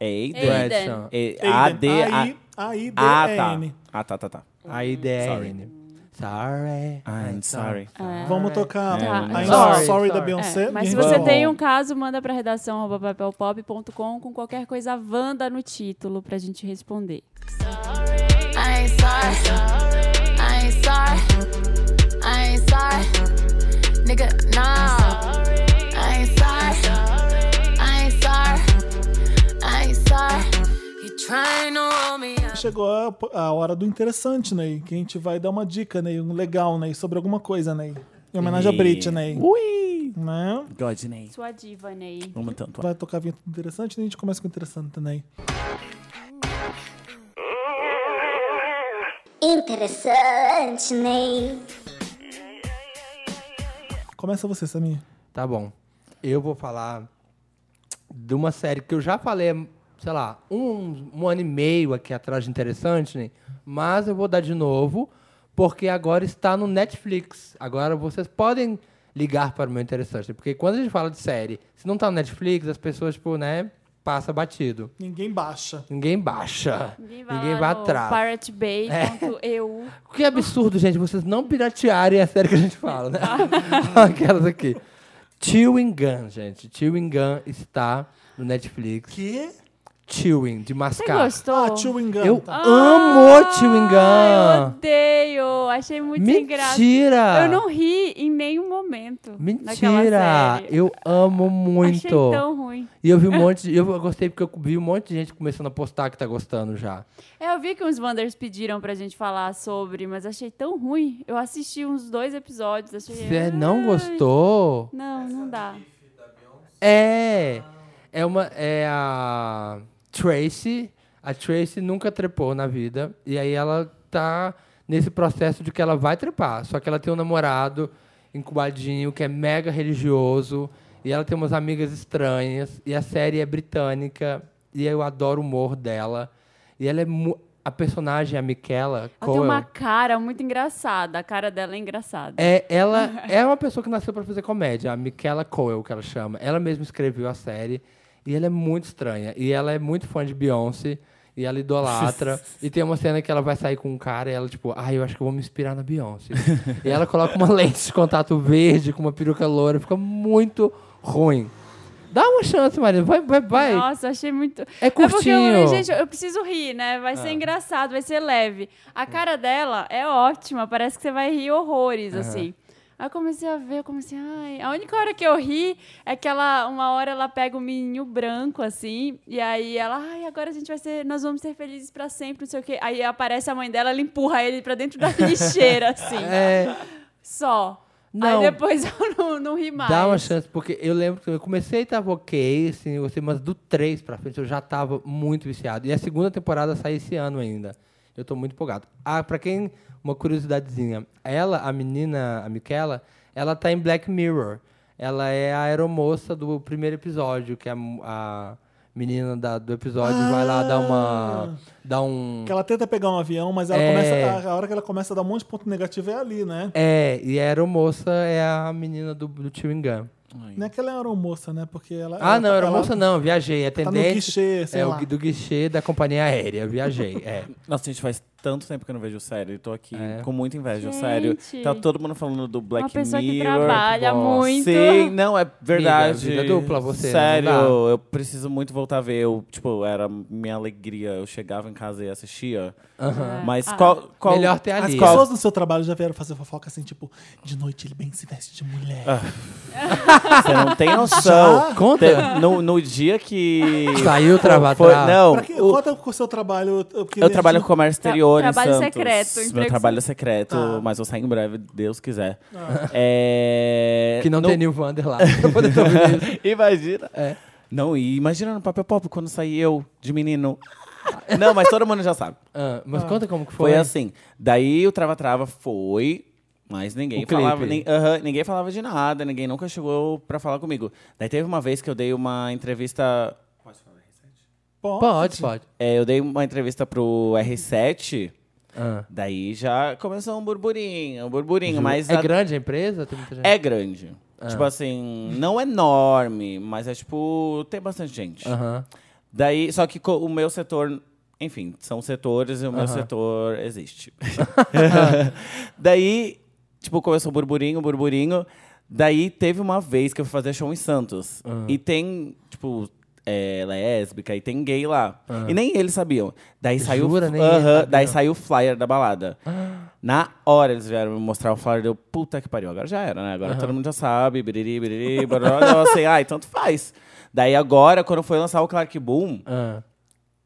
E: É Aiden?
B: Aiden.
C: Bradshaw.
E: É
A: Aiden,
E: A, D, A.
A: A-I- A-I-D-E-N.
E: Ah, tá. Ah, tá, tá, tá.
C: A IDN. Sorry.
E: I'm sorry.
A: Vamos tocar
E: É,
A: I'm
B: Sorry,
A: sorry, da
C: sorry.
A: Beyoncé.
B: É, mas se
A: Ninguém
B: você
A: vai-
B: tem um caso, manda pra redação arroba papelpop.com com qualquer coisa Wanda no título pra gente responder.
H: I ain't sorry. I ain't sorry. I ain't sorry. Nigga, nah. I ain't sorry. I ain't sorry. I ain't sorry. You trying to roll me up.
A: Chegou a, a hora do interessante, Ney, que a gente vai dar uma dica, Ney, um legal, Ney, sobre alguma coisa, Ney. Em homenagem a
E: E-
A: Britney, Ney.
E: Ui!
A: Né?
E: Godney.
B: Sua diva, Ney.
E: Vamos tanto.
A: Vai tocar vinheta do interessante e a gente começa com o interessante, Ney.
G: Interessante, Ney.
A: Começa você, Samir.
C: Tá bom. Eu vou falar de uma série que eu já falei, sei lá, um, um ano e meio aqui atrás de interessante, né? mas eu vou dar de novo, porque agora está no Netflix. Agora vocês podem ligar para o meu interessante, porque quando a gente fala de série, se não tá no Netflix, as pessoas, tipo, né, passa batido.
A: Ninguém baixa.
C: Ninguém baixa.
B: Ninguém vai,
C: Ninguém
B: lá
C: vai
B: no
C: atrás. É.
B: piratebay.eu.
C: Que absurdo, gente, vocês não piratearem a série que a gente
B: *laughs*
C: fala, né? Aquelas aqui. Chewing Gun, gente. Chewing Gun está no Netflix.
A: Que?
C: Chewing, de
B: Você
C: mascar.
B: gostou?
A: Ah, chewing gum.
C: Eu
A: tá.
C: amo Chewing
B: Ah, eu
C: Gun.
B: odeio. Achei muito sem graça.
C: Mentira!
B: Eu não ri em nenhum momento. naquela
C: Mentira!
B: série.
C: Eu amo muito.
B: Achei tão ruim.
C: E eu vi um monte, de- eu gostei porque eu vi um monte de gente começando a postar que tá gostando
B: *laughs*
C: já.
B: É, eu vi que uns Wanders pediram pra gente falar sobre, mas achei tão ruim. Eu assisti uns dois episódios. Achei...
C: Você não
B: Ai,
C: gostou?
B: Não, não dá.
C: É. É uma é a Tracy, a Tracy nunca trepou na vida e aí ela tá nesse processo de que ela vai trepar, só que ela tem um namorado incubadinho que é mega religioso e ela tem umas amigas estranhas e a série é britânica e eu adoro o humor dela. E ela é mu- a personagem é a Michaela
B: Ela tem
C: Coel.
B: uma cara muito engraçada. A cara dela é engraçada.
C: É, ela é uma pessoa que nasceu pra fazer comédia, a Michaela Coel, que ela chama. Ela mesma escreveu a série e ela é muito estranha. E ela é muito fã de Beyoncé e ela idolatra. e tem uma cena que ela vai sair com um cara e ela, tipo, ah, eu acho que eu vou me inspirar na Beyoncé. e ela coloca uma lente de contato verde com uma peruca loura, fica muito ruim. Dá uma chance, Marina. Vai, vai, vai.
B: Nossa, achei muito.
C: É
B: porque eu falei,
C: curtinho. Ah.
B: gente, eu preciso rir, né? Vai ser engraçado, vai ser leve.
C: Hum.
B: A cara dela é ótima, parece que você vai rir horrores, assim. Aí eu comecei a ver, eu comecei, ai. A única hora que eu ri é que ela, uma hora ela pega um menininho branco, assim, e aí ela, ai, agora a gente vai ser, nós vamos ser felizes pra sempre, não sei o quê. Aí aparece a mãe dela, ela empurra ele pra dentro da *laughs* lixeira, assim.
C: É,
B: Só.
C: Não.
B: Aí depois *laughs* eu não, não ri mais.
C: Dá uma chance, porque eu lembro que eu comecei e tava ok, assim, eu gostei, mas do 3 pra frente eu já tava muito viciado. E a segunda temporada sai esse ano ainda. Eu tô muito empolgado. Ah, pra quem, uma curiosidadezinha. Ela, a menina, a Michaela, ela tá em Black Mirror. Ela é a aeromoça do primeiro episódio, que a, mu- a menina da- do episódio vai lá dar uma. dar um.
A: Que ela tenta pegar um avião, mas ela
C: É.
A: começa, a, a hora que ela começa a dar um monte de ponto negativo é ali, né?
C: É, e a aeromoça é a menina do, do Chewing Gum.
A: Não é que ela é aeromoça, né? Porque ela.
C: Ah, não, era
A: ela-
C: moça não, viajei. É
A: tá no
C: tendência.
A: guichê, sei
C: é
A: lá.
C: o gui- do guichê da companhia aérea, viajei.
E: *laughs*
C: É.
E: Nossa, gente, faz tanto tempo que eu não vejo série. Eu tô aqui
C: É.
E: com muita inveja,
B: Gente.
E: sério. Tá todo mundo falando do Black
B: Uma pessoa que
E: Mirror.
B: trabalha
E: Bom,
B: muito.
E: Sim, não, é verdade.
C: vida dupla, você, né?
E: Sério,
C: Não dá.
E: eu preciso muito voltar a ver. Eu, tipo, era minha alegria. Eu chegava em casa e assistia. Mas
B: Ah.
E: qual, qual.
C: Melhor ter
A: As
C: ali. *laughs*
A: pessoas no seu trabalho já vieram fazer fofoca assim, tipo, de noite ele bem se veste de mulher.
E: Ah, Você não tem noção.
A: Já?
C: Conta.
E: Te- No, no dia que.
C: Saiu travar
E: Foi,
C: atrás.
E: não,
A: Pra que,
E: o-
A: conta com o seu trabalho. porque
E: eu
A: a
E: trabalho
A: gente-
E: com comércio
B: Tra-
E: exterior
B: trabalho
E: em Santos.
B: secreto, então.
E: Meu
B: emprego
E: trabalho é secreto,
A: Ah.
E: mas eu saio em breve, Deus quiser. É,
C: Que não, tem
E: *laughs*
C: New Wander lá. pra poder ter ouvido isso.
E: Imagina.
C: É.
E: Não, e imagina no papel pop quando saí eu de menino. Não, mas todo mundo
C: *laughs*
E: já sabe.
C: Ah, mas conta como que
E: Foi,
C: foi.
E: assim. Daí o Trava Trava foi, mas ninguém
C: O
E: falava.
C: clipe.
E: nem- aham, ninguém falava de nada, ninguém nunca chegou pra falar comigo. Daí teve uma vez que eu dei uma entrevista.
A: Pô,
C: Pode, pode.
E: é, eu dei uma entrevista pro R7.
C: Ah.
E: Daí já começou um burburinho, um burburinho, mas
C: é Ah.
E: a-
C: grande a empresa? Tem muita gente?
E: é grande. Tipo assim, não enorme, mas é tipo, tem bastante gente.
C: Aham.
E: Daí, só que co- o meu setor, enfim, são setores e o meu setor
C: *laughs*
E: existe. *laughs* Daí, tipo, começou burburinho, burburinho. Daí teve uma vez que eu fui fazer show em Santos. E tem, tipo, é, lésbica e tem gay lá. E nem eles sabiam. Daí saiu.
C: Jura? Nem
E: Aham,
C: eles sabiam.
E: daí saiu o flyer da
A: *gasps*
E: balada. Na hora eles vieram me mostrar o flyer, deu puta que pariu. Agora já era, né? Agora todo mundo já sabe, biriri, biriri, barará. Eu assim, ai, tanto faz. Daí agora, quando foi lançar o Clark Boom,
C: Ah.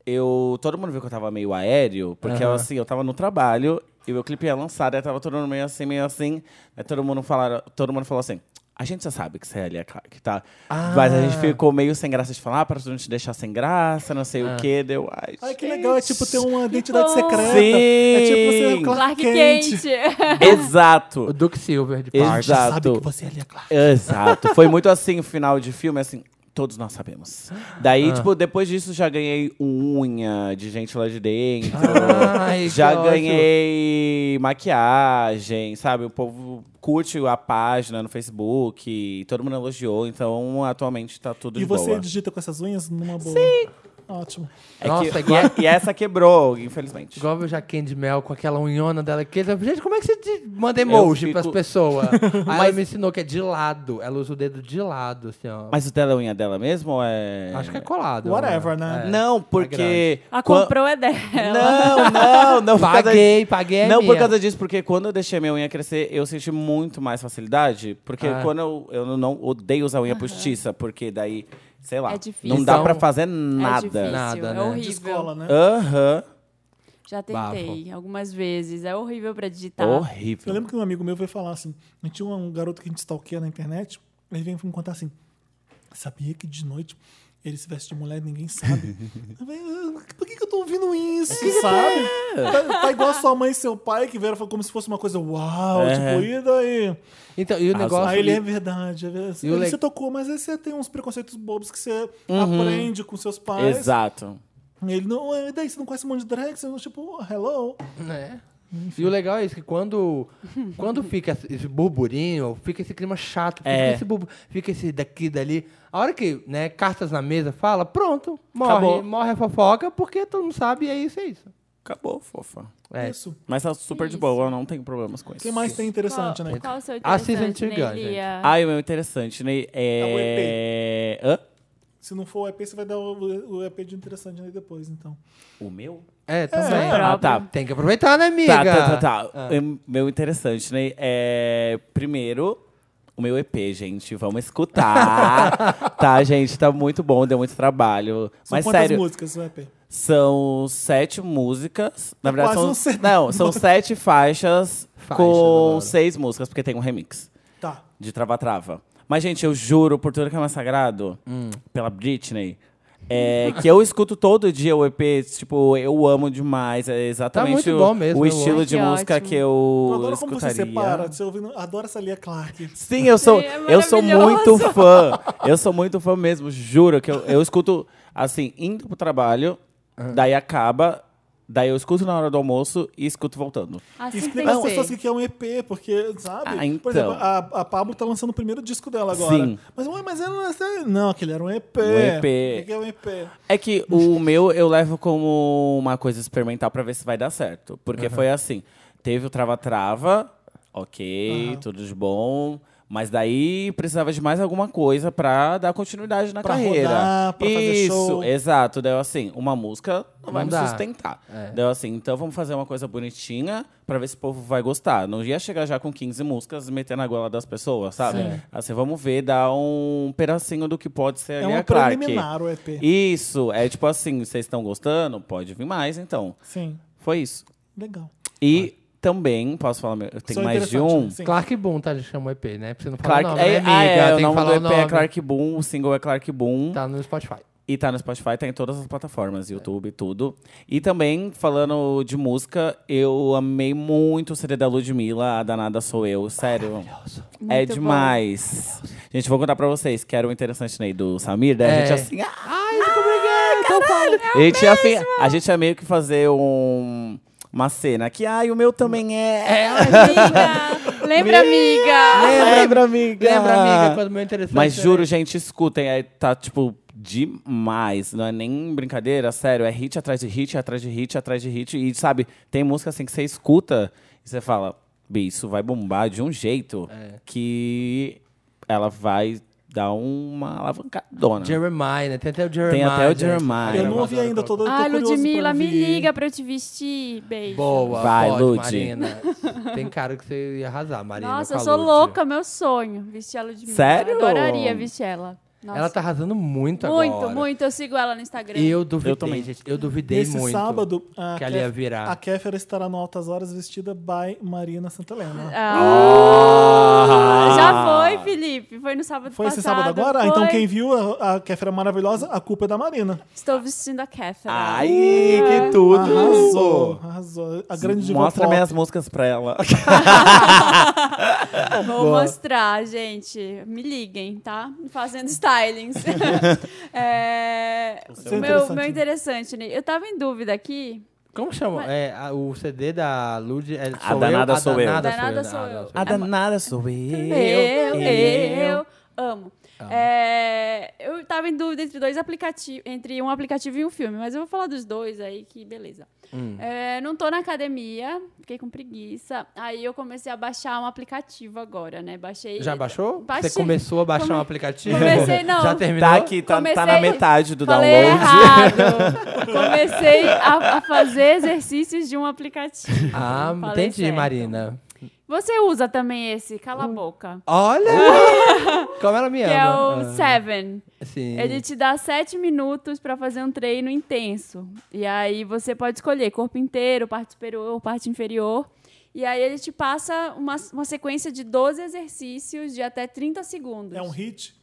E: eu. Todo mundo viu que eu tava meio aéreo, porque eu,
C: Aham.
E: assim, eu tava no trabalho e o meu clipe ia lançar, daí tava todo mundo meio assim, meio assim. Aí todo mundo falaram, todo mundo falou assim. A gente já sabe que você é ali, é Clark, tá?
A: Ah.
E: Mas a gente ficou meio sem graça de falar, pra não te deixar sem graça, não sei o quê. Deu, ai,
A: Ah. Ai, que
E: gente.
A: legal. É tipo ter uma identidade secreta.
E: Sim.
A: É tipo ser o Clark
B: Clark Kent.
A: Kent.
C: O
E: Exato.
C: Duke Silver de
E: Exato.
C: parte.
A: Sabe que você ali é Clark.
E: Exato. Foi muito assim, final de filme, assim. Todos nós sabemos. Daí,
C: Ah.
E: tipo, depois disso já ganhei unha de gente lá de dentro.
C: Ai,
E: já
C: Ah, que ótimo.
E: ganhei maquiagem, sabe? O povo curte a página no Facebook, todo mundo elogiou, então atualmente tá tudo
A: E
E: de
A: você
E: boa.
A: digita com essas unhas numa boa? Sim. Ótimo.
E: É que-
C: Nossa, igual-
E: *laughs* e, e essa quebrou, infelizmente.
C: Igual eu já Candy Mel com aquela unhona dela. Que... Gente, como é que você de- manda emoji
E: fico-
C: pras
E: *laughs*
C: pessoas? Aí ela me ensinou que é de lado. Ela usa o dedo de lado, assim, ó.
E: Mas o dela é unha dela mesmo ou é.
C: Acho é. que é colado.
A: Whatever, né?
E: Não, É. porque.
B: A
A: Ah,
E: quan-
B: comprou é dela.
E: Não, não, não. por causa
C: Paguei,
E: disso.
C: paguei é
E: Não, por
C: minha.
E: causa disso, porque quando eu deixei minha unha crescer, eu senti muito mais facilidade. Porque
C: Ah.
E: quando eu, eu não, não odeio usar unha postiça, porque daí, sei lá,
B: É difícil.
E: não dá
C: Então,
E: pra fazer
B: é
E: nada.
B: difícil,
C: Nada,
B: é
C: né?
A: De
B: horrível.
A: escola, né?
E: Aham.
B: Já tentei algumas vezes. É horrível pra digitar.
A: Eu
E: Horrível.
A: lembro que um amigo meu veio falar assim: a gente tinha um garoto que a gente stalkeia na internet, ele veio me contar assim: sabia que de noite ele se veste de mulher e ninguém
E: *laughs*
A: sabe? Eu falei, "Ah, Por que, que eu tô ouvindo
E: É
A: isso? sabe? Tá, tá igual a sua mãe e seu pai que vieram falar como se fosse uma coisa uau, tipo, e daí?
C: Então,
E: Ah,
C: e o negócio.
A: Aí ele é verdade, é verdade.
C: E o
A: Ele
C: le-
A: Você tocou, mas aí você tem uns preconceitos bobos que você aprende com seus pais.
E: Uhum. É. Exato.
A: Ele não, e daí você não conhece um monte de drag, você não, tipo, hello.
C: né? E o legal é isso, que
A: *laughs*
C: quando, quando fica esse burburinho, fica esse clima chato, fica,
E: É.
C: esse burbu- fica esse daqui, dali. A hora que, né, cartas na mesa fala, pronto, morre,
E: Acabou.
C: morre a fofoca, porque todo mundo sabe, e é isso, é isso.
E: Acabou, fofa.
C: É.
A: Isso.
E: Mas tá super de
B: Isso.
E: boa, eu não tenho problemas com isso.
A: Quem mais tem interessante,
B: qual,
A: né?
B: Qual o seu
C: Assista
B: interessante,
E: é
C: Antiga,
B: Nelia?
E: Ai, o meu interessante,
A: Tá
E: né? É. Hã?
A: Se não for o EP, você vai dar o, o EP de interessante aí depois, então.
E: O meu?
C: É, também.
E: Ah, tá.
C: Tem que aproveitar, né, amiga?
E: Tá, tá, tá, tá.
A: Ah.
E: É, Meu interessante, né? É, primeiro, o meu EP, gente. Vamos escutar.
A: *laughs*
E: tá, gente? Tá muito bom, deu muito trabalho.
A: São
E: Mas
A: quantas
E: sério,
A: músicas o EP?
E: são sete músicas. Na verdade,
A: Quase
E: são,
A: um CD.
E: não, são sete faixas
C: Faixas,
E: com
C: adoro.
E: seis músicas, porque tem um remix
A: Tá.
E: de Trava-Trava. Mas, gente, eu juro, por tudo que é mais sagrado, pela Britney, é, que eu escuto todo dia o EP, tipo, eu amo demais. É
C: muito
E: exatamente o,
C: bom mesmo,
E: o
C: eu
E: estilo
B: amo.
E: de
B: Que
E: música
B: ótimo.
E: que
A: Eu
E: eu
A: adoro como você
E: escutaria.
A: separa. Você ouvindo, adoro essa Lia Clark.
E: Sim, eu sou,
B: Sim, é
E: eu sou muito
B: maravilhoso.
E: fã. Eu sou muito fã mesmo, juro. que Eu, eu escuto, assim, indo pro trabalho, daí acaba, daí eu escuto na hora do almoço e escuto voltando.
B: Assim tem
A: Explica as
B: que
A: pessoas o
B: ser.
A: que é um EP, porque, sabe?
E: Ah,
A: Por
E: então.
A: exemplo, a, a Pablo tá lançando o primeiro disco dela agora.
E: Sim.
A: Mas, ué, mas ela não é. Não, aquele era um EP.
E: Um EP.
A: O que que é um EP?
E: É que o meu eu levo como uma coisa experimental pra ver se vai dar certo. Porque foi assim: teve o trava-trava, ok, tudo de bom. Mas daí precisava de mais alguma coisa pra dar continuidade na
A: Pra
E: carreira.
A: rodar, pra fazer
E: Isso,
A: show.
E: exato. Deu assim, uma música não, vai
C: Não
E: me
C: dá.
E: sustentar.
C: É.
E: Deu assim, então vamos fazer uma coisa bonitinha pra ver se o povo vai gostar. Não ia chegar já com 15 músicas e meter na goela das pessoas, sabe? Assim, vamos ver, dar um pedacinho do que pode ser
A: É
E: ali
A: um
E: a Clark.
A: preliminar o EP.
E: Isso, é tipo assim, vocês estão gostando? Pode vir mais, então.
A: Sim.
E: Foi isso.
A: Legal.
E: E também, posso falar, meu, eu tenho
A: Só
E: mais de
A: interessante,
E: um.
A: sim.
C: Clark Boom, tá? A gente chama o EP, né? Porque você não fala
E: Clark,
C: o nome,
E: é,
C: né, amiga?
E: ah, é, o
C: Tem que
E: nome do
C: falar
E: EP
C: o nome.
E: é Clark Boom, o single é Clark Boom.
C: Tá no Spotify.
E: E tá no Spotify, tá em todas as plataformas, YouTube, tudo. E também, falando de música, eu amei muito o CD da Ludmilla, A Danada Sou Eu, sério. É
B: Muito bom.
E: demais. Gente, vou contar pra vocês, que era o interessante né, do Samir, daí
C: É.
E: a gente assim... "Ah, Ai, como é que é? A gente ia assim, a gente ia meio que fazer um... Uma cena que, ai, o meu também é.
A: *laughs*
B: Amiga, Ah, lembra, amiga?
E: Lembra, amiga.
C: Lembra, amiga, quando o meu interessante
E: Mas
C: era
E: juro, gente, escutem. É, tá, tipo, demais. Não é nem brincadeira, sério. É hit atrás de hit, atrás de hit, atrás de hit. E, sabe, tem música assim que você escuta e você fala, "Bi, isso vai bombar de um jeito que ela vai dar uma alavancadona.
C: Jeremiah, né? Tem até o Jeremiah.
E: Tem até o
C: gente.
E: Jeremiah.
A: Eu
E: eu
A: não ouvi
C: adoro
A: ainda,
C: Clark
A: tô, tô
B: Ai,
A: curioso pra
B: Ah, Ludmilla, me
A: ouvir.
B: liga pra eu te vestir. Beijo.
C: Boa,
E: Vai,
C: pode,
E: Lud.
C: Marina. Tem cara que você ia arrasar, Marina.
B: Nossa,
C: com
B: eu
C: a
B: sou
C: Lud.
B: louca, meu sonho. Vestir a Ludmilla.
E: Sério?
B: Eu adoraria vestir ela. Nossa.
C: Ela tá arrasando muito, agora.
B: muito, muito. né? Eu sigo ela no Instagram.
C: E eu duvidei,
E: Eu também.
C: gente. Eu duvidei
A: Nesse
C: muito.
A: sábado, a,
C: que ela ia
A: Kéf-
C: virar.
A: a Kéfera estará no Altas Horas vestida by Marina
B: É,
A: Santelena.
E: Ah.
B: Ah, Já foi, Felipe. Foi no sábado
A: Foi esse
B: passado.
A: sábado agora? Ah,
B: Foi.
A: Então quem viu a, a Kéfera maravilhosa, a culpa é da Marina.
B: Estou vestindo a Catherine.
E: Ai, que tudo!
A: Arrasou. Arrasou. A grande diva
E: Mostra
A: pop.
E: minhas músicas pra ela.
B: Vou mostrar, gente. Me liguem, tá? Fazendo Silence. *laughs* é,
A: seu
B: o
A: é
B: meu,
A: interessante,
B: meu
A: né?
B: interessante, Ney. Eu tava em dúvida aqui.
C: Como chama? É, a- o CD da Lud. É,
E: A danada
C: eu,
E: sou eu.
C: A
B: Danada
C: danada
B: sou eu.
C: sou eu.
E: *laughs* A danada sou eu.
B: Eu, eu, amo. É, eu tava em dúvida entre dois aplicativos, entre um aplicativo e um filme, mas eu vou falar dos dois aí, que beleza.
C: Hum.
B: É, não tô na academia, fiquei com preguiça. Aí eu comecei a baixar um aplicativo agora, né? Baixei.
C: Já baixou?
B: Baixei.
C: Você começou a baixar
B: Come-
C: um aplicativo?
B: Comecei,
C: *laughs*
B: não.
C: Já terminou?
E: Tá aqui, tá, tá na
B: Comecei-
E: metade do
B: Falei
E: download.
C: *laughs*
B: errado. Comecei a, a fazer exercícios de um aplicativo.
C: Ah,
B: Falei
C: entendi, Hum.
B: certo.
C: Marina.
B: Você usa também esse, cala a boca.
C: Olha! Como ela me
B: Que
C: ama.
B: é o
C: Ah,
B: Seven.
C: Sim.
B: Ele te dá sete minutos pra fazer um treino intenso. E aí você pode escolher corpo inteiro, parte superior, parte inferior. E aí ele te passa uma, uma sequência de 12 exercícios de até 30 segundos.
A: É um hit?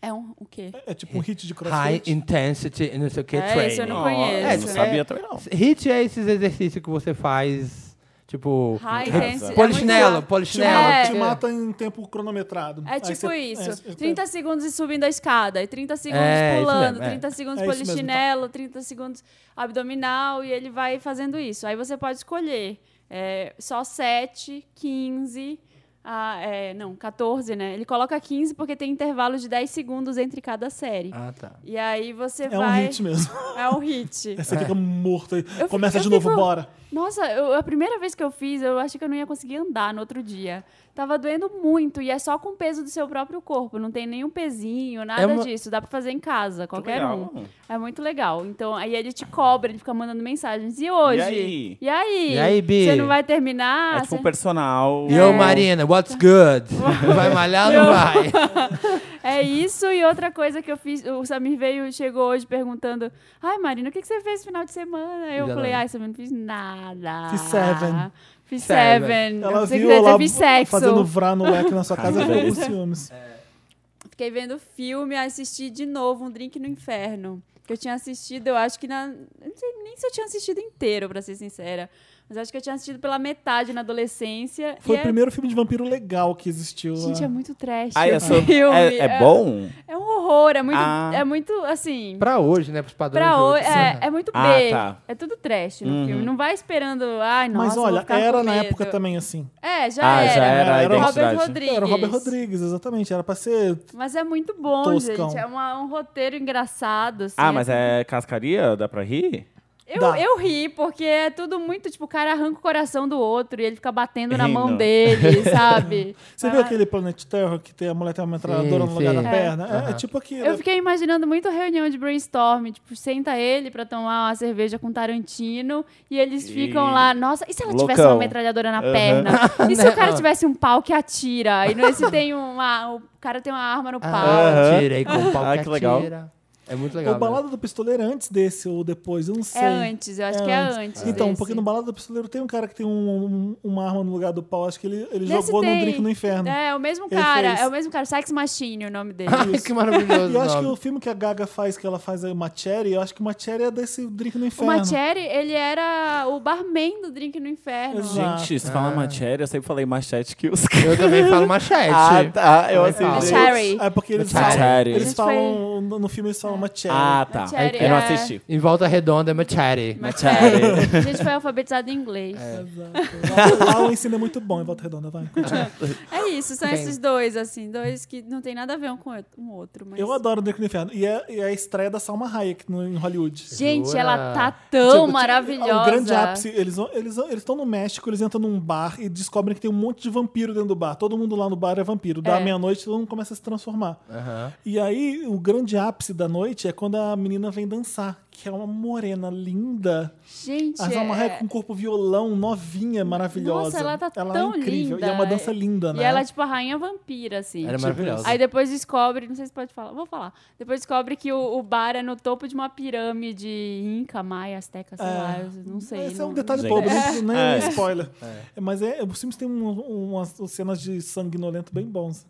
B: É um o quê?
A: É tipo um hit de
C: High
A: crossfit?
C: intensity, e não sei o que,
B: É,
C: training.
B: isso eu não
E: É, não
B: conheço. né?
E: sabia também não.
C: Hit é esses exercícios que você faz, tipo...
B: High é intensity.
C: Polichinelo,
A: Te,
C: polichinelo.
A: mata-
B: É.
A: te mata em tempo cronometrado.
B: É
A: Aí
B: tipo
A: você-
B: isso.
A: é,
B: 30 segundos e subindo a escada, e 30 segundos
C: É, isso
B: pulando,
C: mesmo, é.
B: 30 segundos
A: É isso mesmo,
B: polichinelo, 30 segundos abdominal, e ele vai fazendo isso. Aí você pode escolher é, só 7, 15. ah, é, não, 14, né? Ele coloca 15 porque tem intervalo de 10 segundos entre cada série.
C: Ah, tá.
B: E aí você
A: é um
B: vai.
A: hit mesmo.
B: É
A: *laughs*
B: um hit.
A: Aí Você fica morto aí.
B: Eu
A: Começa
B: fico-
A: de
B: eu
A: novo,
B: fico-
A: bora.
B: Nossa, eu- a primeira vez que eu fiz, eu achei que eu não ia conseguir andar no outro dia. Tava doendo muito e é só com o peso do seu próprio corpo, não tem nenhum pezinho, nada
C: É uma-
B: disso. Dá pra fazer em casa, qualquer
E: legal.
B: um. É muito legal. Então, aí ele te cobra, ele fica mandando mensagens. E hoje?
E: aí?
B: E aí?
C: E aí, Bi?
B: Você não vai terminar?
E: É tipo
B: Você-
E: um personal.
C: Yo,
B: É.
C: Marina, what's
B: *laughs*
C: good? Vai malhar ou não vai?
B: É isso e outra coisa que eu fiz. O Samir veio, chegou hoje perguntando: Ai, Marina, o que, que você fez no final de semana? Eu
C: Diz ela.
B: falei: Ai, Samir, não fiz nada.
A: Fiz seven.
B: Fiz
C: Seven.
B: seven.
A: Ela
B: você
A: viu
B: quer
A: lá
B: dizer, fiz sexo. É.
A: fazendo vrá no
C: *laughs*
A: leque na sua casa e ficou com ciúmes.
B: Fiquei vendo filme, assisti de novo Um Drink no Inferno. Que eu tinha assistido, eu acho que na. eu Não sei nem se eu tinha assistido inteiro, pra ser sincera. Mas acho que eu tinha assistido pela metade na adolescência.
A: Foi
B: e
A: o
B: é-
A: primeiro filme de vampiro legal que existiu.
B: Gente,
A: né?
B: é muito trash.
E: Ai,
B: o
E: é, sobre-
B: filme.
E: é, é bom?
B: É um horror, é muito.
E: Ah.
B: É muito, assim.
C: Pra hoje, né? Pros padrões
B: Pra
C: de
B: hoje,
C: hoje.
A: né?
B: é, é muito B.
E: Ah, tá. Uhum.
B: É tudo trash no filme. Não vai esperando, ai, nossa,
A: Mas
B: vou
A: olha,
B: ficar com
A: era na
B: medo."
A: época também assim.
B: É, já
E: Ah,
B: era.
E: já era
A: a
B: o Robert
E: identidade.
B: Rodrigues.
A: Era o Robert Rodrigues, exatamente. Era pra ser.
B: Mas é muito bom,
A: Toscão.
B: gente. É uma- um roteiro engraçado, assim.
E: Ah, mas é cascaria? Dá pra rir?
B: Eu,
A: Dá.
B: eu ri, porque é tudo muito, tipo, o cara arranca o coração do outro e ele fica batendo na mão
E: Rindo.
B: dele, sabe?
A: Você
B: Vai
A: viu
B: lá.
A: aquele Planet Terror que tem a mulher tem uma metralhadora no
C: Sim,
A: lugar
C: sim.
A: da
C: É.
A: perna? É, é
C: Aham.
A: tipo aquilo.
B: Eu fiquei imaginando muito reunião de brainstorm, tipo, senta ele pra tomar uma cerveja com Tarantino e eles ficam lá, nossa, e se ela tivesse
E: Loucão.
B: uma metralhadora na perna? E se o cara tivesse um pau que atira? E não se tem uma, o cara tem uma arma no pau.
C: Ah, tira aí com o pau
E: Ah,
C: que
E: que legal.
C: atira. É muito
A: O
C: legal.
A: Balada do Pistoleiro é antes desse ou depois, eu não sei.
B: é antes, eu acho que é antes.
A: Então,
B: desse.
A: porque no Balada do Pistoleiro tem um cara que tem um- um- uma arma no lugar do pau. Acho que ele, ele
B: Nesse
A: jogou
B: tem.
A: num drink no inferno.
B: É, o mesmo
A: Ele
B: cara,
A: fez.
B: é o mesmo cara, Sex Machine o
C: *laughs*
B: nome dele.
C: Ai, que maravilhoso.
A: E *laughs* eu acho que
C: nome.
A: o filme que a Gaga faz, que ela faz aí, Machete, eu acho que Machete é desse drink no
B: O
A: inferno.
B: Macheri, ele era o barman do Drink no Inferno.
A: Exato.
E: Gente, se fala machete, eu sempre falei machete que os *laughs*
C: Eu também falo machete.
E: Ah, tá. Eu assim.
B: Ah,
E: gente.
B: Machete. Cherry.
A: É porque eles
E: Machete.
A: falam,
B: Gente,
A: eles falam no, no filme eles falam
B: É.
A: Machete.
E: Ah, tá.
B: Machete,
E: eu não
B: é.
E: assisti.
C: Em volta redonda é machete.
B: Macheri. A gente foi alfabetizado em inglês.
A: É. Lá, lá o ensino é muito bom em Volta Redonda, vai. continua.
B: É isso, são
C: Bem.
B: esses dois, assim, dois que não tem nada a ver um com o outro- um outro, mas...
A: Eu adoro Drink no Inferno. E é, e é a estreia da Salma Hayek no, em Hollywood.
B: Gente,
C: Jura?
B: ela tá tão
A: Tipo,
B: maravilhosa.
A: O grande ápice, eles vão- eles vão- eles estão no México, eles entram num bar e descobrem que tem um monte de vampiro dentro do bar. Todo mundo lá no bar é vampiro. Da
B: É.
A: meia-noite, todo mundo começa a se transformar. E aí, o grande ápice da noite é quando a menina vem dançar, que é uma morena linda.
B: Gente,
A: A Salma
B: é-
A: Hayek com um corpo violão, novinha, maravilhosa.
B: Nossa, ela tá tão
A: é incrível.
B: linda.
A: E é uma dança linda,
B: e
A: né?
B: ela é tipo a rainha vampira, assim.
C: Era é maravilhosa.
B: Aí depois descobre, não sei se pode falar, vou falar. Depois descobre que o, o bar é no topo de uma pirâmide inca, maia, asteca, sei
A: É.
B: lá, eu não sei.
A: Esse é
B: não-
A: um detalhe
E: Gente.
A: bobo, não nem
E: É.
A: spoiler. Mas é, os filmes têm um- umas cenas de sanguinolento bem bons.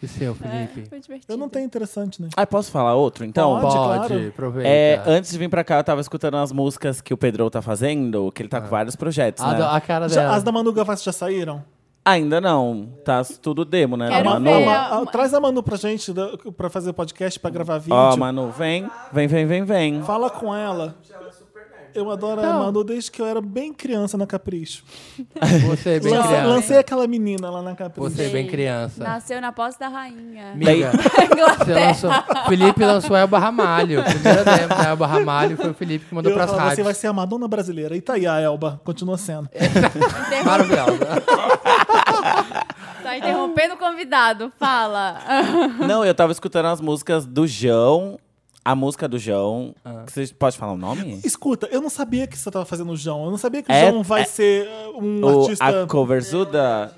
C: E o seu,
B: É,
C: Felipe?
B: foi divertido.
A: Eu não tenho interessante, né?
E: Ah, posso falar outro, então?
C: Pode,
A: Pode, claro.
C: aproveita.
E: É, antes de vir pra cá, eu tava escutando as músicas que o Pedro tá fazendo, que ele tá com vários projetos,
C: a,
E: né?
C: Ah, do- a cara
A: Já-
C: dela.
A: as da Manu Gavassi já saíram?
E: Ainda não. Tá tudo demo, né?
B: Quero
E: Manu.
B: ver.
A: Ma-
B: uma-
A: ah, traz a Manu pra gente, da- pra fazer podcast, pra gravar vídeo.
E: Ó, Manu, vem. Vem, vem, vem, vem.
A: Fala com ela. Eu adoro a Manu desde que eu era bem criança na Capricho.
C: Você é bem
A: Lancei-
C: criança.
A: lancei aquela menina lá na Capricho.
C: Você é bem criança.
B: Nasceu na posse da rainha. *laughs*
C: Miga, você lançou, Felipe lançou Elba Ramalho. *laughs* Primeiro demo da Elba Ramalho foi o Felipe que mandou
A: Eu
C: pras
A: falava, você
C: rádios.
A: vai ser a Madonna brasileira. E tá aí a Elba, continua sendo.
E: É.
C: Maravilhosa.
B: Tá interrompendo o convidado, fala.
E: Não, eu tava escutando as músicas do João. A música do João. Que Vocês pode falar o nome?
A: Escuta, eu não sabia que você tava fazendo o João. Eu não sabia que o
E: É-
A: João vai
E: é-
A: ser uh, um
E: O,
A: artista.
E: a coverzuda.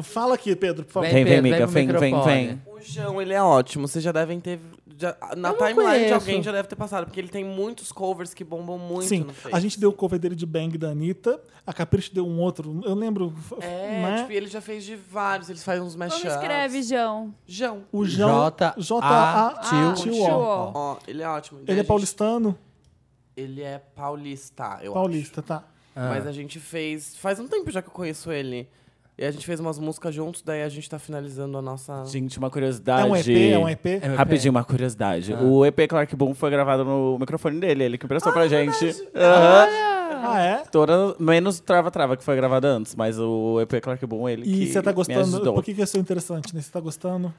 A: Fala aqui, Pedro, por favor.
E: Vem, vem,
C: Pedro,
E: amiga,
C: pro
E: vem, vem,
C: microfone.
E: vem.
I: O João, ele é ótimo. Vocês já devem ter. já- na timeline de
C: conheço.
I: alguém já deve ter passado, porque ele tem muitos covers que bombam muito
A: Sim,
I: no Face.
A: a gente deu o cover dele de Bang da Anitta. A Capricho deu um outro. Eu lembro.
I: É,
A: né?
I: tipo, ele já fez de vários, eles fazem uns mashups.
B: Como escreve, João?
I: João.
A: O João.
C: J-
A: J-A-
C: A-
I: Ah,
A: Tio.
B: Tio.
A: Ó.
I: Ó, ele é ótimo. Daí
A: Ele
I: a
A: é
I: gente-
A: paulistano?
I: Ele é paulista, eu
A: Paulista, tá.
I: acho. Mas a gente fez. Faz um tempo já que eu conheço ele. E a gente fez umas músicas juntos, daí a gente tá finalizando a nossa.
E: Gente, uma
A: É
E: curiosidade.
A: um EP, é um EP.
C: É um EP.
E: Rapidinho, uma curiosidade. O EP Clark Boom foi gravado no microfone dele, ele que emprestou
A: é
E: pra gente. Aham.
A: Ah, é?
E: Toda- menos o Trava Trava, que foi gravado antes, mas o EP Clark Boom, ele
A: E
E: que
A: você tá
E: me
A: gostando?
E: ajudou.
A: Por que, que eu sou interessante, né? Você tá gostando?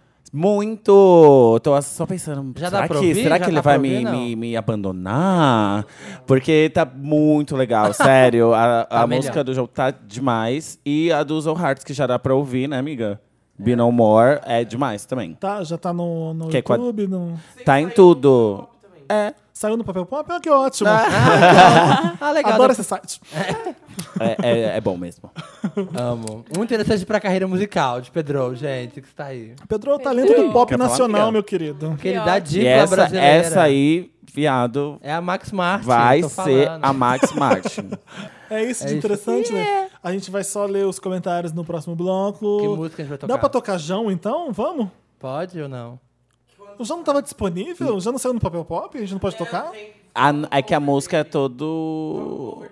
E: Muito! Tô só pensando,
C: Já dá
E: será,
C: pra
E: que,
C: ouvir?
E: será
C: Já
E: que ele
C: dá pra
E: vai
C: ouvir,
E: me,
C: não?
E: me, me abandonar? Porque tá muito legal, sério. A, a
C: *laughs* Tá melhor.
E: música do jogo tá demais. E a do Soul Hearts, que já dá pra ouvir, né, amiga? Be No More é demais também.
A: Tá, já tá no, no
E: Que é quad-
A: YouTube? No...
E: Tá em
C: um
E: tudo. É.
A: Saiu no papel pop? Ah, que ótimo!
E: *laughs*
C: Ah, legal.
A: Adoro esse site.
E: É, é, é
C: *laughs*
E: bom mesmo.
C: Amo. Muito interessante pra carreira musical de Pedro, gente, que está aí.
A: Pedro é o talento do pop
E: Quer falar,
A: nacional,
E: amiga?
A: meu querido.
C: Porque ele dá
E: E
C: dica
E: essa,
C: brasileira.
E: essa aí, viado,
C: É a Max Martin.
E: vai
C: eu tô
E: ser
C: falando. *laughs*
E: a Max Martin.
A: É isso de
C: isso.
A: interessante, né? A gente vai só ler os comentários no próximo bloco.
C: Que música a gente vai tocar?
A: Dá pra tocar Jão, então? Vamos?
C: Pode ou não?
A: O Jão não tava disponível? O Jão não saiu no papel pop? A gente não pode tocar?
E: A- é que a música é todo...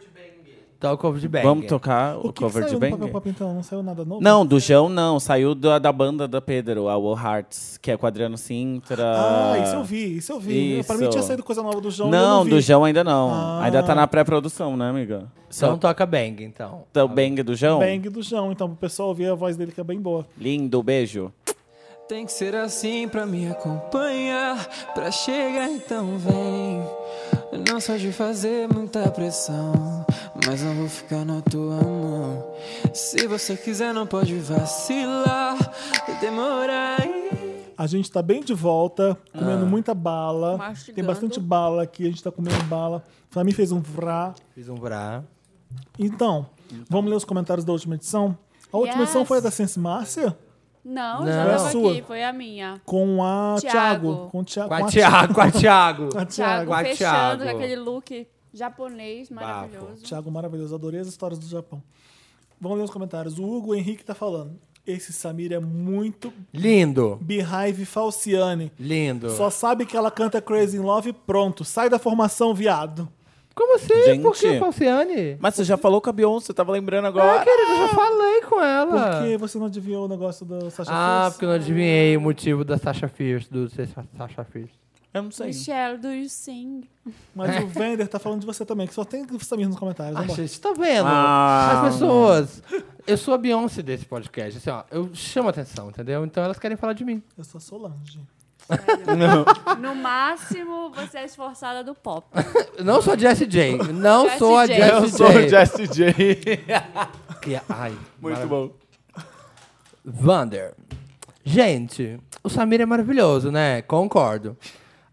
C: Toca o cover de Bang.
E: Vamos tocar o,
A: O que,
E: cover
A: que
E: de
A: saiu no papel
E: Bang?
A: pop, então? Não saiu nada novo?
E: Não, do João não. Saiu da, da banda da Pedro, a All Hearts, que é com Adriano Sintra.
A: Ah, isso eu vi, isso eu vi. Pra mim
E: Isso.
A: tinha saído coisa nova do João.
E: Não,
A: e eu não vi.
E: do João ainda não.
A: Ah.
E: Ainda tá na pré-produção, né, amiga?
C: Então
E: Só
C: toca Bang, então.
E: tá o bang do João.
A: Bang do João, então, pro pessoal ouvir a voz dele que é bem boa.
E: Lindo, beijo.
H: Tem que ser assim pra me acompanhar, pra chegar então vem. Não sou de fazer muita pressão, mas não vou ficar na tua mão. Se você quiser, não pode vacilar, demorar.
A: A gente tá bem de volta, comendo muita bala.
B: Mastigando.
A: Tem bastante bala aqui, a gente tá comendo bala. Flamir fez um vrá.
C: Fiz um bra.
A: Então, vamos ler os comentários da última edição? A última
B: Yes.
A: edição foi a da Sense Márcia?
B: Não,
C: Não.
B: já
A: Foi a
B: tava
A: sua.
B: aqui, foi a minha.
A: Com a
B: Thiago.
A: Thiago. Com o Thiago.
C: Com a Thiago, com a Thiago.
A: Com a
B: Thiago
A: Thiago.
C: Vai,
B: fechando
C: Thiago.
B: com aquele look japonês maravilhoso.
A: Thiago maravilhoso, adorei as histórias do Japão. Vamos ler os comentários. O Hugo Henrique tá falando. Esse Samir é muito
C: Lindo.
A: Beehive Falciane.
C: Lindo.
A: Só sabe que ela canta Crazy in Love e pronto. Sai da formação, viado.
C: Como assim? Por que
E: Gente.
C: Falciane?
E: Mas você já falou com a Beyoncé, eu tava lembrando
C: Ah,
E: agora.
C: querido, eu já falei com ela.
A: Por que você não adivinhou o negócio do Sasha
C: Ah,
A: Fierce?
C: porque eu não adivinhei o motivo da Sasha Fierce, do ser Sa- Sasha Fierce.
E: Eu não sei.
B: Michelle, do you sing?
A: Mas o Vender tá falando de você também, que só tem Samir nos comentários.
C: Ah,
A: Vambora.
C: gente, tá vendo?
E: Ah.
C: As pessoas... Eu sou a Beyoncé desse podcast, assim, ó. Eu chamo atenção, entendeu? Então elas querem falar de mim.
A: Eu sou Solange.
B: No máximo, você é esforçada do pop.
C: Não sou a Jessie J. *laughs* Não
B: Jessie
C: sou a
B: J.
C: Jessie J.
B: Eu
E: Jesse J.
C: *laughs* Que- é- Ai,
E: Muito bom.
C: Vander. Gente, o Samir é maravilhoso, né? Concordo.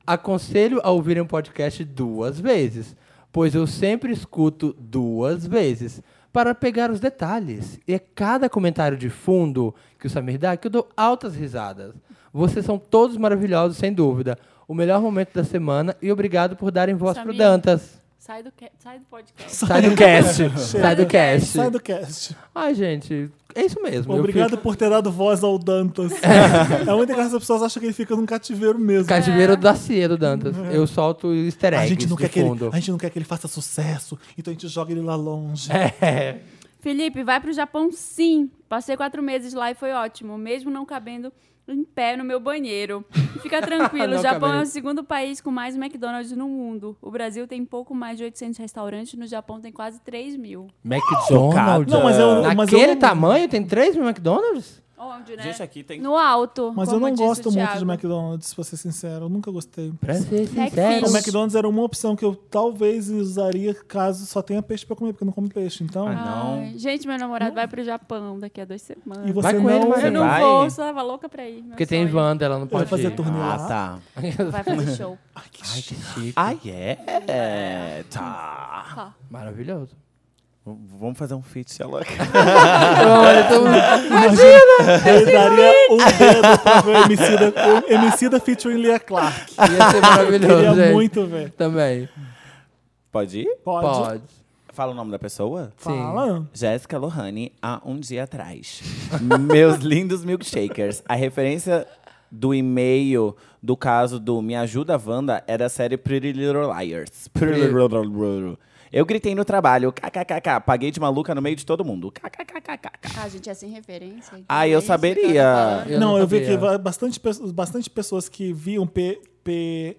C: Aconselho a ouvirem um podcast duas vezes, pois eu sempre escuto duas vezes para pegar os detalhes. E é cada comentário de fundo que o Samir dá que eu dou altas risadas. Vocês são todos maravilhosos, sem dúvida. O melhor momento da semana e obrigado por darem voz pro
B: Samir.
C: Dantas.
B: Sai do, ca- sai do podcast.
C: Sai do cast. Sai do cast.
A: Sai do cast.
C: Ai, gente, é isso mesmo. Eu
A: Obrigado
C: fico-
A: por ter dado voz ao
C: *laughs*
A: Dantas. é muito engraçado, as pessoas acham que ele fica num cativeiro mesmo.
C: Cativeiro da Cia do Dantas. Eu solto easter
A: A
C: eggs
A: gente, não
C: de
A: quer que ele,
C: fundo.
A: a gente não quer que ele faça sucesso, então a gente joga ele lá longe.
C: É.
B: Felipe, vai pro Japão sim. Passei quatro meses lá e foi ótimo, mesmo não cabendo em pé no meu banheiro.
A: *laughs*
B: Fica tranquilo,
C: Não
B: o Japão
C: cabendo.
B: é o segundo país com mais McDonald's no mundo. O Brasil tem pouco mais de 800 restaurantes, no Japão tem quase 3 mil.
C: McDonald's?
A: Não, mas eu- mas
C: Naquele
A: eu não-
C: tamanho tem 3 mil McDonald's?
B: Onde, né?
E: Gente, aqui tem.
B: No alto.
A: Mas eu
B: como
A: não
B: disse o
A: gosto muito de
B: Thiago.
A: McDonald's, pra ser sincero. Eu nunca gostei.
C: Pra ser sincero.
B: sincero.
A: O McDonald's era uma opção que eu talvez usaria caso só tenha peixe pra comer, porque eu não como peixe. Então,
E: Ah, não.
B: Ai, gente, meu namorado vai pro Japão daqui a duas semanas.
A: e você
C: Vai com
A: não
C: ele, mas
B: Eu não
E: Vai?
B: vou, só tava louca pra ir. meu
C: Porque tem
B: sonho.
C: Wanda, ela não
A: vai
C: pode
A: fazer
C: ir.
A: turnê
E: Ah,
A: lá.
E: tá.
B: Vai fazer show.
A: Ai, que chique.
E: Ah, é? Tá.
C: Maravilhoso.
E: V- Vamos fazer um feat, ela.
A: Eu daria um dedo pra ver o Emicida, o Emicida featuring Lia Clark.
C: Ia ser maravilhoso,
A: Queria
C: gente.
A: muito ver.
C: Também.
E: Pode ir?
A: Pode.
C: Pode.
E: Fala o nome da pessoa?
C: Sim.
A: Fala.
E: Jéssica Lohane, há um dia atrás.
B: *laughs*
E: Meus lindos milkshakers. A referência do e-mail do caso do Me Ajuda Wanda é da série Pretty Little Liars. Pretty Little- Eu gritei no trabalho, kkkk, paguei de maluca no meio de todo mundo. Kkkk.
B: *laughs* Ah, gente, é sem referência. então
E: Ah,
B: é
E: eu
B: isso que
E: saberia.
B: tô falando.
C: Eu
A: não,
C: não
A: eu vi
E: é.
A: que
C: sabia.
A: va- bastante, pe- bastante pessoas que viam P, P,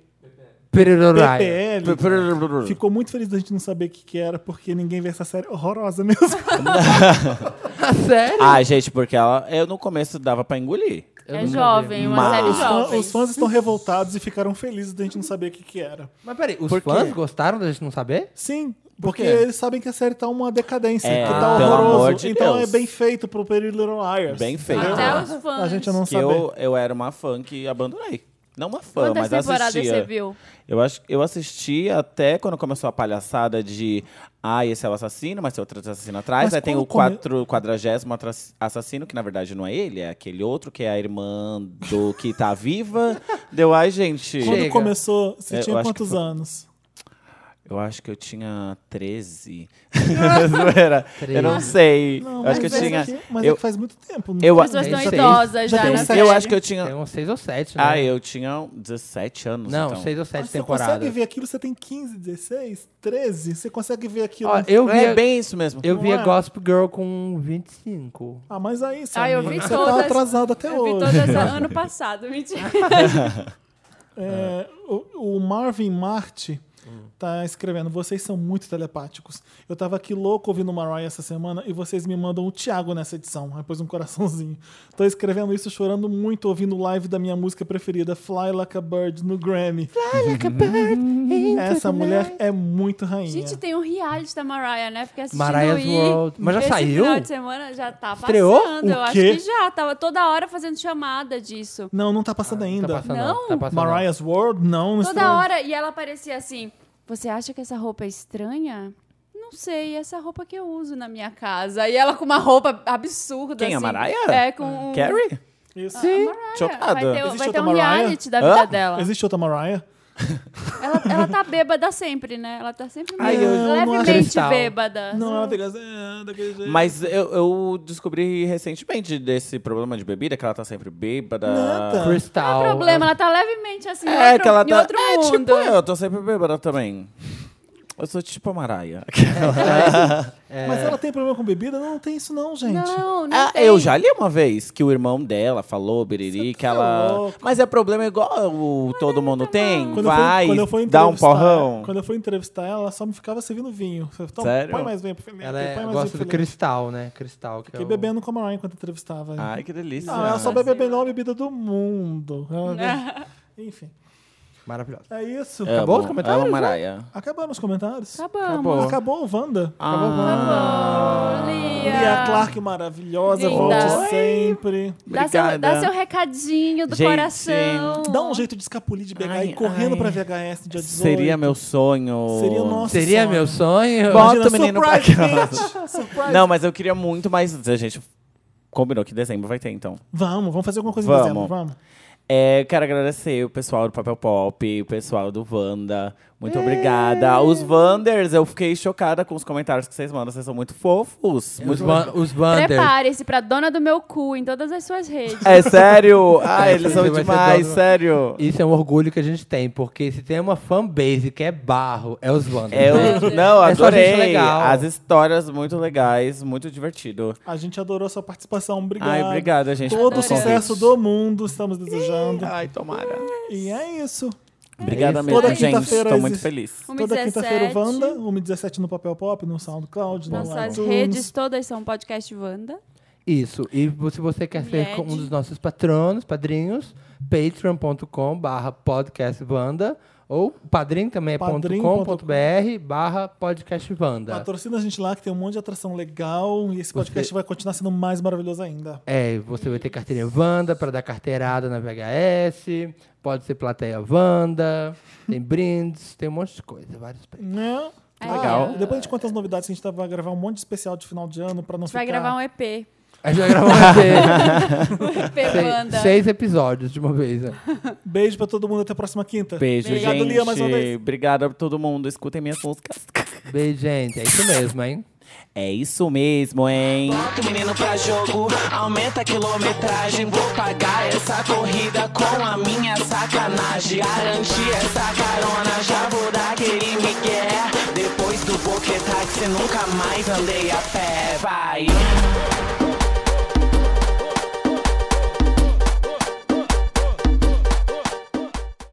C: Pererorai.
A: PPL ficou muito feliz da gente não saber o que, que era, porque ninguém vê essa série horrorosa
E: *laughs*
A: mesmo. Então,
C: Sério?
E: Ah, gente, porque ela, eu no começo dava pra engolir.
C: Eu
B: É
C: nunca vi.
B: jovem, uma série
A: Os, fã-
B: jovem.
A: os fãs estão revoltados e ficaram felizes da gente não saber o que, que era.
C: Mas peraí, os
E: Por quê?
C: fãs gostaram da gente não saber?
A: Sim, porque
C: quê?
A: eles sabem que a série tá uma decadência,
E: É,
A: que tá
E: pelo
A: horroroso.
E: amor de
A: então
E: Deus.
A: é bem feito pro Perry Little Liars.
E: Bem feito.
B: Até os fãs.
A: A gente não
E: Que
A: saber.
E: eu, eu era uma fã que abandonei. Não uma fã, mas
B: Quantas temporadas
E: assistia.
B: você viu?
E: Eu, acho, eu assisti até quando começou a palhaçada de. Ah, esse é o assassino, mas tem outro assassino atrás.
A: Mas
E: Aí tem
A: quando
E: o
A: come-
E: quatro, quadragésimo atra- assassino, que na verdade não é ele, é aquele outro que é a irmã do que tá *laughs* viva. Deu, ai, gente.
A: Quando
C: Chega.
A: começou, você
E: É, eu
A: tinha
E: acho que
A: quantos
E: foi-
A: anos?
E: Eu acho que eu tinha 13. Zoeira. Eu *laughs* não sei. eu acho que eu
A: mas
E: tinha.
A: É que, mas é
E: eu-
A: que faz muito tempo. não
E: Eu,
B: As pessoas
C: Nem
B: estão
C: sei.
B: idosas
A: Já
B: já. né?
A: tem
B: na
A: uns
B: série.
E: eu acho que eu tinha.
C: Tem uns seis ou sete, né?
E: Ah, eu tinha 17 anos.
C: Não,
E: então.
C: seis ou sete
A: Você
C: temporadas.
A: consegue ver aquilo, você tem 15, 16, 13, você consegue ver aquilo.
C: Ó, eu via,
E: É bem isso mesmo.
C: eu
A: Não
C: via
A: é?
C: Gossip Girl com 25.
A: Ah, mas aí,
B: Ah, eu
A: Samir,
B: vi
A: você
B: todas.
A: tá atrasado até
B: Eu vi
A: hoje.
B: todas
A: *laughs*
B: a- ano passado, mentira.
A: É, o, o Marvin Marte tá escrevendo: vocês são muito telepáticos. Eu tava aqui louco ouvindo Mariah essa semana e vocês me mandam o Thiago nessa edição. Aí pôs um coraçãozinho. Tô escrevendo isso chorando muito ouvindo o live da minha música preferida, Fly Like a Bird, no Grammy. *laughs* Essa mulher é muito rainha.
B: Gente, tem um reality da Mariah, né? Fiquei assistindo
C: Mariah's
B: e
C: World. Mas já
B: esse
C: saiu?
B: final de semana já tá
C: Estreou?
B: passando. Eu
A: O
B: acho
A: quê?
B: que já. Tava toda hora fazendo chamada disso.
A: Não, não tá passando ainda.
C: Tá passando,
B: Não.
C: Tá passando,
A: Mariah's World? Não, não
B: Toda hora. E ela aparecia assim: Você acha que essa roupa é estranha? Não sei, essa roupa que eu uso na minha casa. E ela com uma roupa absurda.
E: Quem, a
B: assim.
E: Mariah?
B: É, com. um-
E: Carrie?
A: Isso.
B: Sim,
E: Chocado.
B: Vai ter,
A: Ah. Existe
B: vai ter
A: outra
B: um
A: Mariah?
B: reality da vida
E: Hã?
B: dela.
A: Existe outra Mariah?
B: Ela, ela tá bêbada sempre, né? Ela tá sempre
A: Ai, eu não acho.
B: levemente
C: Cristal.
B: bêbada.
A: Não, ela tem que ser daquele jeito.
E: Mas eu, eu descobri recentemente desse problema de bebida, que ela tá sempre bêbada.
A: Nada.
C: Crystal.
B: Não é problema, ela tá levemente assim, em
E: É,
B: outro,
E: que ela
B: em
E: tá.
B: outro
E: é,
B: mundo.
E: tipo, eu tô sempre bêbada também. Eu sou tipo a Maraia.
C: *laughs*
A: Mas ela tem problema com bebida? Não, não tem isso não, gente.
B: Não, não
E: Ah,
B: tem.
E: eu já li uma vez que o irmão dela falou, Biriri, que ela.
A: é louco. tá
E: Mas é problema igual o todo mundo tem.
A: Quando eu fui-
E: Vai,
A: quando eu fui
E: dá um
A: entrevistar-
E: porrão.
A: Quando eu fui entrevistar ela, ela só me ficava servindo vinho. Eu falei, "Toma,
E: Sério?
A: Põe mais vinho pro Felipe.
C: Ela é,
A: põe mais
C: gosta do
A: vinho pro Felipe."
C: cristal, né? Cristal. Que é
A: Fiquei
C: o-
A: bebendo com a Mariah enquanto entrevistava.
E: Ai, que delícia.
A: não, ela só bebe a melhor bebida do mundo.
B: É.
A: Ela- Enfim,
C: Maravilhoso.
A: é isso.
C: Acabou os
E: Amo,
C: comentários,
E: Amo
C: né?
E: Maraia.
A: Acabaram os comentários?
B: Acabamos.
E: Acabou.
A: Acabou o Wanda.
E: Ah.
B: Acabou,
A: E
B: Lia.
A: a Clark maravilhosa,
B: Linda.
A: volte
B: Oi.
A: sempre.
B: Dá seu, dá
E: Obrigada.
B: seu recadinho do
E: Gente.
B: coração.
A: Dá um jeito de escapulir de BH e
E: Ai,
A: ir correndo
E: ai.
A: pra VHS dia 18.
E: Seria meu sonho.
A: Seria nosso
C: Seria
A: sonho.
C: meu sonho.
E: Bota
A: Imagina,
E: o menino pra
A: surprise,
E: cá.
A: bitch! Surprise.
E: Não, mas eu queria muito mais. A gente combinou que dezembro vai ter, então.
A: Vamos, vamos fazer alguma coisa em
E: Vamos.
A: dezembro, vamos.
E: É, quero agradecer o pessoal do Papel Pop, o pessoal do Wanda. Muito obrigada. Os Wanders, eu fiquei chocada com os comentários que vocês mandam. Vocês são muito fofos.
C: Os,
E: Muito
C: van, os Wander.
B: Prepare-se pra dona do meu cu em todas as suas redes.
E: É
A: *laughs*
E: sério? Ah,
C: É,
E: eles
C: você
E: são
C: vai ser
E: demais,
C: dono-
E: sério.
C: Isso é um orgulho que a gente tem, porque se tem uma fanbase que é barro, é os Wander.
E: É, eu, não,
C: É só gente
E: adorei.
C: legal.
E: As histórias muito legais, muito divertido.
A: A gente adorou a sua participação. Obrigado.
E: Ai, obrigada, gente.
A: Todo
E: pelo
A: o sucesso
E: convite.
A: do mundo, estamos desejando.
E: Ai, tomara.
A: E é isso.
E: Obrigada
C: isso.
E: mesmo,
A: É, Toda
E: gente.
A: quinta-feira
E: Estou muito
A: existe-
E: feliz.
A: Toda
B: 1h17.
A: quinta-feira o Wanda, 1h17 no Papel Pop, no SoundCloud, no
B: Nossas
A: iTunes.
B: redes todas são podcast Wanda.
C: Isso. E vo- se você quer ser
B: Mulher
C: co-
B: de-
C: um dos nossos patronos, padrinhos, patreon.com barra podcastvanda ou padrim também é
A: Padrim
C: .com.br barra podcastvanda.
A: Patrocina a gente lá, que tem um monte de atração legal. E esse podcast vai continuar sendo mais maravilhoso ainda.
C: É, você vai ter carteirinha Wanda para dar carteirada na VHS, pode ser plateia Wanda, tem brindes, tem um monte de coisa, vários prêmios.
A: Né?
B: Legal.
A: E depois a gente conta as novidades que a gente tá- vai gravar um monte de especial de final de ano pra não
B: A gente vai
A: ficar...
B: gravar um EP.
C: A gente vai gravar
B: Um EP
C: seis,
B: Wanda.
C: seis episódios de uma vez. né?
A: Beijo pra todo mundo, até a próxima quinta.
E: Beijo,
A: Obrigado,
E: gente.
A: Lia, mais uma vez.
E: Obrigada a todo mundo. Escutem minhas músicas.
C: Beijo, gente. É isso mesmo, hein?
E: É isso mesmo, hein?
H: Bota o menino pra jogo, aumenta a quilometragem. Vou pagar essa corrida com a minha sacanagem. Garantir essa carona, já vou dar aquele migué. Depois do boquetáxi, nunca mais andei a pé. Vai!